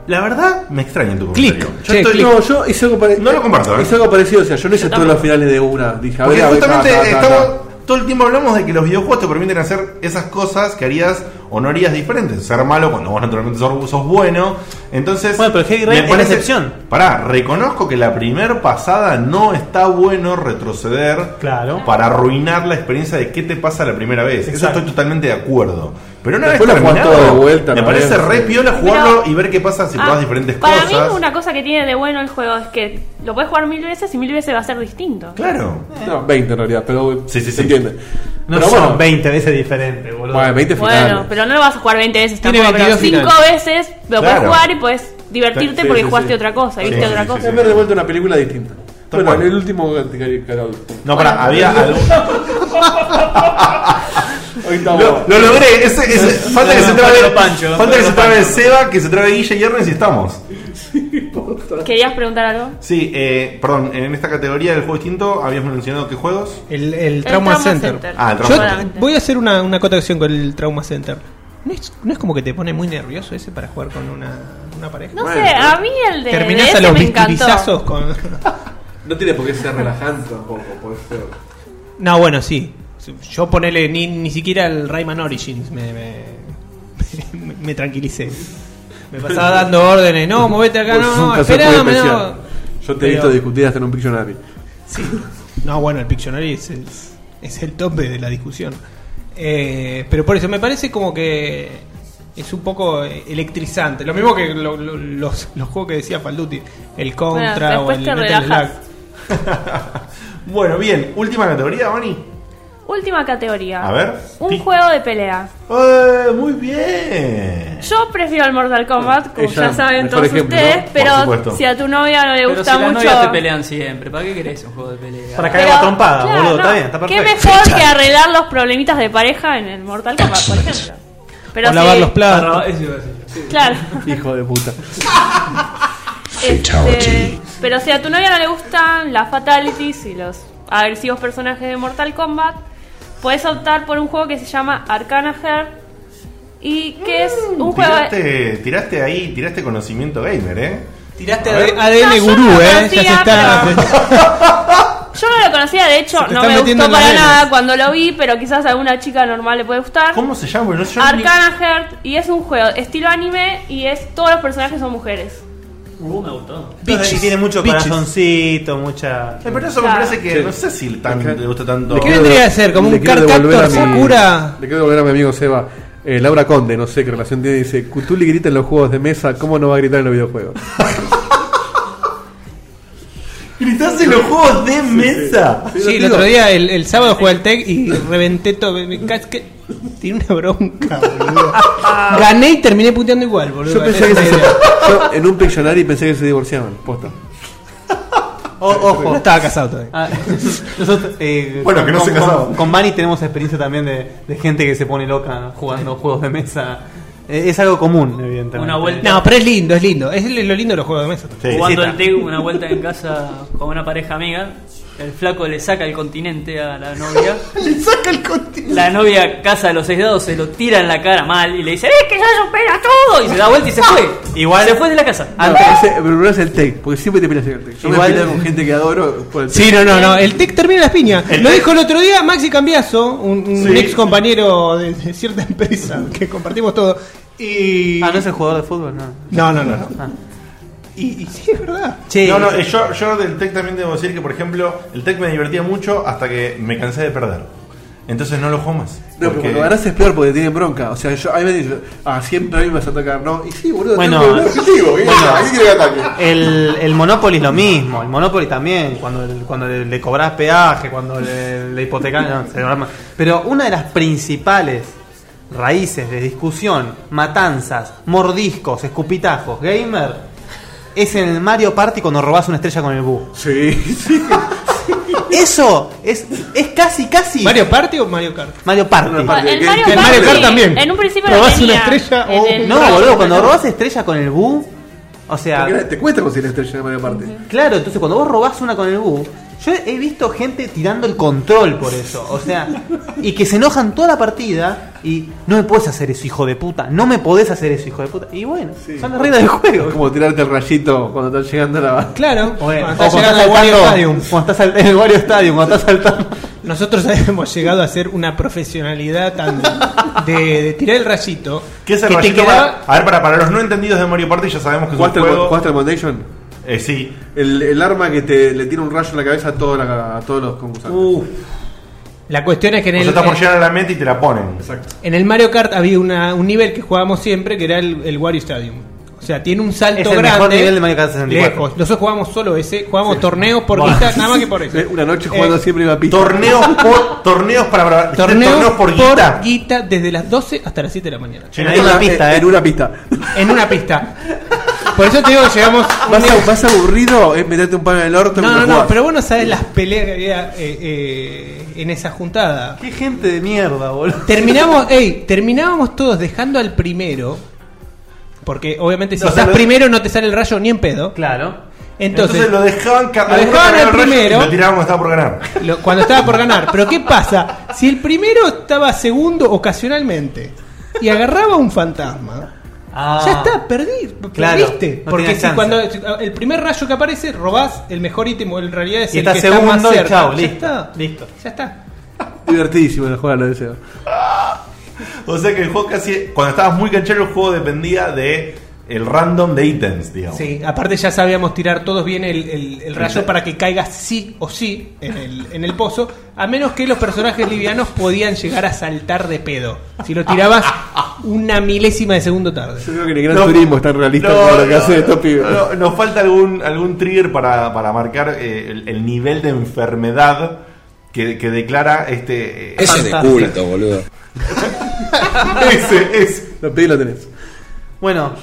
[SPEAKER 4] La verdad,
[SPEAKER 3] Me extraña tu
[SPEAKER 4] Click.
[SPEAKER 3] comentario.
[SPEAKER 1] Yo estoy- no, yo hice algo parecido.
[SPEAKER 3] No lo comparto, ¿eh?
[SPEAKER 1] Hice algo parecido, o sea, yo no hice todos los finales de una. Dije, a
[SPEAKER 3] Porque
[SPEAKER 1] ver, a ver,
[SPEAKER 3] justamente
[SPEAKER 4] Ah,
[SPEAKER 1] ta, ta, ta,
[SPEAKER 3] estamos-
[SPEAKER 1] ta.
[SPEAKER 3] todo el tiempo hablamos de que los videojuegos te permiten hacer esas cosas que harías o no harías diferentes. Ser malo cuando vos naturalmente sos, sos bueno. Entonces, bueno, pero
[SPEAKER 4] Heavy Rain es la excepción.
[SPEAKER 3] Pará, reconozco que la primer pasada no está bueno retroceder
[SPEAKER 4] claro.
[SPEAKER 3] para arruinar la experiencia de qué te pasa la primera vez. Eso estoy totalmente de acuerdo. Pero una
[SPEAKER 1] Después
[SPEAKER 3] vez
[SPEAKER 1] lo jugás
[SPEAKER 3] terminado,
[SPEAKER 1] todo de vuelta,
[SPEAKER 3] me
[SPEAKER 1] ¿no?
[SPEAKER 3] parece re piola jugarlo
[SPEAKER 6] Pero-
[SPEAKER 3] y ver qué pasa si
[SPEAKER 6] Ah,
[SPEAKER 3] probás diferentes
[SPEAKER 6] para
[SPEAKER 3] cosas.
[SPEAKER 6] mí una cosa que tiene de bueno el juego es que lo puedes jugar mil veces y mil veces va a ser distinto.
[SPEAKER 3] Claro.
[SPEAKER 1] No, 20 en realidad, pero
[SPEAKER 3] sí, sí,
[SPEAKER 1] se entiende.
[SPEAKER 4] No
[SPEAKER 1] Pero
[SPEAKER 4] son
[SPEAKER 1] bueno.
[SPEAKER 4] 20 veces diferentes, boludo.
[SPEAKER 1] Bueno, 20 finales.
[SPEAKER 6] Bueno, pero no lo vas a jugar 20 veces
[SPEAKER 1] Tiene
[SPEAKER 6] tampoco, pero
[SPEAKER 1] 22
[SPEAKER 6] 5
[SPEAKER 1] finales.
[SPEAKER 6] veces lo
[SPEAKER 1] Claro.
[SPEAKER 6] puedes jugar y puedes divertirte
[SPEAKER 1] Sí,
[SPEAKER 6] porque
[SPEAKER 1] sí,
[SPEAKER 6] jugaste
[SPEAKER 1] sí.
[SPEAKER 6] otra cosa, viste
[SPEAKER 1] Sí,
[SPEAKER 6] otra
[SPEAKER 1] sí, sí,
[SPEAKER 6] cosa.
[SPEAKER 1] sí. Es ver de vuelta una película distinta. Bueno, el último que- que- que-
[SPEAKER 3] No, pará, había algo.
[SPEAKER 1] Hoy estamos-
[SPEAKER 3] Lo, lo logré. Ese, ese-
[SPEAKER 1] [laughs]
[SPEAKER 3] falta que se trabe,
[SPEAKER 1] Pablo Pancho,
[SPEAKER 3] falta que
[SPEAKER 1] Pablo
[SPEAKER 3] se trabe Seba, que se trabe Guille y Ernest y estamos.
[SPEAKER 6] ¿Querías preguntar algo?
[SPEAKER 3] Sí, eh, perdón, en esta categoría del juego distinto habías mencionado qué juegos.
[SPEAKER 5] El, el Trauma,
[SPEAKER 6] Trauma
[SPEAKER 5] Center.
[SPEAKER 6] Center.
[SPEAKER 3] Ah, el
[SPEAKER 5] Yo
[SPEAKER 3] Trauma
[SPEAKER 5] t-
[SPEAKER 3] Center.
[SPEAKER 5] voy a hacer una, una acotación con el Trauma Center. ¿No es, no es como que te pone muy nervioso ese para jugar con una, una pareja?
[SPEAKER 6] No sé, a mí el de, de
[SPEAKER 5] Terminás
[SPEAKER 6] ese
[SPEAKER 5] a los
[SPEAKER 6] me encantó.
[SPEAKER 5] bisturizazos con.
[SPEAKER 1] No tiene por qué ser relajante tampoco, puede ser.
[SPEAKER 5] No, bueno, sí. Yo ponele ni, ni siquiera el Rayman Origins me, [laughs] me, me- me tranquilicé. Me pasaba dando órdenes. No, movete acá,
[SPEAKER 1] Vos sos un
[SPEAKER 5] no,
[SPEAKER 1] caso muy
[SPEAKER 5] esperame, no.
[SPEAKER 1] especial. Yo te he
[SPEAKER 5] Pero-
[SPEAKER 1] visto discutir hasta en un Pictionary.
[SPEAKER 5] Sí. No, bueno, el Pictionary es el, es el tope de la discusión. Eh, pero por eso me parece como que es un poco eh, electrizante. Lo mismo que lo- lo- los, los juegos que decía Falduti, el Contra o
[SPEAKER 6] después
[SPEAKER 5] el
[SPEAKER 6] te
[SPEAKER 5] Metal
[SPEAKER 6] relajas.
[SPEAKER 5] Slug.
[SPEAKER 3] Bueno, bien, última categoría, Bani.
[SPEAKER 6] Última categoría.
[SPEAKER 3] A ver.
[SPEAKER 6] Un juego de pelea.
[SPEAKER 3] Eh, muy bien.
[SPEAKER 6] Yo prefiero el Mortal Kombat, como
[SPEAKER 3] Ella,
[SPEAKER 6] ya saben
[SPEAKER 3] mejor
[SPEAKER 6] todos
[SPEAKER 3] ejemplo,
[SPEAKER 6] ustedes,
[SPEAKER 3] ¿no? Por
[SPEAKER 6] pero
[SPEAKER 3] supuesto.
[SPEAKER 6] si a tu novia no le
[SPEAKER 7] Pero si
[SPEAKER 6] gusta
[SPEAKER 7] las
[SPEAKER 6] mucho...
[SPEAKER 7] novias te pelean siempre, ¿para qué querés un juego de pelea?
[SPEAKER 4] Para cagar la trompada, boludo. Está bien, está
[SPEAKER 6] ¿Qué
[SPEAKER 4] perfecto.
[SPEAKER 6] mejor que arreglar los problemitas de pareja en el Mortal Kombat, por ejemplo? Pero
[SPEAKER 1] O
[SPEAKER 6] sí,
[SPEAKER 1] lavar los platos.
[SPEAKER 3] eh,
[SPEAKER 7] Para- eso iba a decir yo, sí.
[SPEAKER 6] Claro.
[SPEAKER 1] Hijo de puta.
[SPEAKER 6] Este, pero si a tu novia no le gustan las fatalities y los agresivos personajes de Mortal Kombat, puedes optar por un juego que se llama Arcana Heart y que es
[SPEAKER 3] Mm,
[SPEAKER 6] un juego de...
[SPEAKER 3] Tiraste, tiraste ahí, tiraste conocimiento gamer, ¿eh?
[SPEAKER 5] Tiraste
[SPEAKER 3] A ver.
[SPEAKER 5] ADN
[SPEAKER 6] No, yo
[SPEAKER 5] gurú,
[SPEAKER 6] no
[SPEAKER 5] ¿eh?
[SPEAKER 6] conocía,
[SPEAKER 5] Ya se está.
[SPEAKER 6] Yo no lo conocía, de hecho,
[SPEAKER 5] te
[SPEAKER 6] no
[SPEAKER 5] están
[SPEAKER 6] me
[SPEAKER 5] metiendo
[SPEAKER 6] gustó
[SPEAKER 5] en las
[SPEAKER 6] para
[SPEAKER 5] venas.
[SPEAKER 6] nada cuando lo vi, pero quizás a alguna chica normal le puede gustar.
[SPEAKER 3] ¿Cómo se llama? No sé, yo ni-
[SPEAKER 6] Arcana Heart y es un juego estilo anime y es todos los personajes son mujeres.
[SPEAKER 7] Uh, me gustó.
[SPEAKER 4] Entonces, y tiene mucho corazoncito, mucha.
[SPEAKER 3] Eh, pero eso me parece que no sé si tan, te gusta tanto.
[SPEAKER 1] Le quiero devolver- le quiero devolver a mi- Le quiero devolver a mi amigo Seba. Eh, Laura Conde, no sé qué relación tiene, dice: Cutuli grita en los juegos de mesa, ¿cómo no va a gritar en los videojuegos?
[SPEAKER 3] Gritás en los juegos de mesa.
[SPEAKER 5] Sí, el otro día, el, el sábado jugué al tech y reventé todo. Me- me- casi que- Tiene una bronca, boludo. Gané y terminé puteando igual, boludo.
[SPEAKER 1] Yo pensé que
[SPEAKER 5] Esa
[SPEAKER 1] se,
[SPEAKER 5] es la idea.
[SPEAKER 1] yo en un Pictionary pensé que se divorciaban. Posta.
[SPEAKER 4] ojo.
[SPEAKER 5] No estaba casado todavía.
[SPEAKER 4] [laughs] Ah, nosotros, eh,
[SPEAKER 1] Bueno, que no
[SPEAKER 4] con-
[SPEAKER 1] se casaba.
[SPEAKER 4] Con, con Manny tenemos experiencia también de, de gente que se pone loca ¿no? jugando juegos de mesa. Eh, es algo común, evidentemente.
[SPEAKER 7] Una vuelta.
[SPEAKER 5] No, pero es lindo, es lindo. Es lo lindo de los juegos de mesa.
[SPEAKER 7] jugando al Tegu una vuelta en casa con una pareja amiga. El flaco le saca el continente a la novia.
[SPEAKER 5] Le saca el continente.
[SPEAKER 7] La novia caza los seis dados, se lo tira en la cara mal y le dice, ¡Eh, que ya supera todo! Y se da vuelta y se fue.
[SPEAKER 4] Igual.
[SPEAKER 7] Se fue de la casa.
[SPEAKER 1] Antes, ese- pero no es el tech, porque siempre te peleas con el tech. Yo
[SPEAKER 5] Igual-
[SPEAKER 1] me peleo con gente que adoro. pues, por el
[SPEAKER 5] Sí,
[SPEAKER 1] tech.
[SPEAKER 5] no, no, no. El tech termina las piñas. Lo dijo el otro día Maxi Cambiazo, un, un
[SPEAKER 1] Sí.
[SPEAKER 5] ex compañero de, de cierta empresa que compartimos todo. Y...
[SPEAKER 4] Ah, no es el jugador de fútbol, no.
[SPEAKER 5] No, no, no. no.
[SPEAKER 4] Ah.
[SPEAKER 5] Y, y sí, es verdad.
[SPEAKER 3] No, no, eh, yo, yo del tech también debo decir que, por ejemplo, el tech me divertía mucho hasta que me cansé de perder. Entonces no lo juego más.
[SPEAKER 1] No, pero
[SPEAKER 3] Porque-
[SPEAKER 1] cuando ganás es peor porque tienen bronca. O sea, yo, a mí me dicen, ah, siempre a mí me vas a atacar. No, y sí, boludo,
[SPEAKER 4] Bueno,
[SPEAKER 1] tengo un objetivo. ¿qué?
[SPEAKER 4] bueno.
[SPEAKER 1] ¿A qué quiere que ataque?
[SPEAKER 4] El, el Monopoly es lo mismo. El Monopoly también. Cuando, el- cuando le, le cobras peaje, cuando le, le hipotecas. no, se lo arma. Pero una de las principales raíces de discusión, matanzas, mordiscos, escupitajos, gamer, es en el Mario Party cuando robás una estrella con el bu.
[SPEAKER 1] Sí, sí.
[SPEAKER 4] Eso es, es casi, casi.
[SPEAKER 5] ¿Mario Party o Mario Kart?
[SPEAKER 4] Mario Party.
[SPEAKER 5] Mario Party.
[SPEAKER 6] El Mario
[SPEAKER 5] El
[SPEAKER 6] Party,
[SPEAKER 5] Mario Kart también.
[SPEAKER 6] En un principio
[SPEAKER 5] Robás
[SPEAKER 6] lo tenía.
[SPEAKER 5] una estrella
[SPEAKER 6] en
[SPEAKER 5] o-
[SPEAKER 6] el-
[SPEAKER 4] No, boludo, cuando robás estrella con el Bu, o sea,
[SPEAKER 1] [laughs] Porque Te cuesta conseguir la estrella de Mario Party.
[SPEAKER 4] claro, entonces cuando vos robás una con el Bu, yo he visto gente tirando el control por eso, o sea, y que se enojan toda la partida y no me puedes hacer eso, hijo de puta, no me podés hacer eso, hijo de puta. Y bueno, son las reglas del juego.
[SPEAKER 1] Es como tirarte el rayito cuando estás llegando a la.
[SPEAKER 5] Claro,
[SPEAKER 4] O, eh, o
[SPEAKER 5] cuando
[SPEAKER 4] cuando
[SPEAKER 5] estás
[SPEAKER 4] estás
[SPEAKER 5] llegando al Wario
[SPEAKER 4] saltando,
[SPEAKER 5] Stadium.
[SPEAKER 4] cuando estás sal- en el Wario Stadium, cuando estás saltando.
[SPEAKER 5] Nosotros [laughs] hemos llegado a ser una profesionalidad tan de, de tirar el rayito
[SPEAKER 3] ¿Qué es el
[SPEAKER 5] que te
[SPEAKER 3] rayito
[SPEAKER 5] quedaba
[SPEAKER 3] para- A ver, para, para los no entendidos de Mario Party ya sabemos que es un
[SPEAKER 1] ¿Jugaste el,
[SPEAKER 3] juego...
[SPEAKER 1] jugaste al Foundation?
[SPEAKER 3] Eh, sí.
[SPEAKER 1] El, el arma que te le tira un rayo en la cabeza a, toda la- a todos los concursantes.
[SPEAKER 4] Uh,
[SPEAKER 5] La cuestión es que en
[SPEAKER 3] O sea,
[SPEAKER 5] el,
[SPEAKER 3] está por llegar a la meta y te la ponen.
[SPEAKER 1] Exacto.
[SPEAKER 5] en el Mario Kart había una- un nivel que jugábamos siempre que era el, el Wario Stadium. O sea, tiene un salto
[SPEAKER 4] Es el
[SPEAKER 5] grande.
[SPEAKER 4] mejor nivel de Mario Kart 64.
[SPEAKER 5] Lejos. Nosotros jugábamos solo ese, jugábamos torneos por
[SPEAKER 4] Bueno.
[SPEAKER 5] guita, nada más que por eso.
[SPEAKER 1] Eh, Una noche jugando
[SPEAKER 5] Eh,
[SPEAKER 1] siempre iba a pista.
[SPEAKER 3] Torneos por... torneos para... para-
[SPEAKER 5] Torneos,
[SPEAKER 3] por guita.
[SPEAKER 5] guita desde las 12 hasta las 7 de la mañana.
[SPEAKER 3] Che,
[SPEAKER 1] En una
[SPEAKER 4] En pista,
[SPEAKER 1] pista,
[SPEAKER 4] eh.
[SPEAKER 1] En una pista.
[SPEAKER 5] En una pista. Por eso te digo que llegamos. un
[SPEAKER 1] Vas,
[SPEAKER 5] nivel-
[SPEAKER 1] a- vas aburrido, es meterte un palo en el orto.
[SPEAKER 5] Ah, No, no,
[SPEAKER 1] mientras
[SPEAKER 5] no,
[SPEAKER 1] jugás.
[SPEAKER 5] pero vos no sabés las peleas que había eh, eh, en esa juntada.
[SPEAKER 4] Qué gente de mierda, boludo.
[SPEAKER 5] Terminamos, ey, terminábamos todos dejando al primero. Porque obviamente si
[SPEAKER 4] No,
[SPEAKER 5] estás
[SPEAKER 4] lo-
[SPEAKER 5] primero no te sale el rayo ni en pedo.
[SPEAKER 4] Claro.
[SPEAKER 5] Entonces,
[SPEAKER 3] Entonces, lo dejaban... ca-
[SPEAKER 5] lo dejaban al
[SPEAKER 3] el rayo y
[SPEAKER 5] primero.
[SPEAKER 3] Lo tiraban cuando estaba por ganar. [laughs]
[SPEAKER 5] lo- cuando estaba por ganar. Pero ¿qué pasa? Si el primero estaba segundo ocasionalmente y agarraba un fantasma.
[SPEAKER 4] Ah.
[SPEAKER 5] Ya está, perdí, p-
[SPEAKER 4] Claro,
[SPEAKER 5] perdiste.
[SPEAKER 4] no
[SPEAKER 5] Porque
[SPEAKER 4] tenía
[SPEAKER 5] si
[SPEAKER 4] chance.
[SPEAKER 5] cuando el primer rayo que aparece, robás el mejor ítem, o en realidad es el
[SPEAKER 4] Y está
[SPEAKER 5] que está
[SPEAKER 4] segundo
[SPEAKER 5] más
[SPEAKER 4] y
[SPEAKER 5] cerca.
[SPEAKER 4] chao,
[SPEAKER 5] ya
[SPEAKER 4] listo,
[SPEAKER 5] está.
[SPEAKER 4] listo.
[SPEAKER 5] Ya está.
[SPEAKER 1] Divertidísimo el juego, lo deseo.
[SPEAKER 3] O sea que el juego casi. Cuando estabas muy canchero, el juego dependía de el random de ítems, digamos.
[SPEAKER 5] Sí, aparte ya sabíamos tirar todos bien el, el- el rayo para que caiga sí o sí en el, en el pozo, a menos que los personajes livianos podían llegar a saltar de pedo. Si lo tirabas una milésima de segundo tarde.
[SPEAKER 1] Yo creo que en el gran
[SPEAKER 3] No,
[SPEAKER 1] turismo es tan realista como lo que hace estos pibes.
[SPEAKER 3] no, nos falta algún, algún trigger para, para marcar eh, el, el nivel de enfermedad que, que declara este. eh,
[SPEAKER 10] Eso es de
[SPEAKER 4] Fantástico.
[SPEAKER 10] culto, boludo.
[SPEAKER 3] [laughs] ese, ese.
[SPEAKER 1] Lo pedí y lo tenés.
[SPEAKER 4] Bueno,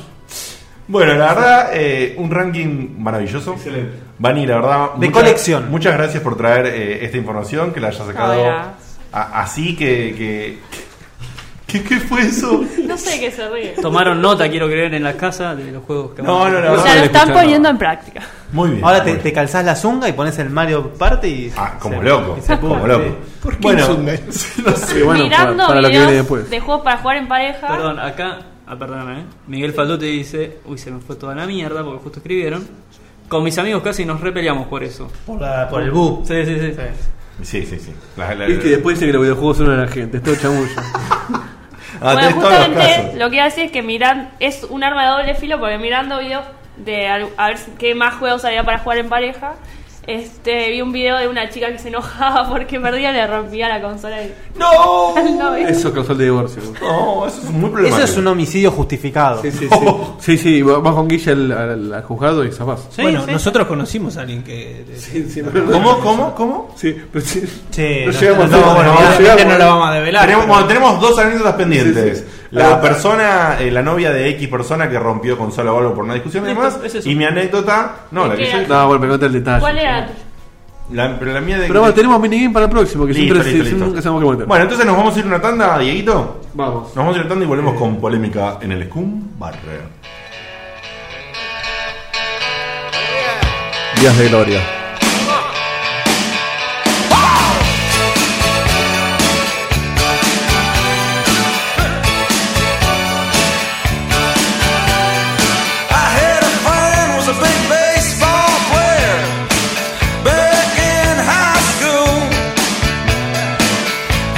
[SPEAKER 3] Bueno, la verdad, eh, un ranking maravilloso. Excelente. Bani, la verdad.
[SPEAKER 4] De colección.
[SPEAKER 3] Muchas gracias por traer eh, esta información, que la hayas sacado
[SPEAKER 6] Ahora.
[SPEAKER 3] a- así que. que ¿Qué, ¿Qué fue eso?
[SPEAKER 6] No sé qué se ríe.
[SPEAKER 7] Tomaron nota, quiero creer, en la casa de los juegos que
[SPEAKER 3] No, no, no.
[SPEAKER 6] O
[SPEAKER 3] no.
[SPEAKER 6] sea, lo están
[SPEAKER 1] escuchando.
[SPEAKER 6] poniendo en práctica.
[SPEAKER 3] Muy bien.
[SPEAKER 4] ahora
[SPEAKER 3] muy
[SPEAKER 4] te,
[SPEAKER 3] bien.
[SPEAKER 4] te calzás la zunga y pones el Mario Party y.
[SPEAKER 3] Ah, como
[SPEAKER 4] se-
[SPEAKER 3] loco.
[SPEAKER 4] y se
[SPEAKER 3] como
[SPEAKER 4] pudre,
[SPEAKER 3] loco.
[SPEAKER 4] sí.
[SPEAKER 5] ¿Por qué
[SPEAKER 3] bueno,
[SPEAKER 5] insulta?
[SPEAKER 3] [laughs] no sé.
[SPEAKER 1] Y bueno,
[SPEAKER 6] Mirando
[SPEAKER 1] para, para lo que viene
[SPEAKER 6] videos
[SPEAKER 1] después.
[SPEAKER 6] de juegos para jugar en pareja.
[SPEAKER 7] Perdón, acá, ah, perdóname, ¿eh? Miguel Faldote dice, uy, se me fue toda la mierda porque justo escribieron. Con mis amigos casi nos repeleamos por eso.
[SPEAKER 4] Por, la- por el bu.
[SPEAKER 7] Sí, sí, sí.
[SPEAKER 3] Sí, sí, sí. La- la-
[SPEAKER 1] Viste, y después dice que los videojuegos son a la gente, es todo chamullo.
[SPEAKER 3] Ah,
[SPEAKER 6] bueno,
[SPEAKER 3] tenés todos los casos.
[SPEAKER 6] justamente lo que hace es que miran es un arma de doble filo porque mirando videos de al- a ver si- qué más juegos había para jugar en pareja. Este, vi un video de una chica que se enojaba [laughs] porque perdía y le rompía la consola del- [laughs]
[SPEAKER 3] ¡No!
[SPEAKER 6] al novio.
[SPEAKER 1] Eso causó el divorcio. Sí,
[SPEAKER 3] No, eso es muy
[SPEAKER 4] Eso
[SPEAKER 3] problemático.
[SPEAKER 4] es un homicidio justificado.
[SPEAKER 1] sí, sí. Sí, sí, vas vas con Guille al, al- al juzgado y zafás.
[SPEAKER 5] bueno,
[SPEAKER 4] sí.
[SPEAKER 5] nosotros conocimos a alguien que...
[SPEAKER 1] Sí, [laughs] sí, pero-
[SPEAKER 3] ¿Cómo, cómo, cómo?
[SPEAKER 1] Sí, pero sí.
[SPEAKER 4] Che,
[SPEAKER 1] no
[SPEAKER 4] no,
[SPEAKER 1] llegamos
[SPEAKER 4] no,
[SPEAKER 1] a-
[SPEAKER 4] no,
[SPEAKER 1] no
[SPEAKER 4] no,
[SPEAKER 1] llegamos.
[SPEAKER 5] Obviamente no la vamos a develar.
[SPEAKER 3] tenemos,
[SPEAKER 5] pero-
[SPEAKER 3] bueno, tenemos dos anécdotas pendientes.
[SPEAKER 1] Sí, sí.
[SPEAKER 3] La
[SPEAKER 1] Ah.
[SPEAKER 3] persona, eh, la novia de X persona que rompió consola o algo por una discusión y
[SPEAKER 7] Listo,
[SPEAKER 3] demás.
[SPEAKER 7] es eso.
[SPEAKER 3] y mi anécdota, no, la que
[SPEAKER 6] ¿Qué
[SPEAKER 3] yo.
[SPEAKER 6] era?
[SPEAKER 1] No, bueno, pero no te el detalle.
[SPEAKER 6] ¿Cuál era?
[SPEAKER 3] La, pero la mía de.
[SPEAKER 1] Pero bueno, tenemos minigame para el próximo, que
[SPEAKER 3] Listo,
[SPEAKER 1] siempre
[SPEAKER 3] listo,
[SPEAKER 1] se-
[SPEAKER 3] listo.
[SPEAKER 1] nunca sabemos qué meter.
[SPEAKER 3] Bueno, entonces nos vamos a ir a una tanda, Dieguito.
[SPEAKER 1] vamos.
[SPEAKER 3] Nos vamos a ir a una tanda y volvemos con polémica en el Scum Barrer.
[SPEAKER 1] Días de gloria.
[SPEAKER 11] I had a friend was a big baseball player back in high school.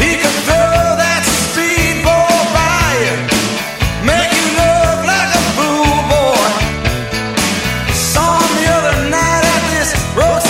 [SPEAKER 11] He could throw that speedball by you, make you look like a fool boy. Saw him the other night at this road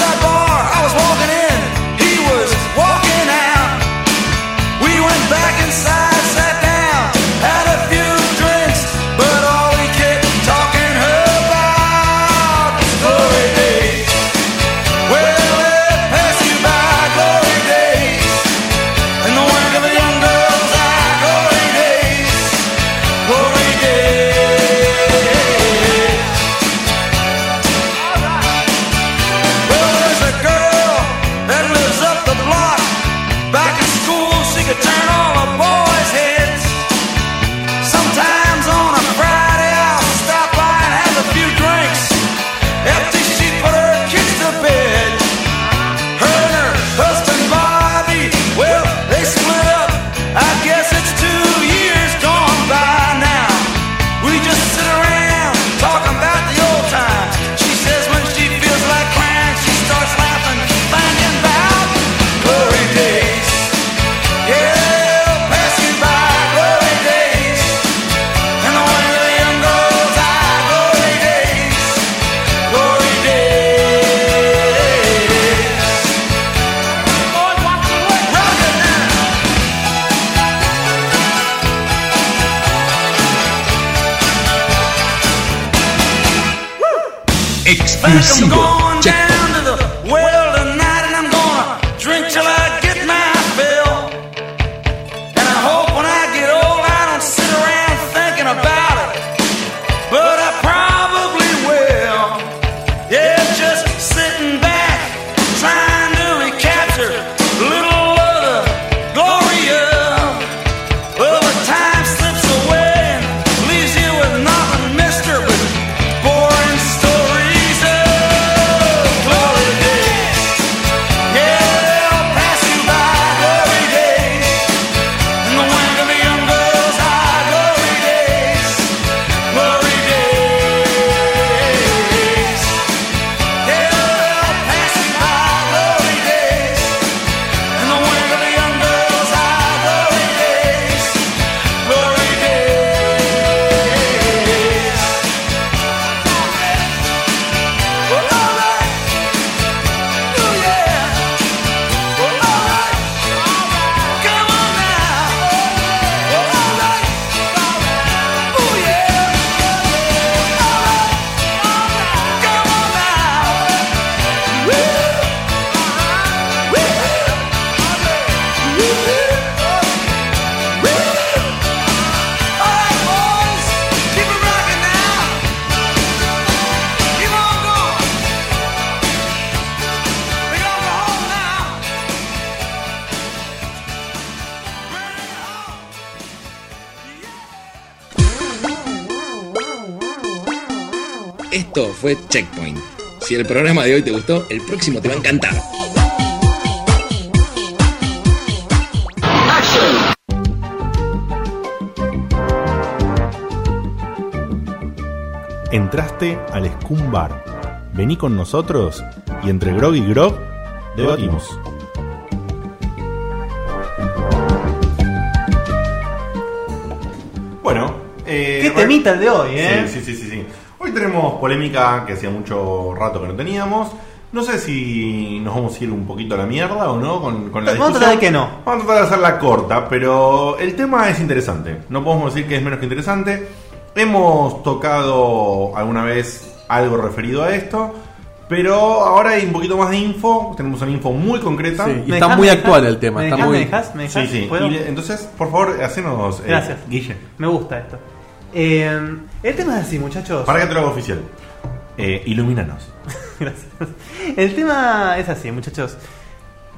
[SPEAKER 11] I'm
[SPEAKER 8] Exclusivo.
[SPEAKER 11] going down to the well tonight and I'm gonna drink till I get my fill. And I hope when I get old I don't sit around thinking about it. But I probably will. Yeah, just sitting back trying to recapture little of the glory of. Well, the time slips away and leaves you with nothing, mister, but boring stories of glory days. Yeah, they'll pass you by, glory days. In the wind of a young girl's eye, glory days, glory days. Yeah, they'll pass you by, glory days. In the wind of a young girl's eye, glory days, glory days. Well, all right. Oh, yeah. Well, all right. Come on now. Well, all right. Oh, yeah. All right. Come on now. Woo. Woo.
[SPEAKER 10] Esto fue Checkpoint. Si el programa de hoy te gustó, el próximo te va a encantar.
[SPEAKER 3] Entraste al Scum Bar. Vení con nosotros y entre Grog y Grog debatimos. Bueno,
[SPEAKER 4] Qué temita el de hoy, ¿eh?
[SPEAKER 3] Sí, sí, sí, sí, sí. Hoy tenemos polémica que hacía mucho rato que no teníamos. No sé si nos vamos a ir un poquito a la mierda o no con, con la
[SPEAKER 4] Vamos a
[SPEAKER 3] discusión.
[SPEAKER 4] tratar de que no.
[SPEAKER 3] Vamos a tratar de hacerla corta, pero el tema es interesante. No podemos decir que es menos que interesante. Hemos tocado alguna vez algo referido a esto, pero ahora hay un poquito más de info. Tenemos una info muy concreta.
[SPEAKER 1] Sí, y ¿Me está dejás, muy me dejás? actual el tema,
[SPEAKER 4] ¿Me
[SPEAKER 1] está
[SPEAKER 4] dejás,
[SPEAKER 1] muy-
[SPEAKER 4] me dejás, me dejás?
[SPEAKER 3] Sí, sí.
[SPEAKER 4] ¿Puedo?
[SPEAKER 3] Y le- entonces, por favor, hacenos. eh,
[SPEAKER 4] Gracias.
[SPEAKER 3] Guille.
[SPEAKER 4] Me gusta esto. Eh, el tema es así, muchachos. [laughs]
[SPEAKER 3] Para que te lo haga oficial. Eh, ilumínanos.
[SPEAKER 4] El tema es así, muchachos.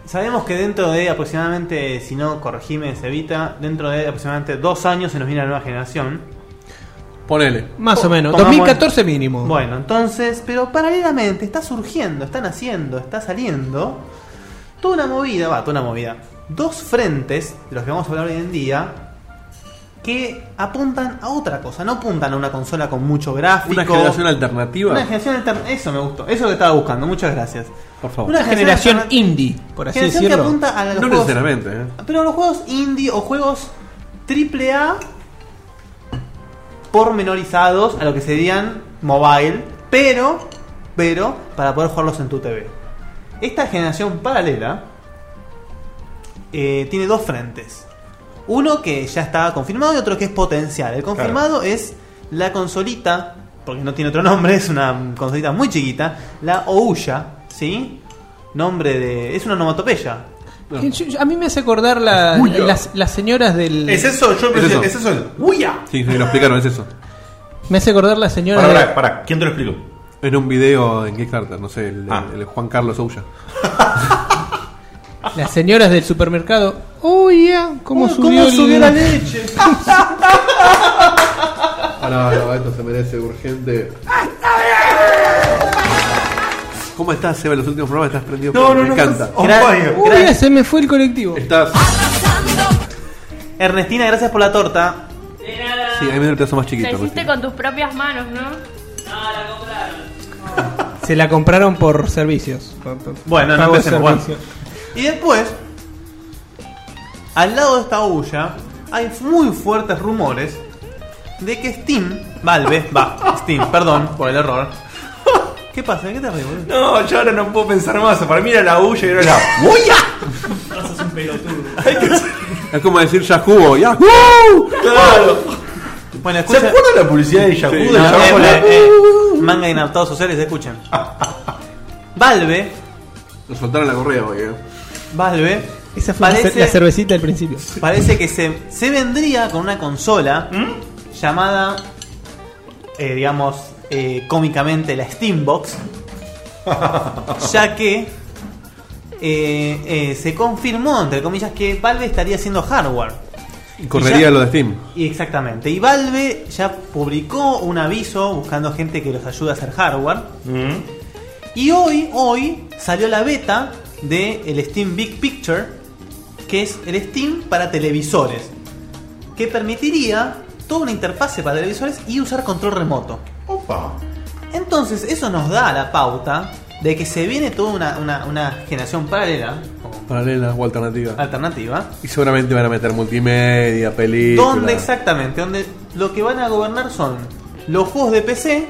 [SPEAKER 4] Sabemos que dentro de aproximadamente, si no corregime, se evita, dentro de aproximadamente dos años se nos viene la nueva generación.
[SPEAKER 1] Ponele.
[SPEAKER 5] Más o menos,
[SPEAKER 4] Pongamos-
[SPEAKER 5] 2014 mínimo.
[SPEAKER 4] Bueno, entonces, pero paralelamente está surgiendo, está naciendo, está saliendo toda una movida, va, toda una movida. Dos frentes de los que vamos a hablar hoy en día que apuntan a otra cosa, no apuntan a una consola con mucho gráfico.
[SPEAKER 1] Una generación alternativa.
[SPEAKER 4] Una generación alternativa. Eso me gustó, eso es lo que estaba buscando, muchas gracias.
[SPEAKER 1] Por favor.
[SPEAKER 4] Una generación
[SPEAKER 5] indie, por
[SPEAKER 4] así generación que decirlo. apunta a los
[SPEAKER 1] no
[SPEAKER 4] juegos-
[SPEAKER 1] necesariamente. ¿eh?
[SPEAKER 4] Pero los juegos indie o juegos triple A pormenorizados a lo que serían mobile, pero, pero para poder jugarlos en tu TV. Esta generación paralela eh, tiene dos frentes. Uno que ya está confirmado y otro que es potencial. El confirmado es la consolita, porque no tiene otro nombre, [laughs] es una consolita muy chiquita, la Ouya, ¿sí? Nombre de... es una onomatopeya.
[SPEAKER 5] Yo- yo- A mí me hace acordar la- las, las señoras del.
[SPEAKER 3] Es eso, yo pensé- es eso el ¡Uya!
[SPEAKER 1] Sí, sí, me lo explicaron, es eso.
[SPEAKER 5] Me hace acordar las señoras. de-
[SPEAKER 3] ¿quién te lo explicó?
[SPEAKER 1] En un video en Kickstarter, no sé, el,
[SPEAKER 3] Ah.
[SPEAKER 1] el- el Juan Carlos Ouya.
[SPEAKER 5] Las señoras del supermercado. ¡Oh, yeah! ¿Cómo,
[SPEAKER 4] ¿Cómo
[SPEAKER 5] subió, el- Ah.
[SPEAKER 4] subió la leche?
[SPEAKER 1] Ahora, Ah, esto se merece urgente.
[SPEAKER 4] ¡Ah,
[SPEAKER 1] ¿Cómo estás, Seba? En los últimos programas estás prendido.
[SPEAKER 4] No,
[SPEAKER 1] fuego,
[SPEAKER 4] no,
[SPEAKER 1] me
[SPEAKER 4] no,
[SPEAKER 1] encanta.
[SPEAKER 4] estás on Gra- fire.
[SPEAKER 5] ¡Uy,
[SPEAKER 4] Gracias.
[SPEAKER 5] se me fue el colectivo!
[SPEAKER 1] Estás.
[SPEAKER 4] Ernestina, gracias por la torta.
[SPEAKER 1] Sí, ahí me dio el pedazo más
[SPEAKER 6] La
[SPEAKER 1] chiquito.
[SPEAKER 6] hiciste con tus propias manos, ¿no?
[SPEAKER 5] Se la compraron por servicios.
[SPEAKER 4] Bueno, no
[SPEAKER 5] Pago de
[SPEAKER 4] empecemos, bueno.
[SPEAKER 5] servicios.
[SPEAKER 4] Y después, al lado de esta huya, hay muy fuertes rumores de que Steam, Valve, va, Steam, perdón por el error. [laughs] ¿Qué pasa? ¿Qué te ríes, boludo?
[SPEAKER 3] No, yo ahora no puedo pensar más. Para mí era la huya y era la ¡Uya!
[SPEAKER 1] Es como decir Yahoo, Yahoo.
[SPEAKER 3] Claro.
[SPEAKER 4] Bueno,
[SPEAKER 3] ¿Se
[SPEAKER 4] escucha.
[SPEAKER 3] acuerdan la publicidad de Yahoo?
[SPEAKER 1] Sí,
[SPEAKER 3] de
[SPEAKER 1] no,
[SPEAKER 3] Yahoo?
[SPEAKER 4] eh, eh, eh, manga de inadaptados sociales,
[SPEAKER 1] [laughs]
[SPEAKER 4] escuchen. Valve.
[SPEAKER 1] Lo soltaron la correa hoy, eh.
[SPEAKER 4] Valve.
[SPEAKER 5] Esa fue la cer- la cervecita al principio.
[SPEAKER 4] Parece que se, se vendría con una consola llamada, eh, digamos, eh, cómicamente la Steambox, ya que eh, eh, se confirmó, entre comillas, que Valve estaría haciendo hardware.
[SPEAKER 1] Y correría
[SPEAKER 4] ya-
[SPEAKER 1] lo de Steam.
[SPEAKER 4] Y exactamente. Y Valve ya publicó un aviso buscando gente que los ayude a hacer hardware. Y hoy, hoy, salió la beta de el Steam Big Picture, que es el Steam para televisores, que permitiría toda una interfase para televisores y usar control remoto.
[SPEAKER 3] Opa.
[SPEAKER 4] Entonces, eso nos da la pauta de que se viene toda una, una- una generación paralela,
[SPEAKER 1] Paralela o
[SPEAKER 3] Ah.
[SPEAKER 1] alternativa.
[SPEAKER 4] alternativa,
[SPEAKER 1] Y seguramente van a meter multimedia, películas.
[SPEAKER 4] donde exactamente, donde lo que van a gobernar son los juegos de PC,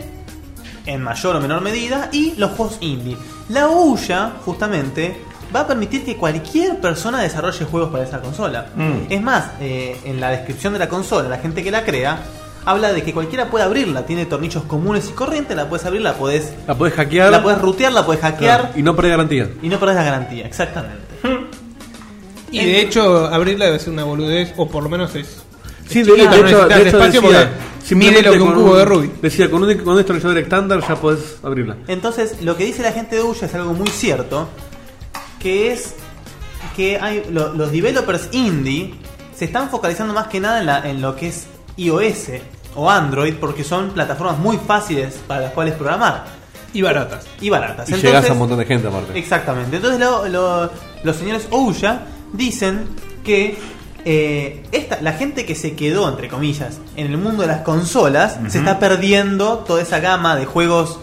[SPEAKER 4] en mayor o menor medida, y los juegos indie. La Ouya, justamente, va a permitir que cualquier persona desarrolle juegos para esa consola.
[SPEAKER 11] Mm.
[SPEAKER 4] Es más, eh, en la descripción de la consola, la gente que la crea, habla de que cualquiera puede abrirla, tiene tornillos comunes y corrientes, la puedes abrir, la puedes...
[SPEAKER 1] La podés hackear.
[SPEAKER 4] La puedes rutear, la puedes hackear.
[SPEAKER 1] Claro, Y no perdés garantía.
[SPEAKER 4] Y no perdés la garantía, exactamente.
[SPEAKER 5] Y de hecho, abrirla debe ser una boludez, o por lo menos es.
[SPEAKER 1] Sí,
[SPEAKER 5] es
[SPEAKER 1] de, de
[SPEAKER 5] chiquita, no
[SPEAKER 1] hecho,
[SPEAKER 5] necesitas
[SPEAKER 1] de hecho
[SPEAKER 5] espacio
[SPEAKER 1] decía,
[SPEAKER 5] porque mide lo que un
[SPEAKER 1] con
[SPEAKER 5] cubo de Rubik.
[SPEAKER 1] Decía, con un, con un destornillador estándar ya podés abrirla.
[SPEAKER 4] Entonces, lo que dice la gente de Uya es algo muy cierto, que es que hay lo- los developers indie se están focalizando más que nada en, la- en lo que es iOS o Android, porque son plataformas muy fáciles para las cuales programar.
[SPEAKER 5] Y baratas.
[SPEAKER 4] Y baratas.
[SPEAKER 1] Y llegás a un montón de gente aparte.
[SPEAKER 4] Exactamente. Entonces lo- lo- los señores Ouya dicen que eh, esta, la gente que se quedó, entre comillas, en el mundo de las consolas, se está perdiendo toda esa gama de juegos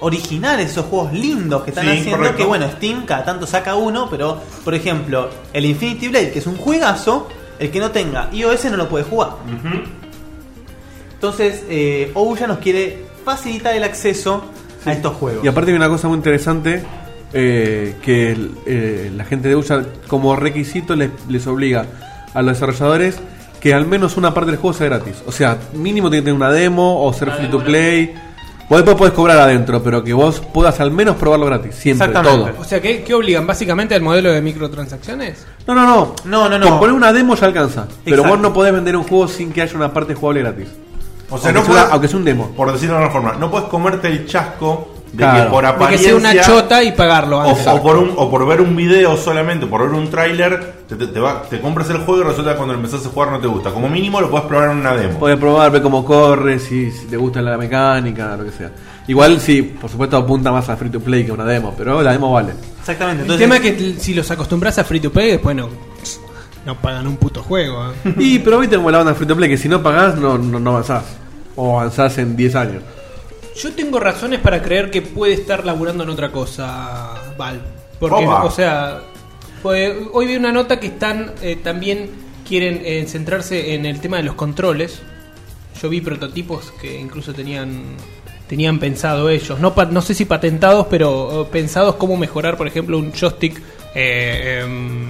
[SPEAKER 4] originales, esos juegos lindos que están
[SPEAKER 3] Sí,
[SPEAKER 4] haciendo,
[SPEAKER 3] correcto.
[SPEAKER 4] que bueno, Steam cada tanto saca uno, pero por ejemplo, el Infinity Blade, que es un juegazo, el que no tenga iOS no lo puede jugar. Entonces, eh, Ouya nos quiere facilitar el acceso a estos juegos.
[SPEAKER 1] Y aparte hay una cosa muy interesante eh, que el- eh, la gente de USA como requisito les, les obliga a los desarrolladores que al menos una parte del juego sea gratis. O sea, mínimo tiene que tener una demo o ser free to play. Vos después podés cobrar adentro, pero que vos puedas al menos probarlo gratis. Siempre, todo.
[SPEAKER 5] O sea, ¿qué, qué obligan? ¿Básicamente al modelo de microtransacciones?
[SPEAKER 1] No, no, no.
[SPEAKER 4] No, no,
[SPEAKER 1] Con poner una demo ya alcanza. Pero
[SPEAKER 5] Exacto.
[SPEAKER 1] vos no podés vender un juego sin que haya una parte jugable gratis.
[SPEAKER 3] O sea,
[SPEAKER 1] aunque
[SPEAKER 3] no
[SPEAKER 1] sea,
[SPEAKER 3] podés-
[SPEAKER 1] aunque sea un demo.
[SPEAKER 3] Por decirlo de una forma, no puedes comerte el chasco de que
[SPEAKER 1] Claro.
[SPEAKER 3] por
[SPEAKER 1] De
[SPEAKER 5] que
[SPEAKER 3] apariencia.
[SPEAKER 5] sea una chota y pagarlo
[SPEAKER 3] O,
[SPEAKER 5] antes.
[SPEAKER 3] o por un, o por ver un video solamente, por ver un tráiler, te, te- te va- te compras el juego y resulta que cuando lo empezás a jugar no te gusta. Como mínimo lo puedes probar en una demo.
[SPEAKER 1] Podés probar, ver cómo corre, si, si te gusta la mecánica, lo que sea. Igual sí, por supuesto apunta más a free to play que a una demo, pero la demo
[SPEAKER 4] [laughs]
[SPEAKER 1] vale.
[SPEAKER 4] Exactamente.
[SPEAKER 5] el tema es que t- si los acostumbras a free to play, después no, no pagan un puto juego. ¿eh?
[SPEAKER 1] Y pero viste como la onda free to play, que si no pagás no, no, no avanzás. O avanzás en 10 años.
[SPEAKER 5] Yo tengo razones para creer que puede estar laburando en otra cosa, Val. Porque,
[SPEAKER 1] Opa.
[SPEAKER 5] o sea, puede- hoy vi una nota que están eh, también quieren eh, centrarse en el tema de los controles. Yo vi prototipos que incluso tenían tenían pensado ellos, no pa- no sé si patentados, pero eh, pensados cómo mejorar, por ejemplo, un joystick, eh, em,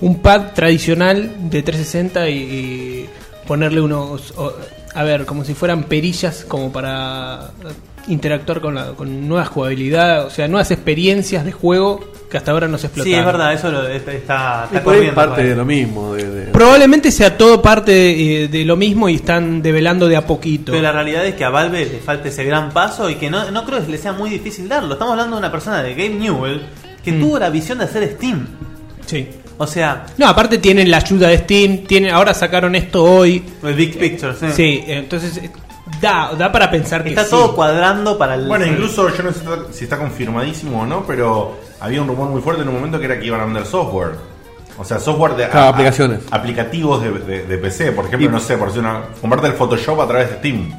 [SPEAKER 5] un pad tradicional de 360 y, y ponerle unos, o- a ver, como si fueran perillas como para eh, interactuar con, la, con nueva jugabilidad, o sea, nuevas experiencias de juego que hasta ahora no se explotaron.
[SPEAKER 4] Sí, es verdad, eso lo- está, está,
[SPEAKER 1] Y
[SPEAKER 4] está
[SPEAKER 1] por ahí
[SPEAKER 4] corriendo, pues.
[SPEAKER 1] parte
[SPEAKER 4] parece.
[SPEAKER 1] de lo mismo. De, de-
[SPEAKER 5] Probablemente sea todo parte de, de lo mismo y están develando de a poquito.
[SPEAKER 4] Pero la realidad es que a Valve le falta ese gran paso y que no, no creo que le sea muy difícil darlo. Estamos hablando de una persona de Gabe Newell que
[SPEAKER 1] Mm.
[SPEAKER 4] tuvo la visión de hacer Steam.
[SPEAKER 5] Sí.
[SPEAKER 4] O sea,
[SPEAKER 5] No, aparte tienen la ayuda de Steam, tienen, ahora sacaron esto hoy.
[SPEAKER 4] el pues Big Picture, sí.
[SPEAKER 5] Sí, entonces eh, da, da para pensar que
[SPEAKER 4] Está
[SPEAKER 5] sí.
[SPEAKER 4] todo cuadrando para el.
[SPEAKER 3] Bueno, incluso yo no sé si está confirmadísimo o no, pero había un rumor muy fuerte en un momento que era que iban a vender software. O sea, software de
[SPEAKER 4] Ah,
[SPEAKER 1] Claro, aplicaciones.
[SPEAKER 3] aplicativos de, de- de PC, por ejemplo,
[SPEAKER 1] Y-
[SPEAKER 3] no sé, por decir una, comprarte el Photoshop a través de Steam.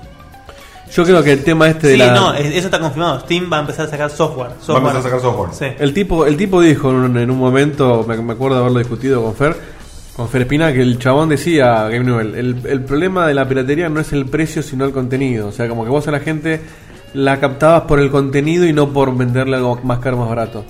[SPEAKER 1] Yo creo que el tema este de
[SPEAKER 4] Sí,
[SPEAKER 1] la...
[SPEAKER 4] no, es- eso está confirmado. Steam va a empezar a sacar software. software.
[SPEAKER 3] empezar a sacar software.
[SPEAKER 4] Sí.
[SPEAKER 1] El tipo, el tipo dijo en un, en un momento, me, me acuerdo de haberlo discutido con Fer, con Fer Espina, que el chabón decía, Game Newell, el, el problema de la piratería no es el precio, sino el contenido. O sea, como que vos a la gente la captabas por el contenido y no por venderle algo más caro, más barato.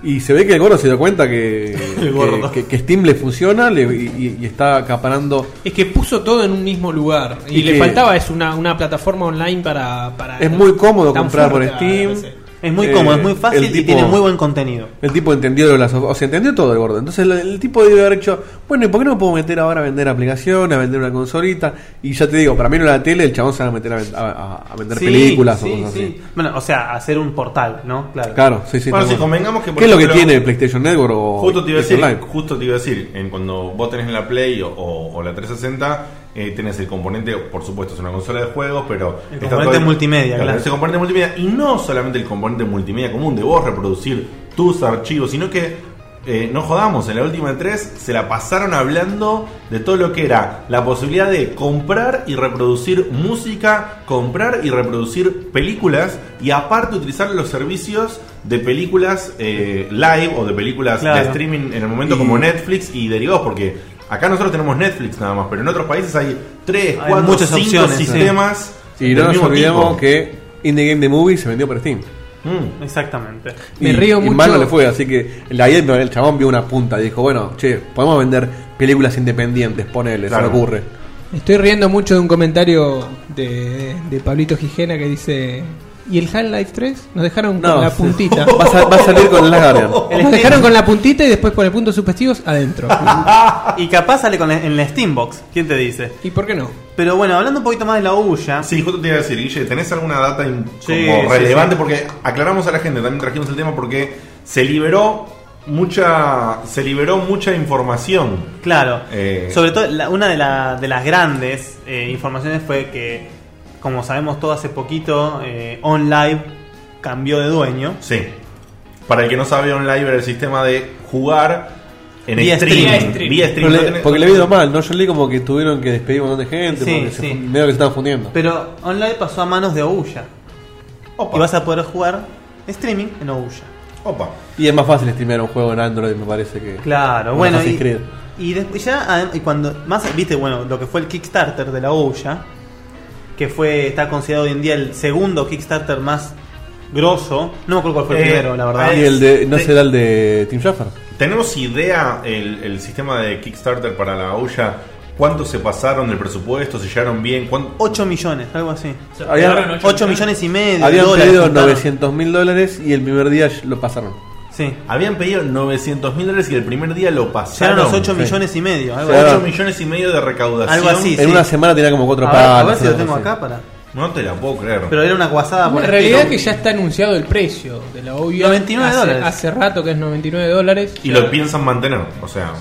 [SPEAKER 1] Y se ve que el gordo se dio cuenta que,
[SPEAKER 4] [laughs] El gordo.
[SPEAKER 1] que, que- que Steam le funciona le- y, y- y está acaparando.
[SPEAKER 5] Es que puso todo en un mismo lugar. Y,
[SPEAKER 1] Y
[SPEAKER 5] le
[SPEAKER 1] que-
[SPEAKER 5] faltaba es una, una plataforma online para, para-
[SPEAKER 1] Es muy cómodo
[SPEAKER 5] tan
[SPEAKER 1] comprar por
[SPEAKER 5] fuerte a la
[SPEAKER 1] Steam.
[SPEAKER 5] PC.
[SPEAKER 4] Es muy cómodo, es muy fácil
[SPEAKER 1] eh, el
[SPEAKER 4] y tiene muy buen contenido.
[SPEAKER 1] El tipo entendió lo de las of- o sea, entendió todo el gordo. Entonces el, el tipo debe haber hecho, bueno, ¿y por qué no me puedo meter ahora a vender aplicaciones, a vender una consolita? Y ya te digo, para mí no la tele, el chabón se va a meter a, ven- a- a- a vender
[SPEAKER 4] Sí,
[SPEAKER 1] películas
[SPEAKER 4] sí,
[SPEAKER 1] o cosas
[SPEAKER 4] sí.
[SPEAKER 1] así.
[SPEAKER 4] Bueno, o sea, hacer un portal, ¿no? Claro.
[SPEAKER 1] Claro, sí, sí.
[SPEAKER 3] Bueno,
[SPEAKER 1] tal
[SPEAKER 3] si
[SPEAKER 1] cual.
[SPEAKER 3] convengamos que, por
[SPEAKER 1] ¿Qué es lo que
[SPEAKER 3] ejemplo,
[SPEAKER 1] tiene PlayStation Network o
[SPEAKER 3] Justo te iba a
[SPEAKER 1] PlayStation
[SPEAKER 3] decir,
[SPEAKER 1] Live?
[SPEAKER 3] justo te iba a decir, en cuando vos tenés la Play o, o- o la 360, eh, tenés el componente, por supuesto, es una consola de juegos, pero
[SPEAKER 4] El componente multimedia, claro.
[SPEAKER 3] ese este componente multimedia y no solamente el componente multimedia común de vos reproducir tus archivos, sino que eh, no jodamos, en la última 3 se la pasaron hablando de todo lo que era la posibilidad de comprar y reproducir música, comprar y reproducir películas y aparte utilizar los servicios de películas eh, live o de películas de
[SPEAKER 4] Claro.
[SPEAKER 3] streaming en el momento como Netflix y derivados, porque acá nosotros tenemos Netflix nada más, pero en otros países hay 3,
[SPEAKER 4] Hay
[SPEAKER 3] 4,
[SPEAKER 4] muchas
[SPEAKER 3] 5
[SPEAKER 4] opciones, sí.
[SPEAKER 3] sistemas.
[SPEAKER 1] Y
[SPEAKER 3] del
[SPEAKER 1] no nos
[SPEAKER 3] mismo
[SPEAKER 1] olvidemos
[SPEAKER 3] tipo.
[SPEAKER 1] que Indie Game The Movie se vendió por Steam.
[SPEAKER 3] Mm.
[SPEAKER 4] Exactamente.
[SPEAKER 5] Me
[SPEAKER 1] y,
[SPEAKER 5] río
[SPEAKER 1] y
[SPEAKER 5] mucho.
[SPEAKER 1] mal no le fue, así que el, ahí el, el chabón vio una punta y dijo, bueno, che, podemos vender películas independientes, ponele,
[SPEAKER 3] Claro.
[SPEAKER 1] se me ocurre.
[SPEAKER 5] Estoy riendo mucho de un comentario de, de- de Pablito Gijena que dice. ¿Y el Half-Life 3? Nos dejaron con
[SPEAKER 1] No,
[SPEAKER 5] la
[SPEAKER 1] sí. [laughs]
[SPEAKER 5] puntita.
[SPEAKER 1] Va a, sa- va a salir con las
[SPEAKER 3] [laughs]
[SPEAKER 1] Guardian.
[SPEAKER 5] Nos dejaron con la puntita y después por el punto suspectivos
[SPEAKER 1] [laughs]
[SPEAKER 5] adentro.
[SPEAKER 4] Y capaz sale con la- en la Steambox, ¿quién te dice?
[SPEAKER 5] ¿Y por qué no?
[SPEAKER 4] Pero bueno, hablando un poquito más de la Ulla.
[SPEAKER 3] Sí, justo te iba a decir, Guille, ¿tenés alguna data in-
[SPEAKER 4] Sí,
[SPEAKER 3] como
[SPEAKER 4] sí,
[SPEAKER 3] relevante?
[SPEAKER 4] sí.
[SPEAKER 3] Porque aclaramos a la gente, también trajimos el tema porque se liberó mucha. Se liberó mucha información.
[SPEAKER 4] Claro.
[SPEAKER 3] Eh,
[SPEAKER 4] Sobre todo, la- una de, la- de las grandes eh, informaciones fue que, como sabemos todo hace poquito, eh, OnLive cambió de dueño.
[SPEAKER 3] Sí. Para el que no sabe, OnLive era el sistema de jugar en
[SPEAKER 4] Vía
[SPEAKER 3] streaming.
[SPEAKER 4] streaming.
[SPEAKER 3] Vía
[SPEAKER 1] No
[SPEAKER 3] streaming.
[SPEAKER 1] le-
[SPEAKER 3] No tenés-
[SPEAKER 1] porque le vino mal, ¿no? Yo leí como que tuvieron que despedir un montón de gente,
[SPEAKER 4] Sí,
[SPEAKER 1] porque se
[SPEAKER 4] sí.
[SPEAKER 1] fu- medio que se estaban fundiendo.
[SPEAKER 4] Pero OnLive pasó a manos de Ouya.
[SPEAKER 3] Opa.
[SPEAKER 4] Y vas a poder jugar streaming en Ouya.
[SPEAKER 3] Opa.
[SPEAKER 1] Y es más fácil streamear un juego en Android, me parece que.
[SPEAKER 4] Claro,
[SPEAKER 1] como
[SPEAKER 4] bueno.
[SPEAKER 1] Assassin's
[SPEAKER 4] Y,
[SPEAKER 1] Creed.
[SPEAKER 4] y después ya, adem- y cuando más, viste, bueno, lo que fue el Kickstarter de la Ouya, que fue, está considerado hoy en día el segundo Kickstarter más grosso. No me acuerdo cuál fue el
[SPEAKER 3] Eh,
[SPEAKER 4] primero, la verdad.
[SPEAKER 1] Y el de. ¿No
[SPEAKER 3] Sí.
[SPEAKER 1] será el de Tim Schafer?
[SPEAKER 3] ¿Tenemos idea el, el sistema de Kickstarter para la olla? ¿Cuánto se pasaron del presupuesto? ¿Se llegaron bien? ¿Cuánto?
[SPEAKER 4] 8 millones, algo así.
[SPEAKER 1] Habían-
[SPEAKER 7] Ahorraron ocho
[SPEAKER 4] 8 millones y medio. de
[SPEAKER 1] Habían
[SPEAKER 4] dólares
[SPEAKER 1] pedido
[SPEAKER 4] juntaron.
[SPEAKER 1] 900 mil dólares y el primer día lo pasaron.
[SPEAKER 4] Sí.
[SPEAKER 1] Ah,
[SPEAKER 3] Habían pedido 900 mil dólares y el primer día lo
[SPEAKER 4] Ya
[SPEAKER 3] pasaron.
[SPEAKER 4] eran los 8
[SPEAKER 1] sí.
[SPEAKER 4] millones y medio. Algo
[SPEAKER 1] Llegaron.
[SPEAKER 4] así.
[SPEAKER 3] 8 millones y medio de recaudación.
[SPEAKER 4] Algo así. Sí,
[SPEAKER 1] en
[SPEAKER 4] sí.
[SPEAKER 1] una semana tenía como cuatro
[SPEAKER 4] A ver, a
[SPEAKER 1] palos,
[SPEAKER 4] ver si lo
[SPEAKER 1] algo
[SPEAKER 4] tengo
[SPEAKER 1] así.
[SPEAKER 4] acá para.
[SPEAKER 3] No te la puedo creer.
[SPEAKER 4] Pero era una guasada por
[SPEAKER 5] En
[SPEAKER 4] el
[SPEAKER 5] realidad
[SPEAKER 4] estilo.
[SPEAKER 5] que ya está anunciado el precio de la OUYA.
[SPEAKER 4] 99
[SPEAKER 5] hace,
[SPEAKER 4] dólares.
[SPEAKER 5] Hace rato que es 99 dólares.
[SPEAKER 3] y lo piensan mantener. O sea,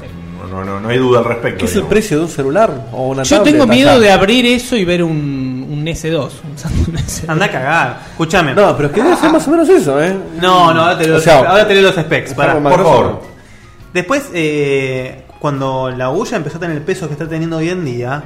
[SPEAKER 3] no, no, no hay duda al respecto.
[SPEAKER 1] ¿Qué es el
[SPEAKER 3] digamos.
[SPEAKER 1] precio de un celular o una
[SPEAKER 5] Yo
[SPEAKER 1] tablet?
[SPEAKER 5] tengo miedo
[SPEAKER 1] Acá.
[SPEAKER 5] de abrir eso y ver un, un S2. Un Samsung S2.
[SPEAKER 4] Anda a cagar. Escúchame.
[SPEAKER 1] No, pero es que debe ser más o menos eso, ¿eh?
[SPEAKER 4] No, no, ahora te leo,
[SPEAKER 1] O sea,
[SPEAKER 4] ahora te leo los specs.
[SPEAKER 1] es
[SPEAKER 4] pará.
[SPEAKER 1] algo más
[SPEAKER 3] Por
[SPEAKER 1] grosso,
[SPEAKER 3] favor.
[SPEAKER 1] ¿no?
[SPEAKER 4] Después, eh, cuando la Ulla empezó a tener el peso que está teniendo hoy en día,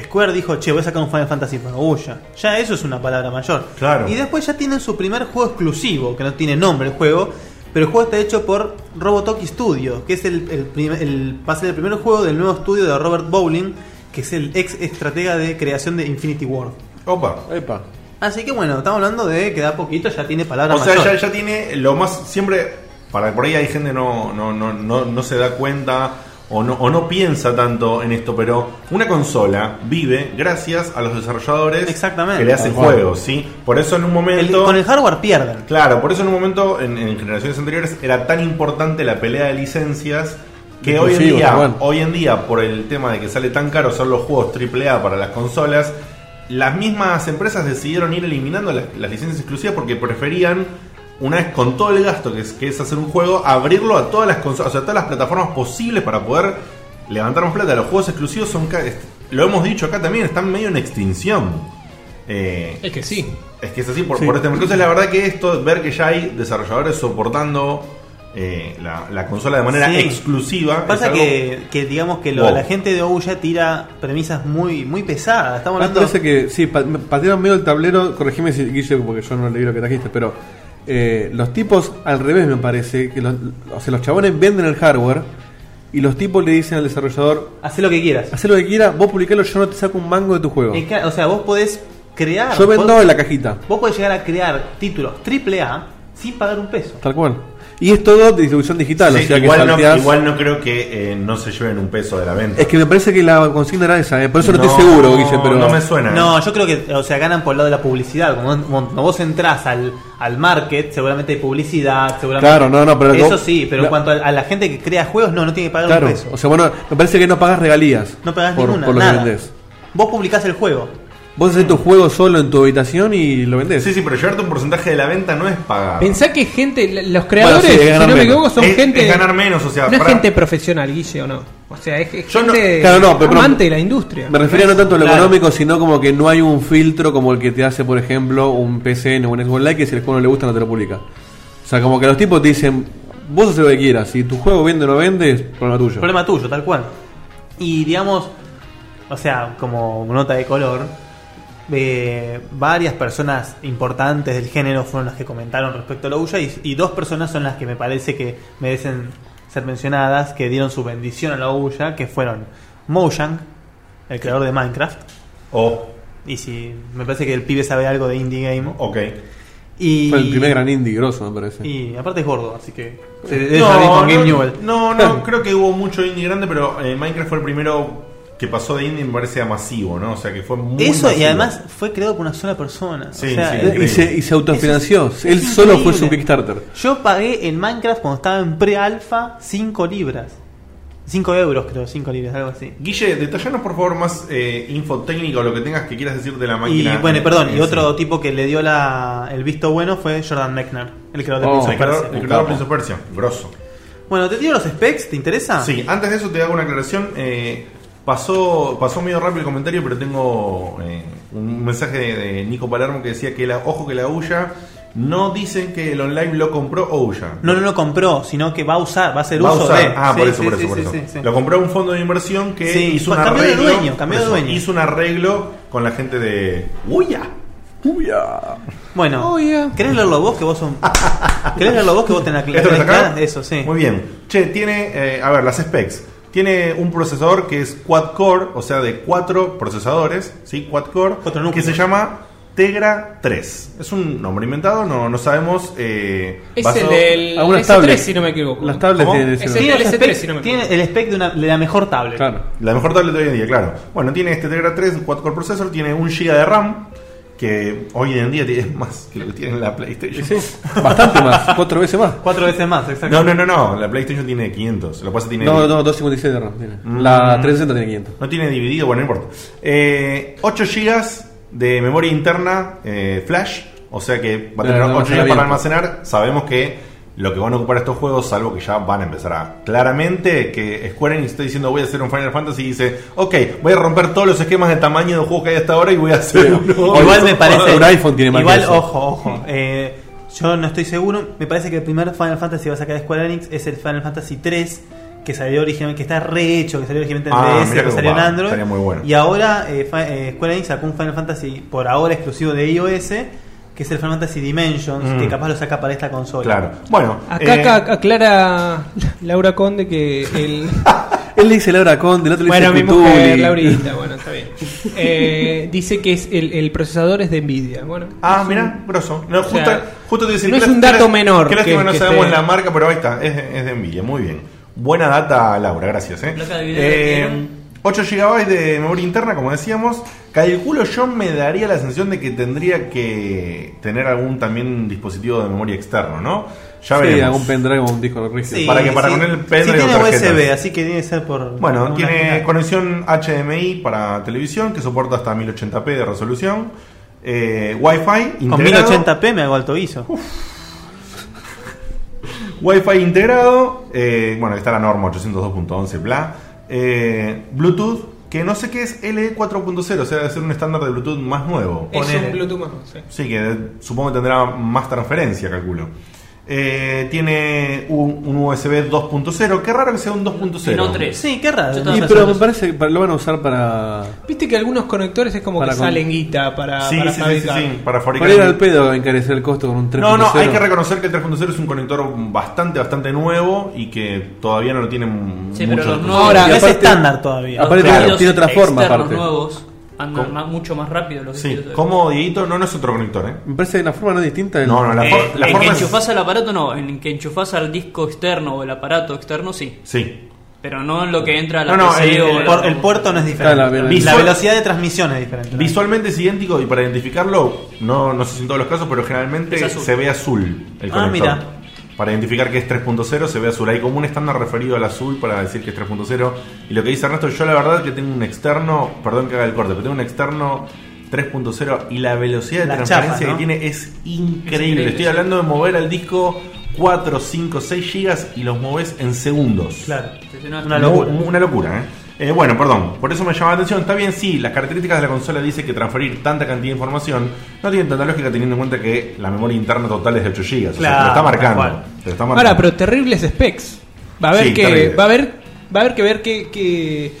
[SPEAKER 4] Square dijo, che, voy a sacar un Final Fantasy para Ulla. Ya eso es una palabra mayor.
[SPEAKER 3] Claro.
[SPEAKER 4] Y después ya tienen su primer juego exclusivo, que no tiene nombre el juego, pero el juego está hecho por Robotok Studio, que es el, el prim- el- va a ser el primer juego del nuevo estudio de Robert Bowling, que es el ex estratega de creación de Infinity War.
[SPEAKER 3] Opa.
[SPEAKER 1] Epa.
[SPEAKER 4] Así que bueno, estamos hablando de que da poquito ya tiene palabra
[SPEAKER 3] O sea,
[SPEAKER 4] mayor.
[SPEAKER 3] ya, ya tiene lo más. Siempre. Para, por ahí hay gente no, no, no, no, no se da cuenta o no, o no piensa tanto en esto, pero una consola vive gracias a los desarrolladores
[SPEAKER 4] Exactamente.
[SPEAKER 3] que le hacen
[SPEAKER 1] Tal cual.
[SPEAKER 3] juegos, ¿sí? Por eso en un
[SPEAKER 4] El-
[SPEAKER 3] momento.
[SPEAKER 4] con el hardware pierden.
[SPEAKER 3] Claro, por eso en un momento, en, en generaciones anteriores, era tan importante la pelea de licencias que hoy en,
[SPEAKER 1] Exclusivos,
[SPEAKER 3] día,
[SPEAKER 1] igual.
[SPEAKER 3] hoy en día, por el tema de que sale tan caro son los juegos AAA para las consolas, las mismas empresas decidieron ir eliminando las, las licencias exclusivas porque preferían, una vez con todo el gasto que es, que es hacer un juego, abrirlo a todas las consolas, o sea, a todas las plataformas posibles para poder levantar más plata. Los juegos exclusivos son, ca- est- lo hemos dicho acá también, están medio en extinción. Eh,
[SPEAKER 5] Es que sí.
[SPEAKER 3] es que es así por, por este mercado. Entonces, la verdad que esto, ver que ya hay desarrolladores soportando eh, la, la consola de manera
[SPEAKER 4] Sí.
[SPEAKER 3] exclusiva. es
[SPEAKER 4] Pasa
[SPEAKER 3] algo-
[SPEAKER 4] que, que digamos que lo-
[SPEAKER 3] Wow.
[SPEAKER 4] la gente de Ouya tira premisas muy, muy pesadas. Estamos
[SPEAKER 1] Me
[SPEAKER 4] hablando.
[SPEAKER 1] Ah, parece que sí, pa- me patearon medio el tablero. Corregime si Guille, porque yo no leí lo que trajiste, pero eh, los tipos al revés me parece. que los, O sea, los chabones venden el hardware y los tipos le dicen al desarrollador:
[SPEAKER 4] Hacé lo que quieras.
[SPEAKER 1] Hacé lo que quiera, vos publicalo, yo no te saco un mango de tu juego.
[SPEAKER 4] Es que, O sea, vos podés crear.
[SPEAKER 1] Yo vendo
[SPEAKER 4] vos,
[SPEAKER 1] en la cajita,
[SPEAKER 4] vos podés llegar a crear títulos AAA sin pagar un peso.
[SPEAKER 1] tal cual. Y es todo de distribución digital,
[SPEAKER 3] Sí,
[SPEAKER 1] o sea que
[SPEAKER 3] igual, no,
[SPEAKER 1] salteás-
[SPEAKER 3] igual no creo que eh, no se lleven un peso de la venta.
[SPEAKER 1] Es que me parece que la consigna era esa, eh, por eso no,
[SPEAKER 3] No,
[SPEAKER 1] estoy seguro, Guille, pero.
[SPEAKER 4] No, yo creo que, o sea, ganan por el lado de la publicidad. Cuando, cuando vos entrás al, al market, seguramente hay publicidad, seguramente.
[SPEAKER 1] Claro, no, no, pero
[SPEAKER 4] Eso
[SPEAKER 1] no-
[SPEAKER 4] sí, pero
[SPEAKER 1] no.
[SPEAKER 4] en cuanto a, a la gente que crea juegos, no, no tiene que pagar
[SPEAKER 1] Claro,
[SPEAKER 4] un peso.
[SPEAKER 1] o sea, bueno, me parece que no pagas regalías.
[SPEAKER 4] No pagás
[SPEAKER 1] por,
[SPEAKER 4] ninguna,
[SPEAKER 1] por lo
[SPEAKER 4] nada.
[SPEAKER 1] que vendés.
[SPEAKER 4] Vos publicás el juego.
[SPEAKER 1] Vos haces tu juego solo en tu habitación y lo vendés.
[SPEAKER 3] Sí, sí, pero llevarte un porcentaje de la venta no es pagar.
[SPEAKER 5] Pensá que gente, la- los creadores,
[SPEAKER 1] Bueno, sí, es
[SPEAKER 5] si
[SPEAKER 1] ganar
[SPEAKER 5] no me
[SPEAKER 1] menos.
[SPEAKER 5] equivoco, son
[SPEAKER 1] Es-
[SPEAKER 5] gente.
[SPEAKER 1] es ganar menos, o sea,
[SPEAKER 5] No es
[SPEAKER 1] pará.
[SPEAKER 5] gente profesional, Guille, o no. O sea, es, es
[SPEAKER 1] Yo no-
[SPEAKER 5] gente
[SPEAKER 1] claro, no, pero- pero-
[SPEAKER 5] amante de la industria.
[SPEAKER 1] Me refería no tanto a lo
[SPEAKER 5] Claro.
[SPEAKER 1] económico, sino como que no hay un filtro como el que te hace, por ejemplo, un PCN o un Xbox Live, que si el juego no le gusta no te lo publica. O sea, como que los tipos te dicen, vos haces lo que quieras, si tu juego vende o no vende, es problema tuyo.
[SPEAKER 4] Problema tuyo, tal cual. Y digamos, o sea, como nota de color, eh, varias personas importantes del género fueron las que comentaron respecto a Louya y, y dos personas son las que me parece que merecen ser mencionadas, que dieron su bendición a Louya, que fueron Mojang, el creador de Minecraft.
[SPEAKER 3] O.
[SPEAKER 4] Y si me parece que el pibe sabe algo de indie game.
[SPEAKER 3] Ok.
[SPEAKER 4] Y,
[SPEAKER 1] Fue el primer gran indie grosso, me parece.
[SPEAKER 4] Y aparte es gordo, así que... se debe salir con Game Newell.
[SPEAKER 3] no,
[SPEAKER 1] [laughs]
[SPEAKER 3] no, creo que hubo mucho indie grande, pero eh, Minecraft fue el primero que pasó de indie, me parece, a masivo, ¿no? O sea, que fue muy
[SPEAKER 4] Eso y
[SPEAKER 3] masivo.
[SPEAKER 4] además fue creado por una sola persona.
[SPEAKER 3] Sí,
[SPEAKER 4] o sea,
[SPEAKER 3] sí,
[SPEAKER 4] es-
[SPEAKER 1] y, se, y se autofinanció.
[SPEAKER 4] es-
[SPEAKER 1] Él
[SPEAKER 4] es
[SPEAKER 1] solo fue
[SPEAKER 4] increíble.
[SPEAKER 1] su Kickstarter.
[SPEAKER 4] Yo pagué en Minecraft cuando estaba en pre-alfa 5 libras. 5 euros creo, 5 libras, algo así.
[SPEAKER 3] Guille, detallanos por favor más eh, info técnica o lo que tengas que quieras decir de la
[SPEAKER 4] Y
[SPEAKER 3] máquina.
[SPEAKER 4] bueno, perdón, y
[SPEAKER 3] Sí.
[SPEAKER 4] otro tipo que le dio la, el visto bueno fue Jordan Mechner, el creador de
[SPEAKER 3] Oh,
[SPEAKER 4] Prince of
[SPEAKER 3] el creador,
[SPEAKER 4] Persia.
[SPEAKER 3] el creador de Prince of Persia, grosso.
[SPEAKER 4] Bueno, ¿te tiro los specs? ¿Te interesa?
[SPEAKER 3] Sí, antes de eso te hago una aclaración. eh, pasó, pasó medio rápido el comentario, pero tengo eh, un mensaje de, de Nico Palermo que decía que la, ojo que la Ulla no dicen que el online lo compró Ouya.
[SPEAKER 4] No, no lo compró, sino que va a usar, va a hacer
[SPEAKER 3] Va a
[SPEAKER 4] uso
[SPEAKER 3] usar.
[SPEAKER 4] de.
[SPEAKER 3] Ah,
[SPEAKER 4] Sí,
[SPEAKER 3] por eso,
[SPEAKER 4] sí,
[SPEAKER 3] por eso,
[SPEAKER 4] sí,
[SPEAKER 3] por
[SPEAKER 4] sí,
[SPEAKER 3] eso.
[SPEAKER 4] sí, sí.
[SPEAKER 3] Lo compró un fondo de inversión que
[SPEAKER 4] Sí,
[SPEAKER 3] hizo
[SPEAKER 4] pues,
[SPEAKER 3] un
[SPEAKER 4] cambió de
[SPEAKER 3] arreglo.
[SPEAKER 4] dueño, cambió de
[SPEAKER 3] por eso,
[SPEAKER 4] dueño.
[SPEAKER 3] Hizo un arreglo con la gente de Uya.
[SPEAKER 1] ah.
[SPEAKER 3] Uya.
[SPEAKER 4] Bueno,
[SPEAKER 3] Oh,
[SPEAKER 4] ¿querés leerlo vos que vos
[SPEAKER 3] [laughs]
[SPEAKER 4] son. ¿Querés leerlo vos que vos tenés
[SPEAKER 3] ¿Esto que está acá?
[SPEAKER 4] claras? Eso, sí.
[SPEAKER 3] Muy bien. Che, tiene, eh, a ver, las specs. Tiene un procesador que es quad-core, o sea, de cuatro procesadores, ¿sí? Quad-core, que se llama Tegra 3. Es un nombre inventado, no, no sabemos. eh,
[SPEAKER 5] Es
[SPEAKER 3] basado-
[SPEAKER 5] el del
[SPEAKER 3] Algunas
[SPEAKER 5] S3,
[SPEAKER 3] tablets.
[SPEAKER 5] si no me equivoco.
[SPEAKER 3] Las tablets
[SPEAKER 5] ¿Cómo?
[SPEAKER 3] tienen
[SPEAKER 5] Es
[SPEAKER 3] ese
[SPEAKER 5] el
[SPEAKER 3] nombre.
[SPEAKER 5] del
[SPEAKER 4] Tiene
[SPEAKER 5] S3,
[SPEAKER 4] spec-
[SPEAKER 5] si no me equivoco.
[SPEAKER 4] Tiene el spec de, una- de la mejor tablet.
[SPEAKER 3] La mejor tablet de hoy en día, claro. Bueno, tiene este Tegra 3, un quad-core processor, tiene un GB de RAM, que hoy en día tiene más que lo que tiene la PlayStation.
[SPEAKER 1] Bastante más, cuatro veces más.
[SPEAKER 4] Cuatro veces más, exacto.
[SPEAKER 3] No, no, no, no, la PlayStation tiene 500. Lo que pasa es que tiene
[SPEAKER 1] No, no, 256 de RAM tiene.
[SPEAKER 4] Mm.
[SPEAKER 1] La 360 tiene 500.
[SPEAKER 3] No tiene dividido, bueno, no importa. Eh, 8 GB de memoria interna eh, flash, o sea que va a tener
[SPEAKER 1] No,
[SPEAKER 3] 8
[SPEAKER 1] no, no,
[SPEAKER 3] GB
[SPEAKER 1] bien.
[SPEAKER 3] para almacenar. Sabemos que lo que van a ocupar estos juegos, salvo que ya van a empezar a. Claramente que Square Enix está diciendo voy a hacer un Final Fantasy y dice, ok, voy a romper todos los esquemas de tamaño de juegos que hay hasta ahora y voy a hacer uno".
[SPEAKER 4] Igual me parece.
[SPEAKER 1] Un iPhone tiene más
[SPEAKER 4] Igual,
[SPEAKER 1] que eso.
[SPEAKER 4] ojo, ojo. eh, yo no estoy seguro. Me parece que el primer Final Fantasy que va a sacar Square Enix es el Final Fantasy 3 que salió originalmente, que está rehecho, que salió originalmente en
[SPEAKER 3] Ah,
[SPEAKER 4] DS,
[SPEAKER 3] mirá
[SPEAKER 4] que
[SPEAKER 3] qué
[SPEAKER 4] salió en
[SPEAKER 3] copado,
[SPEAKER 4] Android.
[SPEAKER 3] estaría muy bueno.
[SPEAKER 4] Y ahora eh, Fi- eh, Square Enix sacó un Final Fantasy por ahora exclusivo de iOS, que es el Final Fantasy Dimensions,
[SPEAKER 5] Mm.
[SPEAKER 4] que capaz lo saca para esta consola.
[SPEAKER 3] Claro. Bueno, eh,
[SPEAKER 5] Acá,
[SPEAKER 1] eh,
[SPEAKER 5] acá aclara Laura Conde que el.
[SPEAKER 1] Él le dice Laura Conde, el otro le
[SPEAKER 5] bueno, mi
[SPEAKER 1] dice
[SPEAKER 5] mujer,
[SPEAKER 1] Cutuli.
[SPEAKER 5] Laurita, bueno, está bien. Eh, dice que es el, el procesador es de Nvidia. Bueno,
[SPEAKER 3] Ah,
[SPEAKER 5] es
[SPEAKER 3] mirá,
[SPEAKER 5] un-
[SPEAKER 3] grosso. No,
[SPEAKER 5] o
[SPEAKER 3] justo,
[SPEAKER 5] sea,
[SPEAKER 3] justo te dicen,
[SPEAKER 5] no es
[SPEAKER 3] clas-
[SPEAKER 5] un dato
[SPEAKER 3] clas-
[SPEAKER 5] menor.
[SPEAKER 3] Qué lástima
[SPEAKER 5] que-
[SPEAKER 3] que no
[SPEAKER 5] que
[SPEAKER 3] sabemos
[SPEAKER 5] esté-
[SPEAKER 3] la marca, pero ahí está, es, es de Nvidia, muy bien. Buena data, Laura, gracias. ¿eh?
[SPEAKER 5] Placa de video
[SPEAKER 3] Eh,
[SPEAKER 5] tiene.
[SPEAKER 3] 8 GB de memoria interna, como decíamos. Calculo yo me daría la sensación de que tendría que tener algún también dispositivo de memoria externo, ¿no? Ya
[SPEAKER 1] Sí,
[SPEAKER 3] veremos.
[SPEAKER 1] algún pendrive o un disco rígido.
[SPEAKER 3] para que para poner el pendrive
[SPEAKER 4] tiene
[SPEAKER 3] o tarjetas.
[SPEAKER 4] USB, así que tiene que ser por.
[SPEAKER 3] Bueno,
[SPEAKER 4] una-
[SPEAKER 3] tiene conexión HDMI para televisión que soporta hasta 1080p de resolución. Eh, Wi-Fi
[SPEAKER 4] Con
[SPEAKER 3] integrado.
[SPEAKER 4] 1080p me hago alto ISO.
[SPEAKER 3] Wi-Fi integrado. eh, bueno, ahí está la norma 802.11, bla. Eh, Bluetooth, que no sé qué es E LE 4.0, o sea, debe ser un estándar de Bluetooth más nuevo.
[SPEAKER 5] Es
[SPEAKER 3] Ponele.
[SPEAKER 5] un Bluetooth más. sí.
[SPEAKER 3] Sí, que supongo que tendrá más transferencia, calculo. Eh, tiene un, un USB 2.0. Qué raro que sea un 2.0.
[SPEAKER 4] Sí, qué raro.
[SPEAKER 1] Y, pero me parece que pa- lo van a usar para.
[SPEAKER 5] Viste que algunos conectores es como
[SPEAKER 1] Para
[SPEAKER 5] que
[SPEAKER 1] con-
[SPEAKER 5] salen guita Ah, para,
[SPEAKER 3] Sí,
[SPEAKER 5] para
[SPEAKER 3] sí, sí,
[SPEAKER 5] fabricar.
[SPEAKER 3] sí, sí, para fabricar.
[SPEAKER 1] Para ir al pedo a encarecer el costo con un 3.0.
[SPEAKER 3] No, no, hay que reconocer que el 3.0 es un conector bastante, bastante nuevo y que todavía no lo tienen mucho.
[SPEAKER 7] Sí, pero los
[SPEAKER 3] usuarios.
[SPEAKER 7] nuevos- Ahora,
[SPEAKER 1] Y
[SPEAKER 7] no es
[SPEAKER 1] aparte-
[SPEAKER 7] estándar todavía.
[SPEAKER 1] Aparte,
[SPEAKER 7] Los
[SPEAKER 1] tiene- tiene otra
[SPEAKER 7] externos
[SPEAKER 1] forma. Aparte.
[SPEAKER 7] nuevos Anda
[SPEAKER 3] ¿Cómo?
[SPEAKER 7] más- mucho más rápido los
[SPEAKER 3] Sí,
[SPEAKER 7] vestidos de-
[SPEAKER 3] como Dieguito no, no es otro conector, ¿eh?
[SPEAKER 1] Me parece que la forma no es distinta. del-
[SPEAKER 3] No, no, la,
[SPEAKER 7] Eh,
[SPEAKER 3] for- la
[SPEAKER 7] en que
[SPEAKER 3] forma es-
[SPEAKER 7] enchufás al aparato no, en que enchufás al disco externo o el aparato externo sí.
[SPEAKER 3] Sí.
[SPEAKER 7] Pero no en lo que entra a la
[SPEAKER 3] No, no,
[SPEAKER 7] PC
[SPEAKER 3] el-
[SPEAKER 7] o
[SPEAKER 3] el
[SPEAKER 7] la-
[SPEAKER 3] por-
[SPEAKER 4] El puerto no es diferente.
[SPEAKER 3] Claro, la- la-
[SPEAKER 4] la
[SPEAKER 3] visual-
[SPEAKER 4] velocidad de transmisión es diferente.
[SPEAKER 3] Visualmente es idéntico y para identificarlo, no, no sé si en todos los casos, pero
[SPEAKER 4] Es
[SPEAKER 3] generalmente
[SPEAKER 4] azul.
[SPEAKER 3] se ve azul el
[SPEAKER 4] Ah,
[SPEAKER 3] conector.
[SPEAKER 4] mira.
[SPEAKER 3] Para identificar que es 3.0 se ve azul. Hay como un estándar referido al azul para decir que es 3.0. Y lo que dice Ernesto, yo la verdad que tengo un externo, perdón que haga el corte, pero tengo un externo 3.0 y la velocidad de
[SPEAKER 4] La
[SPEAKER 3] transferencia
[SPEAKER 4] chapa, ¿no?
[SPEAKER 3] que tiene es increíble.
[SPEAKER 4] increíble,
[SPEAKER 3] Estoy
[SPEAKER 4] sí.
[SPEAKER 3] hablando de mover al disco 4, 5, 6 gigas y los moves en segundos.
[SPEAKER 4] Claro.
[SPEAKER 3] Una locura. Una locura, ¿eh? Eh, Bueno, perdón, por eso me llama la atención. Está bien, sí, las características de la consola dice que transferir tanta cantidad de información no tiene tanta lógica teniendo en cuenta que la memoria interna total es de 8 GB. o sea, te
[SPEAKER 5] Claro,
[SPEAKER 3] lo está
[SPEAKER 5] tal
[SPEAKER 3] marcando.
[SPEAKER 5] cual.
[SPEAKER 3] te lo está marcando.
[SPEAKER 5] Ahora, pero terribles specs. Va a haber
[SPEAKER 3] Sí,
[SPEAKER 5] que
[SPEAKER 3] terrible.
[SPEAKER 5] va a haber va a haber que ver que, que,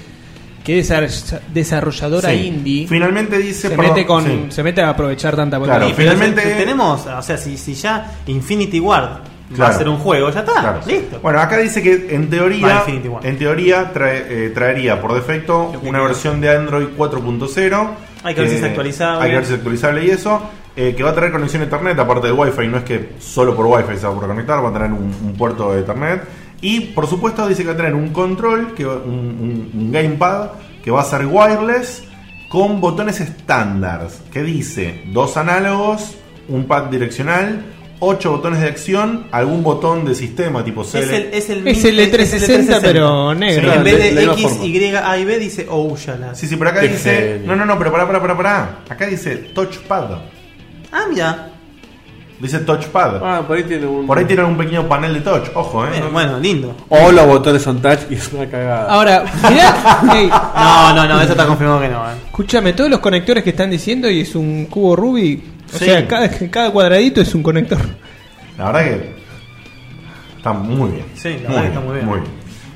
[SPEAKER 5] que desar- desarrolladora
[SPEAKER 3] Sí.
[SPEAKER 5] indie
[SPEAKER 3] Finalmente dice,
[SPEAKER 5] se
[SPEAKER 3] perdón,
[SPEAKER 5] mete con
[SPEAKER 3] sí.
[SPEAKER 5] se mete a aprovechar tanta
[SPEAKER 4] Y
[SPEAKER 5] potencia.
[SPEAKER 4] finalmente tenemos, o sea, si, si ya Infinity Ward va a
[SPEAKER 3] Claro.
[SPEAKER 4] ser un juego, ya está,
[SPEAKER 3] Claro.
[SPEAKER 4] Ah, listo.
[SPEAKER 3] Bueno, acá dice que en
[SPEAKER 4] Va,
[SPEAKER 3] teoría,
[SPEAKER 4] Infinity War.
[SPEAKER 3] en teoría trae- eh, traería por defecto una versión de Android 4.0.
[SPEAKER 4] Hay que ver si es
[SPEAKER 3] eh,
[SPEAKER 4] actualizable.
[SPEAKER 3] Hay que ver si es actualizable y eso. eh, que va a traer conexión a Ethernet, aparte de Wi-Fi, no es que solo por Wi-Fi se va a poder conectar, va a tener un, un puerto de Ethernet. Y por supuesto dice que va a tener un control, que va- un, un- un gamepad, que va a ser wireless con botones estándar, que dice dos análogos, un pad direccional, ocho botones de acción, algún botón de sistema tipo
[SPEAKER 4] Es el, es el,
[SPEAKER 5] Es el E360, pero negro.
[SPEAKER 4] Sí, en
[SPEAKER 5] Claro,
[SPEAKER 4] vez
[SPEAKER 5] de-
[SPEAKER 4] de,
[SPEAKER 5] de la
[SPEAKER 4] X,
[SPEAKER 5] forma.
[SPEAKER 4] Y, A y B dice "Oh, Oushala.
[SPEAKER 3] Sí, sí, pero acá
[SPEAKER 4] Qué
[SPEAKER 3] dice.
[SPEAKER 4] genio.
[SPEAKER 3] No, no, no, pero pará, pará, pará, pará. Acá dice touchpad.
[SPEAKER 4] Ah, mira.
[SPEAKER 3] Dice touchpad.
[SPEAKER 1] Ah, por ahí tiene un.
[SPEAKER 3] Por ahí tiene un pequeño panel de touch, ojo, eh.
[SPEAKER 4] Bueno,
[SPEAKER 3] No-
[SPEAKER 4] bueno, lindo.
[SPEAKER 1] O los botones son touch y es una cagada.
[SPEAKER 5] Ahora, mirá, hey,
[SPEAKER 3] Ah.
[SPEAKER 4] No, no, no, eso está confirmado que no. eh.
[SPEAKER 5] escúchame, todos los conectores que están diciendo y es un cubo Rubik, o
[SPEAKER 3] Sí.
[SPEAKER 5] sea, cada, cada cuadradito es un conector.
[SPEAKER 3] La verdad que. Está muy bien.
[SPEAKER 4] Sí, la verdad que está muy bien.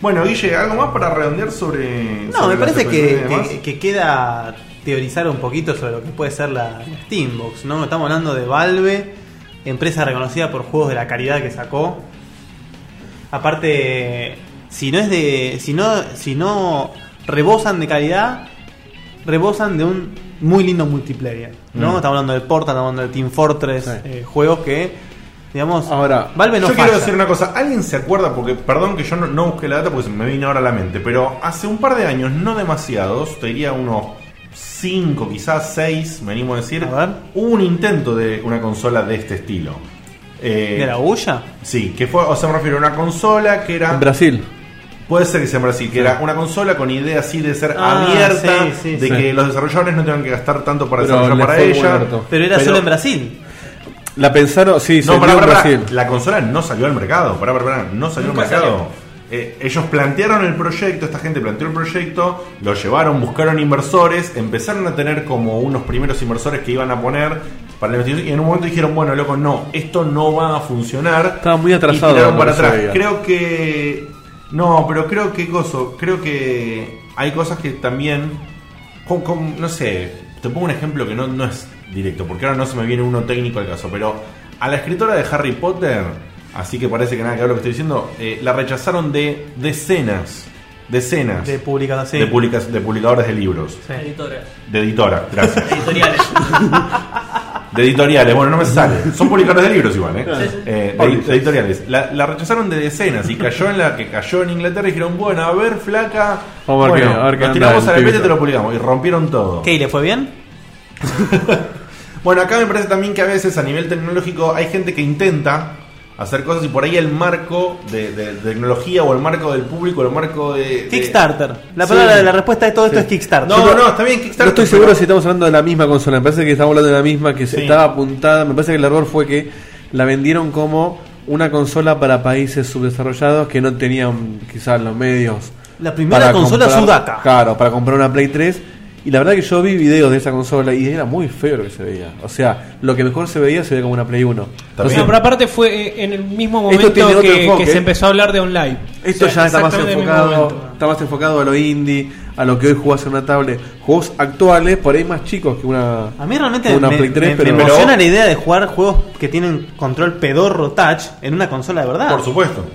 [SPEAKER 3] Bueno, Guille, ¿algo más para redondear sobre.?
[SPEAKER 4] No, me parece que, que, que queda teorizar un poquito sobre lo que puede ser la Steambox, ¿no? Estamos hablando de Valve, empresa reconocida por juegos de la caridad que sacó. Aparte, si no es de. si no, si no rebosan de calidad, rebosan de un muy lindo multiplayer. ¿No?
[SPEAKER 1] Mm.
[SPEAKER 4] Estamos hablando del Portal, estamos hablando del Team Fortress,
[SPEAKER 1] Sí.
[SPEAKER 4] eh, juegos que, digamos,
[SPEAKER 1] Ahora,
[SPEAKER 4] Valve no
[SPEAKER 3] Yo
[SPEAKER 4] falla.
[SPEAKER 3] quiero decir una cosa, ¿alguien se acuerda? Porque, perdón que yo no, no busqué la data porque se me vino ahora a la mente, pero hace un par de años, no demasiados, te diría unos 5, quizás 6, me animo a decir, hubo un intento de una consola de este estilo. Eh,
[SPEAKER 4] ¿De la Ulla?
[SPEAKER 3] Sí, que fue, o sea, me refiero a una consola que era...
[SPEAKER 1] En Brasil.
[SPEAKER 3] Puede ser que sea en Brasil, que era una consola con idea así de ser
[SPEAKER 4] Ah,
[SPEAKER 3] abierta,
[SPEAKER 4] sí, sí,
[SPEAKER 3] de
[SPEAKER 4] sí.
[SPEAKER 3] que los desarrolladores no tengan que gastar tanto para
[SPEAKER 1] Pero
[SPEAKER 3] desarrollar
[SPEAKER 1] le
[SPEAKER 3] para
[SPEAKER 1] fue muy
[SPEAKER 3] ella.
[SPEAKER 1] harto.
[SPEAKER 4] Pero era solo en Brasil.
[SPEAKER 1] La pensaron, sí,
[SPEAKER 3] No,
[SPEAKER 1] se
[SPEAKER 3] pará,
[SPEAKER 1] dio en
[SPEAKER 3] pará, pará.
[SPEAKER 1] Brasil.
[SPEAKER 3] La consola no salió al mercado. Pará, pará, pará. No salió
[SPEAKER 1] Nunca
[SPEAKER 3] al mercado. Eh, ellos plantearon el proyecto, esta gente planteó el proyecto, lo llevaron, buscaron inversores, empezaron a tener como unos primeros inversores que iban a poner para la investigación y en un momento dijeron, bueno, loco, no, esto no va a funcionar.
[SPEAKER 1] Estaba muy atrasado
[SPEAKER 3] Y tiraron para
[SPEAKER 1] cuando se
[SPEAKER 3] atrás.
[SPEAKER 1] veía.
[SPEAKER 3] Creo que... No, pero creo que gozo, creo que hay cosas que también... con- con- no sé, te pongo un ejemplo que no, no es directo, porque ahora no se me viene uno técnico al caso, pero a la escritora de Harry Potter, así que parece que nada que ver lo que estoy diciendo, eh, la rechazaron de decenas, decenas
[SPEAKER 4] De publicación, sí.
[SPEAKER 3] Ah, de, publica- de publicadores de libros,
[SPEAKER 4] Sí.
[SPEAKER 7] Editorial.
[SPEAKER 3] de editora, gracias.
[SPEAKER 7] Editoriales.
[SPEAKER 3] De editoriales, bueno, no me sale. Son publicadores de libros igual, ¿eh?
[SPEAKER 7] Sí, sí.
[SPEAKER 3] Eh, de, de editoriales. La, la rechazaron de decenas y cayó en la que cayó en Inglaterra y dijeron, bueno, a ver, flaca.
[SPEAKER 1] Vamos a ver
[SPEAKER 3] bueno,
[SPEAKER 1] qué- a ver qué
[SPEAKER 3] nos
[SPEAKER 1] anda
[SPEAKER 3] tiramos
[SPEAKER 1] el
[SPEAKER 3] a la pileta y
[SPEAKER 1] pibito.
[SPEAKER 3] te lo publicamos. Y rompieron todo.
[SPEAKER 4] ¿Qué? ¿Y le fue bien?
[SPEAKER 3] Bueno, acá me parece también que a veces a nivel tecnológico hay gente que intenta hacer cosas y por ahí el marco de, de- de tecnología o el marco del público, el marco de. de-
[SPEAKER 4] Kickstarter. La
[SPEAKER 3] Sí.
[SPEAKER 4] palabra, la respuesta de todo esto
[SPEAKER 1] Sí.
[SPEAKER 4] es Kickstarter.
[SPEAKER 3] No, no, está bien,
[SPEAKER 1] No
[SPEAKER 3] Kickstarter.
[SPEAKER 1] estoy
[SPEAKER 3] pero-
[SPEAKER 1] seguro si estamos hablando de la misma consola. Me parece que estamos hablando de la misma que se
[SPEAKER 3] Sí.
[SPEAKER 1] estaba apuntada. Me parece que el error fue que la vendieron como una consola para países subdesarrollados que no tenían quizás los medios.
[SPEAKER 4] La primera consola sudaca.
[SPEAKER 1] Claro, para comprar una Play 3. Y la verdad que yo vi videos de esa consola y era muy feo lo que se veía. O sea, lo que mejor se veía se veía como una Play 1. Entonces,
[SPEAKER 5] No, pero aparte fue eh, en el mismo
[SPEAKER 1] Esto
[SPEAKER 5] momento
[SPEAKER 1] tiene otro
[SPEAKER 5] que,
[SPEAKER 1] enfoque,
[SPEAKER 5] que se
[SPEAKER 1] ¿eh?
[SPEAKER 5] empezó a hablar de online.
[SPEAKER 1] Esto
[SPEAKER 5] O sea,
[SPEAKER 1] ya está más
[SPEAKER 5] exactamente en el mismo momento.
[SPEAKER 1] enfocado, está más enfocado a lo indie, a lo que hoy jugás en una tablet, juegos actuales, por ahí más chicos que una
[SPEAKER 4] A mí realmente
[SPEAKER 1] que una
[SPEAKER 4] me,
[SPEAKER 1] Play 3,
[SPEAKER 4] me-
[SPEAKER 1] pero
[SPEAKER 4] me emociona la idea de jugar juegos que tienen control pedorro touch en una consola de verdad.
[SPEAKER 3] Por supuesto.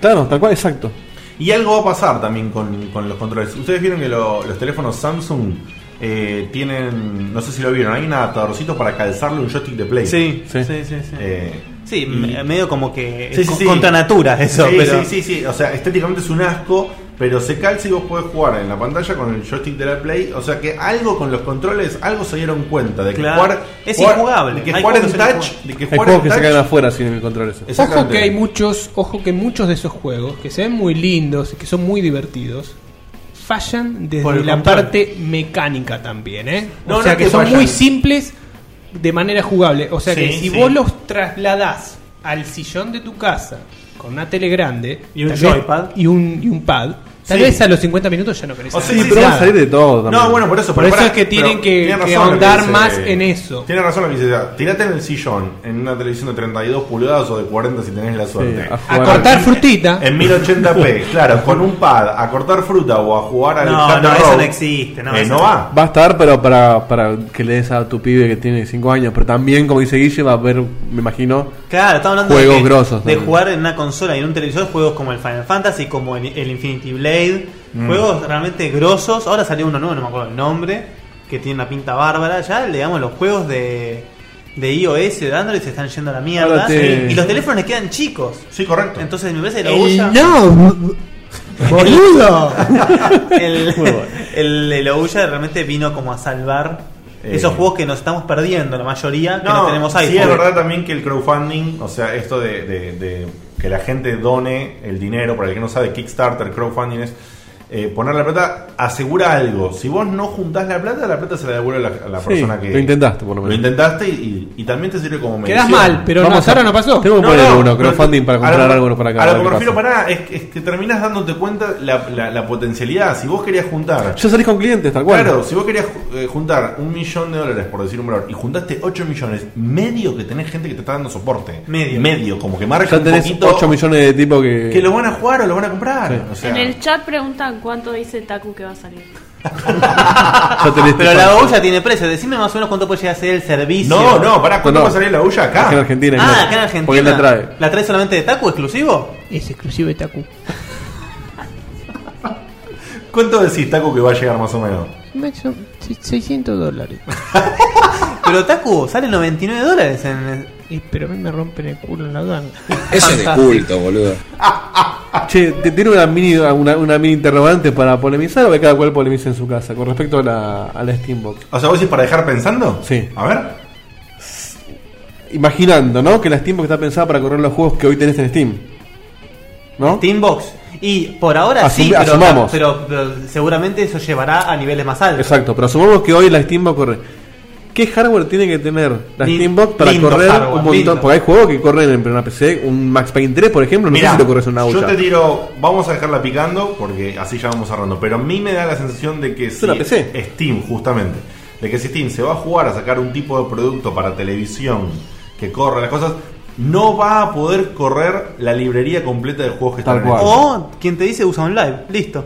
[SPEAKER 1] Claro, tal cual, exacto.
[SPEAKER 3] Y algo va a pasar también con, con los controles. Ustedes vieron que lo- los teléfonos Samsung eh, tienen, no sé si lo vieron, hay un adaptadorcito para calzarle un joystick de play.
[SPEAKER 4] Sí, sí, sí. Sí,
[SPEAKER 3] Eh,
[SPEAKER 4] Sí, me- medio como que es con- contra natura
[SPEAKER 3] naturas
[SPEAKER 4] eso,
[SPEAKER 3] Sí,
[SPEAKER 4] pero-
[SPEAKER 3] sí, sí, sí. O sea, estéticamente es un asco, pero se calza y vos podés jugar en la pantalla con el joystick de la Play. O sea que algo con los controles, algo se dieron cuenta de que
[SPEAKER 4] Claro.
[SPEAKER 3] jugar.
[SPEAKER 4] Es
[SPEAKER 3] jugar-
[SPEAKER 4] injugable.
[SPEAKER 3] De que
[SPEAKER 4] Hay
[SPEAKER 3] jugar en
[SPEAKER 4] juegos que se
[SPEAKER 3] touch.
[SPEAKER 4] juegan.
[SPEAKER 3] De que
[SPEAKER 1] Hay
[SPEAKER 3] jugar
[SPEAKER 1] juegos
[SPEAKER 3] en
[SPEAKER 1] que se
[SPEAKER 3] touch-
[SPEAKER 1] quedan afuera sin el control ese.
[SPEAKER 5] Ojo que hay muchos, ojo que muchos de esos juegos que se ven muy lindos y que son muy divertidos fallan desde
[SPEAKER 4] Por el
[SPEAKER 5] la
[SPEAKER 4] control.
[SPEAKER 5] parte mecánica también, ¿eh?
[SPEAKER 4] No,
[SPEAKER 5] o sea
[SPEAKER 4] no
[SPEAKER 5] que,
[SPEAKER 4] que
[SPEAKER 5] son
[SPEAKER 4] fallan.
[SPEAKER 5] muy simples de manera jugable. O sea que
[SPEAKER 4] Sí,
[SPEAKER 5] si
[SPEAKER 4] sí.
[SPEAKER 5] vos los trasladás al sillón de tu casa con una tele grande
[SPEAKER 4] Y un
[SPEAKER 5] tal
[SPEAKER 4] joypad.
[SPEAKER 5] y un, y un pad, tal
[SPEAKER 4] Sí.
[SPEAKER 5] vez a los 50 minutos ya no querés
[SPEAKER 3] O sea,
[SPEAKER 5] hacer
[SPEAKER 3] sí,
[SPEAKER 5] nada.
[SPEAKER 3] pero va a salir de
[SPEAKER 1] todo
[SPEAKER 3] No, bueno, por eso.
[SPEAKER 5] Por
[SPEAKER 3] pero
[SPEAKER 5] eso
[SPEAKER 3] pará,
[SPEAKER 5] es que tienen
[SPEAKER 3] pero
[SPEAKER 5] que-
[SPEAKER 3] tiene
[SPEAKER 5] que
[SPEAKER 3] razón lo
[SPEAKER 5] ahondar
[SPEAKER 3] dice-
[SPEAKER 5] más en eso.
[SPEAKER 3] Tiene razón lo que dice. o sea, Tirate en el sillón, en una televisión de 32 pulgadas o de 40 si tenés la suerte.
[SPEAKER 5] a jugar. A cortar frutita.
[SPEAKER 3] [laughs] En 1080p, claro, con un pad, a cortar fruta o a jugar al
[SPEAKER 4] No,
[SPEAKER 3] Cat
[SPEAKER 4] no,
[SPEAKER 3] and
[SPEAKER 4] eso
[SPEAKER 3] Roll,
[SPEAKER 4] no existe. No,
[SPEAKER 3] eh,
[SPEAKER 4] eso
[SPEAKER 3] no va.
[SPEAKER 1] Va a estar, pero para, para que le des a tu pibe que tiene 5 años. Pero también, como dice Guille, va a haber, me imagino,
[SPEAKER 4] Claro, estamos hablando
[SPEAKER 1] juegos
[SPEAKER 4] de, que-
[SPEAKER 1] grosos.
[SPEAKER 4] de
[SPEAKER 1] también.
[SPEAKER 4] jugar en una consola y en un televisor juegos como el Final Fantasy, como el, el Infinity Blade,
[SPEAKER 1] Mm.
[SPEAKER 4] juegos realmente grosos. Ahora salió uno nuevo, no me acuerdo el nombre, que tiene una pinta bárbara. Ya, digamos, los juegos de, de iOS o de Android se están yendo a la mierda.
[SPEAKER 1] Ahora te-
[SPEAKER 4] Y los teléfonos les quedan chicos.
[SPEAKER 3] Sí, correcto.
[SPEAKER 4] Entonces me parece que la olla...
[SPEAKER 5] El no,
[SPEAKER 1] [laughs]
[SPEAKER 5] boludo.
[SPEAKER 4] el, [laughs] el, el Ouya realmente vino como a salvar
[SPEAKER 3] Eh.
[SPEAKER 4] esos juegos que nos estamos perdiendo, la mayoría, que no, tenemos iPhone.
[SPEAKER 3] Sí, es verdad también que el crowdfunding, o sea, esto de, de- de que la gente done el dinero, para el que no sabe, Kickstarter, crowdfunding es eh, poner la plata, asegura algo. Si vos no juntás la plata, la plata se la devuelve a la, a la
[SPEAKER 1] Sí,
[SPEAKER 3] persona que.
[SPEAKER 1] lo intentaste, por lo menos.
[SPEAKER 3] intentaste y, y también te sirve como
[SPEAKER 5] Quedás
[SPEAKER 3] medición.
[SPEAKER 5] mal, pero no, hasta ahora no pasó.
[SPEAKER 1] Tengo que
[SPEAKER 3] No,
[SPEAKER 1] poner
[SPEAKER 3] no,
[SPEAKER 1] uno,
[SPEAKER 3] no,
[SPEAKER 1] crowdfunding para
[SPEAKER 3] a
[SPEAKER 1] comprar
[SPEAKER 3] lo-
[SPEAKER 1] algo para acá.
[SPEAKER 3] A
[SPEAKER 1] ver
[SPEAKER 3] lo que
[SPEAKER 1] qué
[SPEAKER 3] me refiero,
[SPEAKER 1] pasa.
[SPEAKER 3] pará, es, que- es que terminás dándote cuenta la, la- la potencialidad. Si vos querías juntar.
[SPEAKER 1] Ya salís con clientes, tal cual.
[SPEAKER 3] Claro, si vos querías ju- eh, juntar un millón de dólares, por decir un valor, y juntaste 8 millones, medio que tenés gente que te está dando soporte. Medio. Medio, como que marca
[SPEAKER 1] ya
[SPEAKER 3] un
[SPEAKER 1] tenés
[SPEAKER 3] poquito
[SPEAKER 1] 8 millones de tipos que.
[SPEAKER 3] que lo van a jugar o lo van a comprar.
[SPEAKER 1] Sí.
[SPEAKER 3] O sea,
[SPEAKER 6] En el chat preguntan cuánto dice Taku que va a salir.
[SPEAKER 3] Ah,
[SPEAKER 4] Pero la olla tiene precio. Decime más o menos cuánto puede llegar a ser el servicio.
[SPEAKER 3] No, no, pará, ¿cuánto va a salir la olla acá?
[SPEAKER 1] Acá en Argentina,
[SPEAKER 4] Ah,
[SPEAKER 1] claro.
[SPEAKER 4] acá en Argentina.
[SPEAKER 1] Porque él la trae.
[SPEAKER 4] ¿La trae solamente de Taku, exclusivo?
[SPEAKER 5] Es exclusivo de Taku.
[SPEAKER 3] ¿Cuánto decís, Taco, que va a llegar más o menos?
[SPEAKER 5] Maxo, 600 dólares.
[SPEAKER 4] Pero Taku sale 99 dólares en.
[SPEAKER 5] Y, Eh, pero a mí me rompen el culo en la
[SPEAKER 3] [laughs]
[SPEAKER 5] aduana.
[SPEAKER 10] Eso es de culto, boludo.
[SPEAKER 1] Che, te tiene una mini, una, una mini interrogante para polemizar o que cada cual polemice en su casa con respecto a la, a la Steambox.
[SPEAKER 3] O sea, vos decís para dejar pensando?
[SPEAKER 1] Sí.
[SPEAKER 3] A ver.
[SPEAKER 1] Imaginando, ¿no? Que la Steambox está pensada para correr los juegos que hoy tenés en Steam. ¿No?
[SPEAKER 4] Steambox. Y por ahora sí,
[SPEAKER 1] Asum-
[SPEAKER 4] pero,
[SPEAKER 1] asumamos.
[SPEAKER 4] pero- pero seguramente eso llevará a niveles más altos.
[SPEAKER 1] Exacto, pero asumamos que hoy la Steambox corre. ¿Qué hardware tiene que tener la
[SPEAKER 4] Lin-
[SPEAKER 1] Steambox para
[SPEAKER 4] lindo
[SPEAKER 1] correr
[SPEAKER 4] hardware,
[SPEAKER 1] un montón?
[SPEAKER 4] lindo.
[SPEAKER 1] Porque hay juegos que corren en una PC, un Max Payne 3, por ejemplo, no
[SPEAKER 3] Mirá,
[SPEAKER 1] sé si lo corres en una
[SPEAKER 3] yo
[SPEAKER 1] Ouya.
[SPEAKER 3] te tiro, vamos a dejarla picando porque así ya vamos cerrando. Pero a mí me da la sensación de que si
[SPEAKER 1] una PC.
[SPEAKER 3] Steam, justamente, de que si Steam se va a jugar a sacar un tipo de producto para televisión que corra las cosas, no va a poder correr la librería completa de juegos que
[SPEAKER 1] Tal
[SPEAKER 3] están en Steam.
[SPEAKER 4] O quien te dice usa un live. Listo.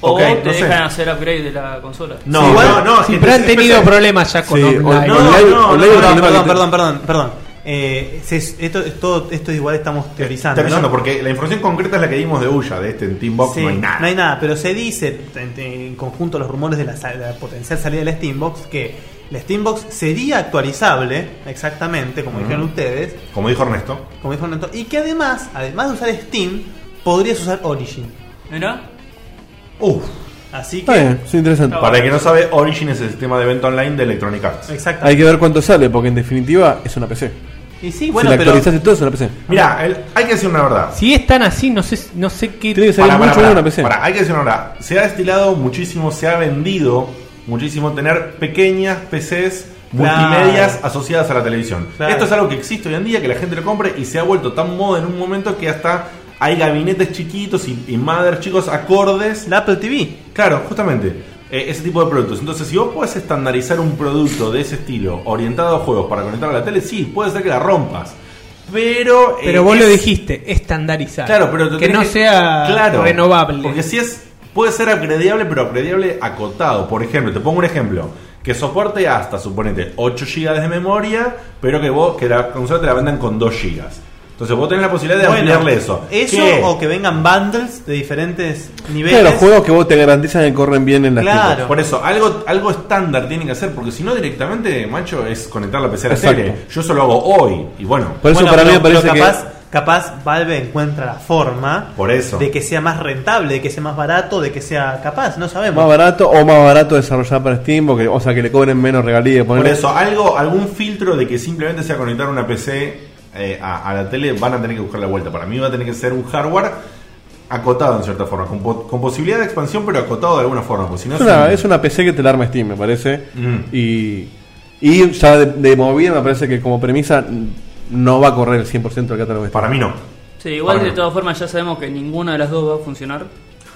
[SPEAKER 7] O
[SPEAKER 3] Ok,
[SPEAKER 7] te
[SPEAKER 3] no sé.
[SPEAKER 7] dejan hacer upgrade de la consola.
[SPEAKER 3] No,
[SPEAKER 4] Sí, igual-
[SPEAKER 3] no, no, es que
[SPEAKER 5] Siempre han
[SPEAKER 3] entonces-
[SPEAKER 5] tenido
[SPEAKER 3] entonces-
[SPEAKER 5] problemas ya con
[SPEAKER 1] Sí,
[SPEAKER 5] online.
[SPEAKER 1] online.
[SPEAKER 4] No,
[SPEAKER 1] Ah, Online-
[SPEAKER 4] no,
[SPEAKER 1] online
[SPEAKER 4] no,
[SPEAKER 1] es un
[SPEAKER 4] no,
[SPEAKER 1] problema
[SPEAKER 4] perdón,
[SPEAKER 1] que-
[SPEAKER 4] perdón, perdón, perdón. Eh, se- esto, es todo- esto igual estamos teorizando. ¿no?
[SPEAKER 3] Teorizando, porque la información concreta es la que dimos de Uya, de este en Teambox,
[SPEAKER 4] Sí,
[SPEAKER 3] no hay nada.
[SPEAKER 4] pero se dice en, en conjunto los rumores de la, sa- la potencial salida de la Steambox que la Steambox sería actualizable, exactamente, como
[SPEAKER 3] Ujú.
[SPEAKER 4] dijeron ustedes,
[SPEAKER 3] Como dijo Ernesto.
[SPEAKER 4] como dijo Neto, y que además, además de usar Steam, podrías usar Origin.
[SPEAKER 7] Mirá.
[SPEAKER 3] Uf.
[SPEAKER 4] Así
[SPEAKER 1] Está
[SPEAKER 4] que,
[SPEAKER 1] bien, es interesante.
[SPEAKER 3] Para el que no sabe, Origin es el sistema de venta online de Electronic Arts.
[SPEAKER 4] exactamente.
[SPEAKER 1] Hay que ver cuánto sale, porque en definitiva es una PC.
[SPEAKER 4] Y sí, bueno,
[SPEAKER 1] si la
[SPEAKER 4] pero
[SPEAKER 1] actualizás y todo es una PC.
[SPEAKER 3] Mira, hay que decir una verdad.
[SPEAKER 5] Si es tan así, no sé, no sé qué.
[SPEAKER 1] Tiene que salir
[SPEAKER 3] Pará,
[SPEAKER 1] mucho
[SPEAKER 3] pará,
[SPEAKER 1] de
[SPEAKER 3] pará,
[SPEAKER 1] una PC.
[SPEAKER 3] pará, hay que decir una verdad. Se ha destilado muchísimo, se ha vendido muchísimo tener pequeñas PCs
[SPEAKER 4] Claro.
[SPEAKER 3] multimedias asociadas a la televisión.
[SPEAKER 4] Claro.
[SPEAKER 3] Esto es algo que existe hoy en día, que la gente lo compre y se ha vuelto tan moda en un momento que hasta hay gabinetes chiquitos y, y madres chicos acordes.
[SPEAKER 4] la Apple TV.
[SPEAKER 3] Claro, justamente. eh, ese tipo de productos. Entonces, si vos podés estandarizar un producto de ese estilo, orientado a juegos para conectar a la tele, sí, puede ser que la rompas. Pero. eh,
[SPEAKER 5] Pero vos lo
[SPEAKER 3] es-
[SPEAKER 5] dijiste, estandarizar.
[SPEAKER 3] Claro, pero te
[SPEAKER 5] que
[SPEAKER 3] tenés
[SPEAKER 5] no sea
[SPEAKER 3] claro,
[SPEAKER 5] renovable.
[SPEAKER 3] Porque si es. Puede ser upgradeable, pero upgradeable acotado. Por ejemplo, te pongo un ejemplo. Que soporte hasta, suponete, 8 GB de memoria, pero que vos, que la consola te la vendan con 2 GB. Entonces vos tenés la posibilidad de ampliarle eso.
[SPEAKER 4] Eso
[SPEAKER 3] ¿Qué?
[SPEAKER 4] o que vengan bundles de diferentes niveles.
[SPEAKER 1] Claro, los juegos que vos te garantizan que corren bien en las
[SPEAKER 4] Claro.
[SPEAKER 3] Por eso, algo, algo estándar tienen que hacer, porque si no directamente, macho, es conectar la PC a la
[SPEAKER 1] Exacto.
[SPEAKER 3] tele. Yo eso lo hago hoy, y bueno.
[SPEAKER 4] Bueno, pero- pero capaz, capaz Valve encuentra la forma
[SPEAKER 3] Por eso.
[SPEAKER 4] de que sea más rentable, de que sea más barato, de que sea capaz, no sabemos.
[SPEAKER 1] Más barato o más barato desarrollar para Steam, porque, o sea, que le cobren menos regalías.
[SPEAKER 3] Por
[SPEAKER 1] ponele.
[SPEAKER 3] eso, algo, algún filtro de que simplemente sea conectar una PC eh, a, a la tele van a tener que buscar la vuelta. Para mí va a tener que ser un hardware acotado en cierta forma, con, po- con posibilidad de expansión, pero acotado de alguna forma. Porque si no,
[SPEAKER 1] es, una,
[SPEAKER 3] sí.
[SPEAKER 1] es una PC que te la arma Steam, me parece.
[SPEAKER 3] Mm.
[SPEAKER 1] Y, y ya de, de movida me parece que como premisa no va a correr el 100% del catálogo de Steam.
[SPEAKER 3] Para mí no. [laughs]
[SPEAKER 7] Sí, igual de todas formas ya sabemos que ninguna de las dos va a funcionar.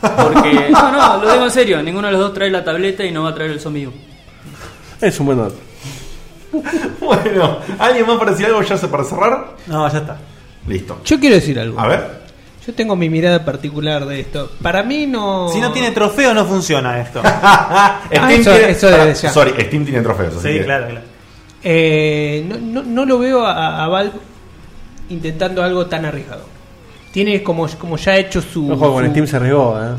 [SPEAKER 7] Porque. [laughs] No, no, lo digo en serio. Ninguno de los dos trae la tableta y no va a traer el zombie. U.
[SPEAKER 1] Es un buen dato.
[SPEAKER 3] bueno, ¿alguien más para decir algo ya se para cerrar?
[SPEAKER 4] No, ya está.
[SPEAKER 3] Listo.
[SPEAKER 5] Yo quiero decir algo.
[SPEAKER 3] A ver. [laughs]
[SPEAKER 5] Yo tengo mi mirada particular de esto. Para mí no.
[SPEAKER 4] Si no tiene trofeo no funciona esto.
[SPEAKER 5] Ah, eso- eso
[SPEAKER 3] pará,
[SPEAKER 5] desde ya.
[SPEAKER 3] Sorry, Steam tiene trofeos. Así
[SPEAKER 4] Sí,
[SPEAKER 3] que-
[SPEAKER 4] claro, claro.
[SPEAKER 5] Eh, no, no- no lo veo a, a Valve intentando algo tan arriesgado. Tiene como, como ya hecho su.
[SPEAKER 1] Un juego con
[SPEAKER 5] su-
[SPEAKER 1] Steam se arriesgó, ¿eh?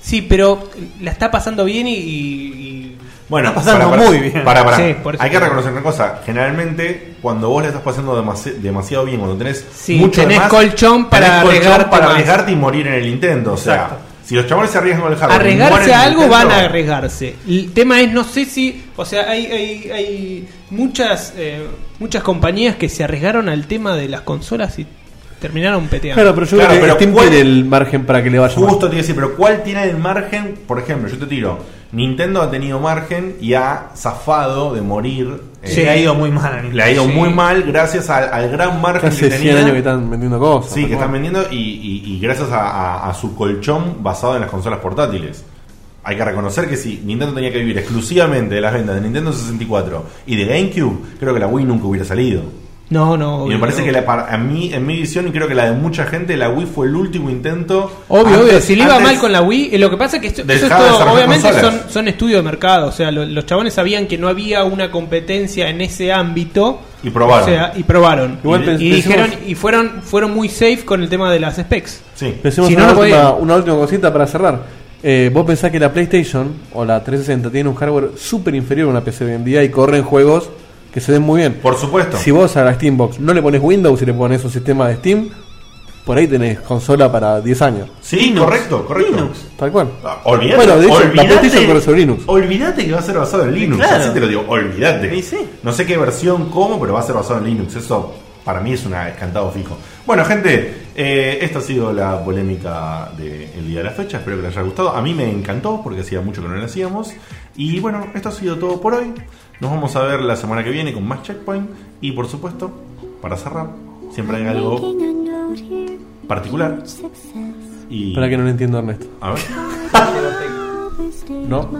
[SPEAKER 5] Sí, pero la está pasando bien y. y- y-
[SPEAKER 3] Bueno,
[SPEAKER 4] Está pasando
[SPEAKER 3] pará, pará,
[SPEAKER 4] muy bien.
[SPEAKER 3] pará, pará.
[SPEAKER 5] Sí, por eso
[SPEAKER 3] Hay que
[SPEAKER 5] digo.
[SPEAKER 3] reconocer una cosa. Generalmente, cuando vos le estás pasando demasi- demasiado bien, cuando tenés
[SPEAKER 5] Sí,
[SPEAKER 3] mucho de
[SPEAKER 5] tenés
[SPEAKER 3] más,
[SPEAKER 5] colchón para
[SPEAKER 3] tenés colchón
[SPEAKER 5] arriesgarte
[SPEAKER 3] para
[SPEAKER 5] más.
[SPEAKER 3] arriesgarte y morir en el intento. O sea,
[SPEAKER 5] Exacto.
[SPEAKER 3] si los chavales se arriesgan con el hardware, y mueren
[SPEAKER 5] Arriesgarse
[SPEAKER 3] en
[SPEAKER 5] a
[SPEAKER 3] el
[SPEAKER 5] algo
[SPEAKER 3] intento,
[SPEAKER 5] van a arriesgarse. El tema es, no sé si. O sea, hay, hay, hay muchas, eh, muchas compañías que se arriesgaron al tema de las consolas y terminaron peteando.
[SPEAKER 1] Claro, pero yo
[SPEAKER 3] Claro,
[SPEAKER 1] creo que
[SPEAKER 3] pero
[SPEAKER 1] Steam
[SPEAKER 3] ¿cuál-
[SPEAKER 1] tiene el margen para que le vaya mal.
[SPEAKER 3] Justo te iba a decir, pero ¿cuál tiene el margen? Por ejemplo, yo te tiro. Nintendo ha tenido margen y ha zafado de morir. eh,
[SPEAKER 4] Sí, ha ido muy mal a Nintendo.
[SPEAKER 3] Le ha ido
[SPEAKER 5] Sí.
[SPEAKER 3] muy mal gracias al, al gran margen
[SPEAKER 1] Hace
[SPEAKER 3] que
[SPEAKER 1] 100
[SPEAKER 3] tenía.
[SPEAKER 1] años que están vendiendo cosas.
[SPEAKER 3] Sí, que
[SPEAKER 1] ¿no?
[SPEAKER 3] están vendiendo y, y- y gracias a, a- a su colchón basado en las consolas portátiles. Hay que reconocer que si Nintendo tenía que vivir exclusivamente de las ventas de Nintendo 64 y de GameCube, creo que la Wii nunca hubiera salido.
[SPEAKER 5] No, no.
[SPEAKER 3] y me
[SPEAKER 5] obvio,
[SPEAKER 3] parece
[SPEAKER 5] no.
[SPEAKER 3] que la, para- a mí, en mi visión y creo que la de mucha gente, la Wii fue el último intento.
[SPEAKER 5] Obvio,
[SPEAKER 3] Antes-
[SPEAKER 5] obvio, si le iba
[SPEAKER 3] antes-
[SPEAKER 5] mal con la Wii, eh, lo que pasa es que esto, eso es
[SPEAKER 3] Dejaba de
[SPEAKER 5] todo,
[SPEAKER 3] desarrollar
[SPEAKER 5] obviamente
[SPEAKER 3] consolas.
[SPEAKER 5] son, son estudios de mercado, o sea, lo- los chabones sabían que no había una competencia en ese ámbito.
[SPEAKER 3] Y probaron.
[SPEAKER 5] O sea, y probaron.
[SPEAKER 1] Igual
[SPEAKER 5] y
[SPEAKER 1] pens-
[SPEAKER 5] y
[SPEAKER 1] pensemos-
[SPEAKER 5] dijeron, y fueron, fueron muy safe con el tema de las specs.
[SPEAKER 3] Sí.
[SPEAKER 1] Pensemos
[SPEAKER 5] Si
[SPEAKER 1] una,
[SPEAKER 5] no, no
[SPEAKER 1] última,
[SPEAKER 5] podía.
[SPEAKER 1] una última cosita para cerrar. Eh, ¿Vos pensás que la PlayStation o la 360 tiene un hardware súper inferior a una PC hoy en día y corren juegos que se ven muy bien?
[SPEAKER 3] Por supuesto.
[SPEAKER 1] Si vos a la Steambox no le pones Windows y le pones un sistema de Steam, por ahí tenés consola para 10 años.
[SPEAKER 3] Sí, correcto, correcto.
[SPEAKER 1] Tal cual.
[SPEAKER 3] Ah, Olvidate,
[SPEAKER 1] Bueno, de hecho, la
[SPEAKER 3] olvidate-
[SPEAKER 1] PlayStation corre sobre Linux.
[SPEAKER 3] Olvidate que va a ser basado en Linux,
[SPEAKER 4] claro.
[SPEAKER 3] así te lo digo, olvidate.
[SPEAKER 4] Y sí.
[SPEAKER 3] No sé qué versión, cómo, pero va a ser basado en Linux. Eso para mí es un escantado fijo. Bueno, gente, eh, esta ha sido la polémica del día de la fecha. Espero que les haya gustado. A mí me encantó porque hacía mucho que no la hacíamos. Y bueno, esto ha sido todo por hoy. Nos vamos a ver la semana que viene con más Checkpoint. Y por supuesto, para cerrar, siempre hay algo particular. Y...
[SPEAKER 1] Para que no lo entiendo, Ernesto.
[SPEAKER 3] A ver.
[SPEAKER 1] ¿No?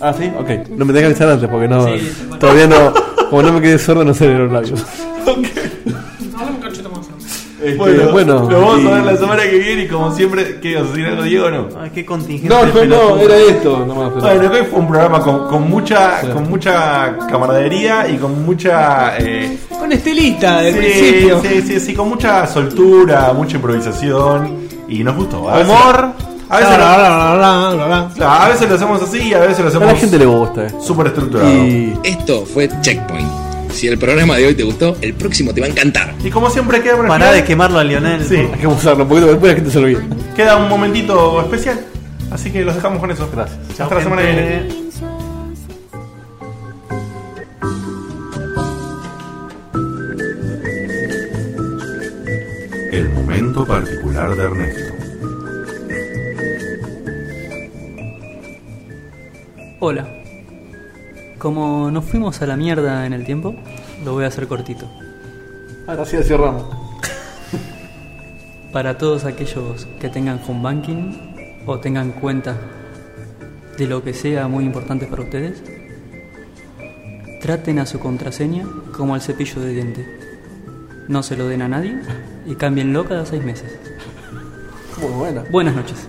[SPEAKER 1] Ah, sí, ok. No me tengas que avisar antes porque no. [laughs]
[SPEAKER 7] Sí, bueno.
[SPEAKER 1] Todavía no. Como no me quedé sordo, no sé leer los labios. Este,
[SPEAKER 3] Bueno,
[SPEAKER 1] bueno,
[SPEAKER 3] lo vamos
[SPEAKER 1] y-
[SPEAKER 3] a ver la semana que viene y como siempre, ¿qué ibas a decir algo, Diego, o no?
[SPEAKER 4] Ay, qué contingente.
[SPEAKER 1] [laughs] No, yo no,
[SPEAKER 4] pelotudo.
[SPEAKER 1] era esto. nomás, pero-
[SPEAKER 3] Bueno, hoy fue un programa con, con mucha con mucha camaradería y con mucha eh,
[SPEAKER 5] Con Estelita, del
[SPEAKER 3] sí,
[SPEAKER 5] principio.
[SPEAKER 3] sí, sí, sí, con mucha soltura, mucha improvisación y nos gustó. A veces-
[SPEAKER 4] Humor.
[SPEAKER 3] A veces,
[SPEAKER 5] La,
[SPEAKER 3] lo,
[SPEAKER 5] la, la, la, la, la.
[SPEAKER 3] a veces lo hacemos así y a veces lo
[SPEAKER 1] A la
[SPEAKER 3] hacemos
[SPEAKER 1] gente le gusta. eh.
[SPEAKER 3] súper estructurado. Y...
[SPEAKER 1] Y
[SPEAKER 10] Esto fue Checkpoint. Si el programa de hoy te gustó, el próximo te va a encantar.
[SPEAKER 3] como siempre queda para el
[SPEAKER 4] Pará de
[SPEAKER 3] final,
[SPEAKER 4] quemarlo a Lionel.
[SPEAKER 3] Sí.
[SPEAKER 1] hay que usarlo un poquito después la gente se olvida.
[SPEAKER 3] queda un momentito especial. Así que los dejamos con eso.
[SPEAKER 1] Gracias.
[SPEAKER 3] Hasta la semana que
[SPEAKER 4] gente.
[SPEAKER 3] viene. El momento particular de Ernesto.
[SPEAKER 7] Hola. Como nos fuimos a la mierda en el tiempo, lo voy a hacer cortito.
[SPEAKER 1] Ahora sí, cerramos.
[SPEAKER 7] Para todos aquellos que tengan home banking o tengan cuenta de lo que sea muy importante para ustedes, traten a su contraseña como al cepillo de diente. No se lo den a nadie y cámbienlo cada seis meses.
[SPEAKER 1] Muy buena.
[SPEAKER 7] Buenas noches.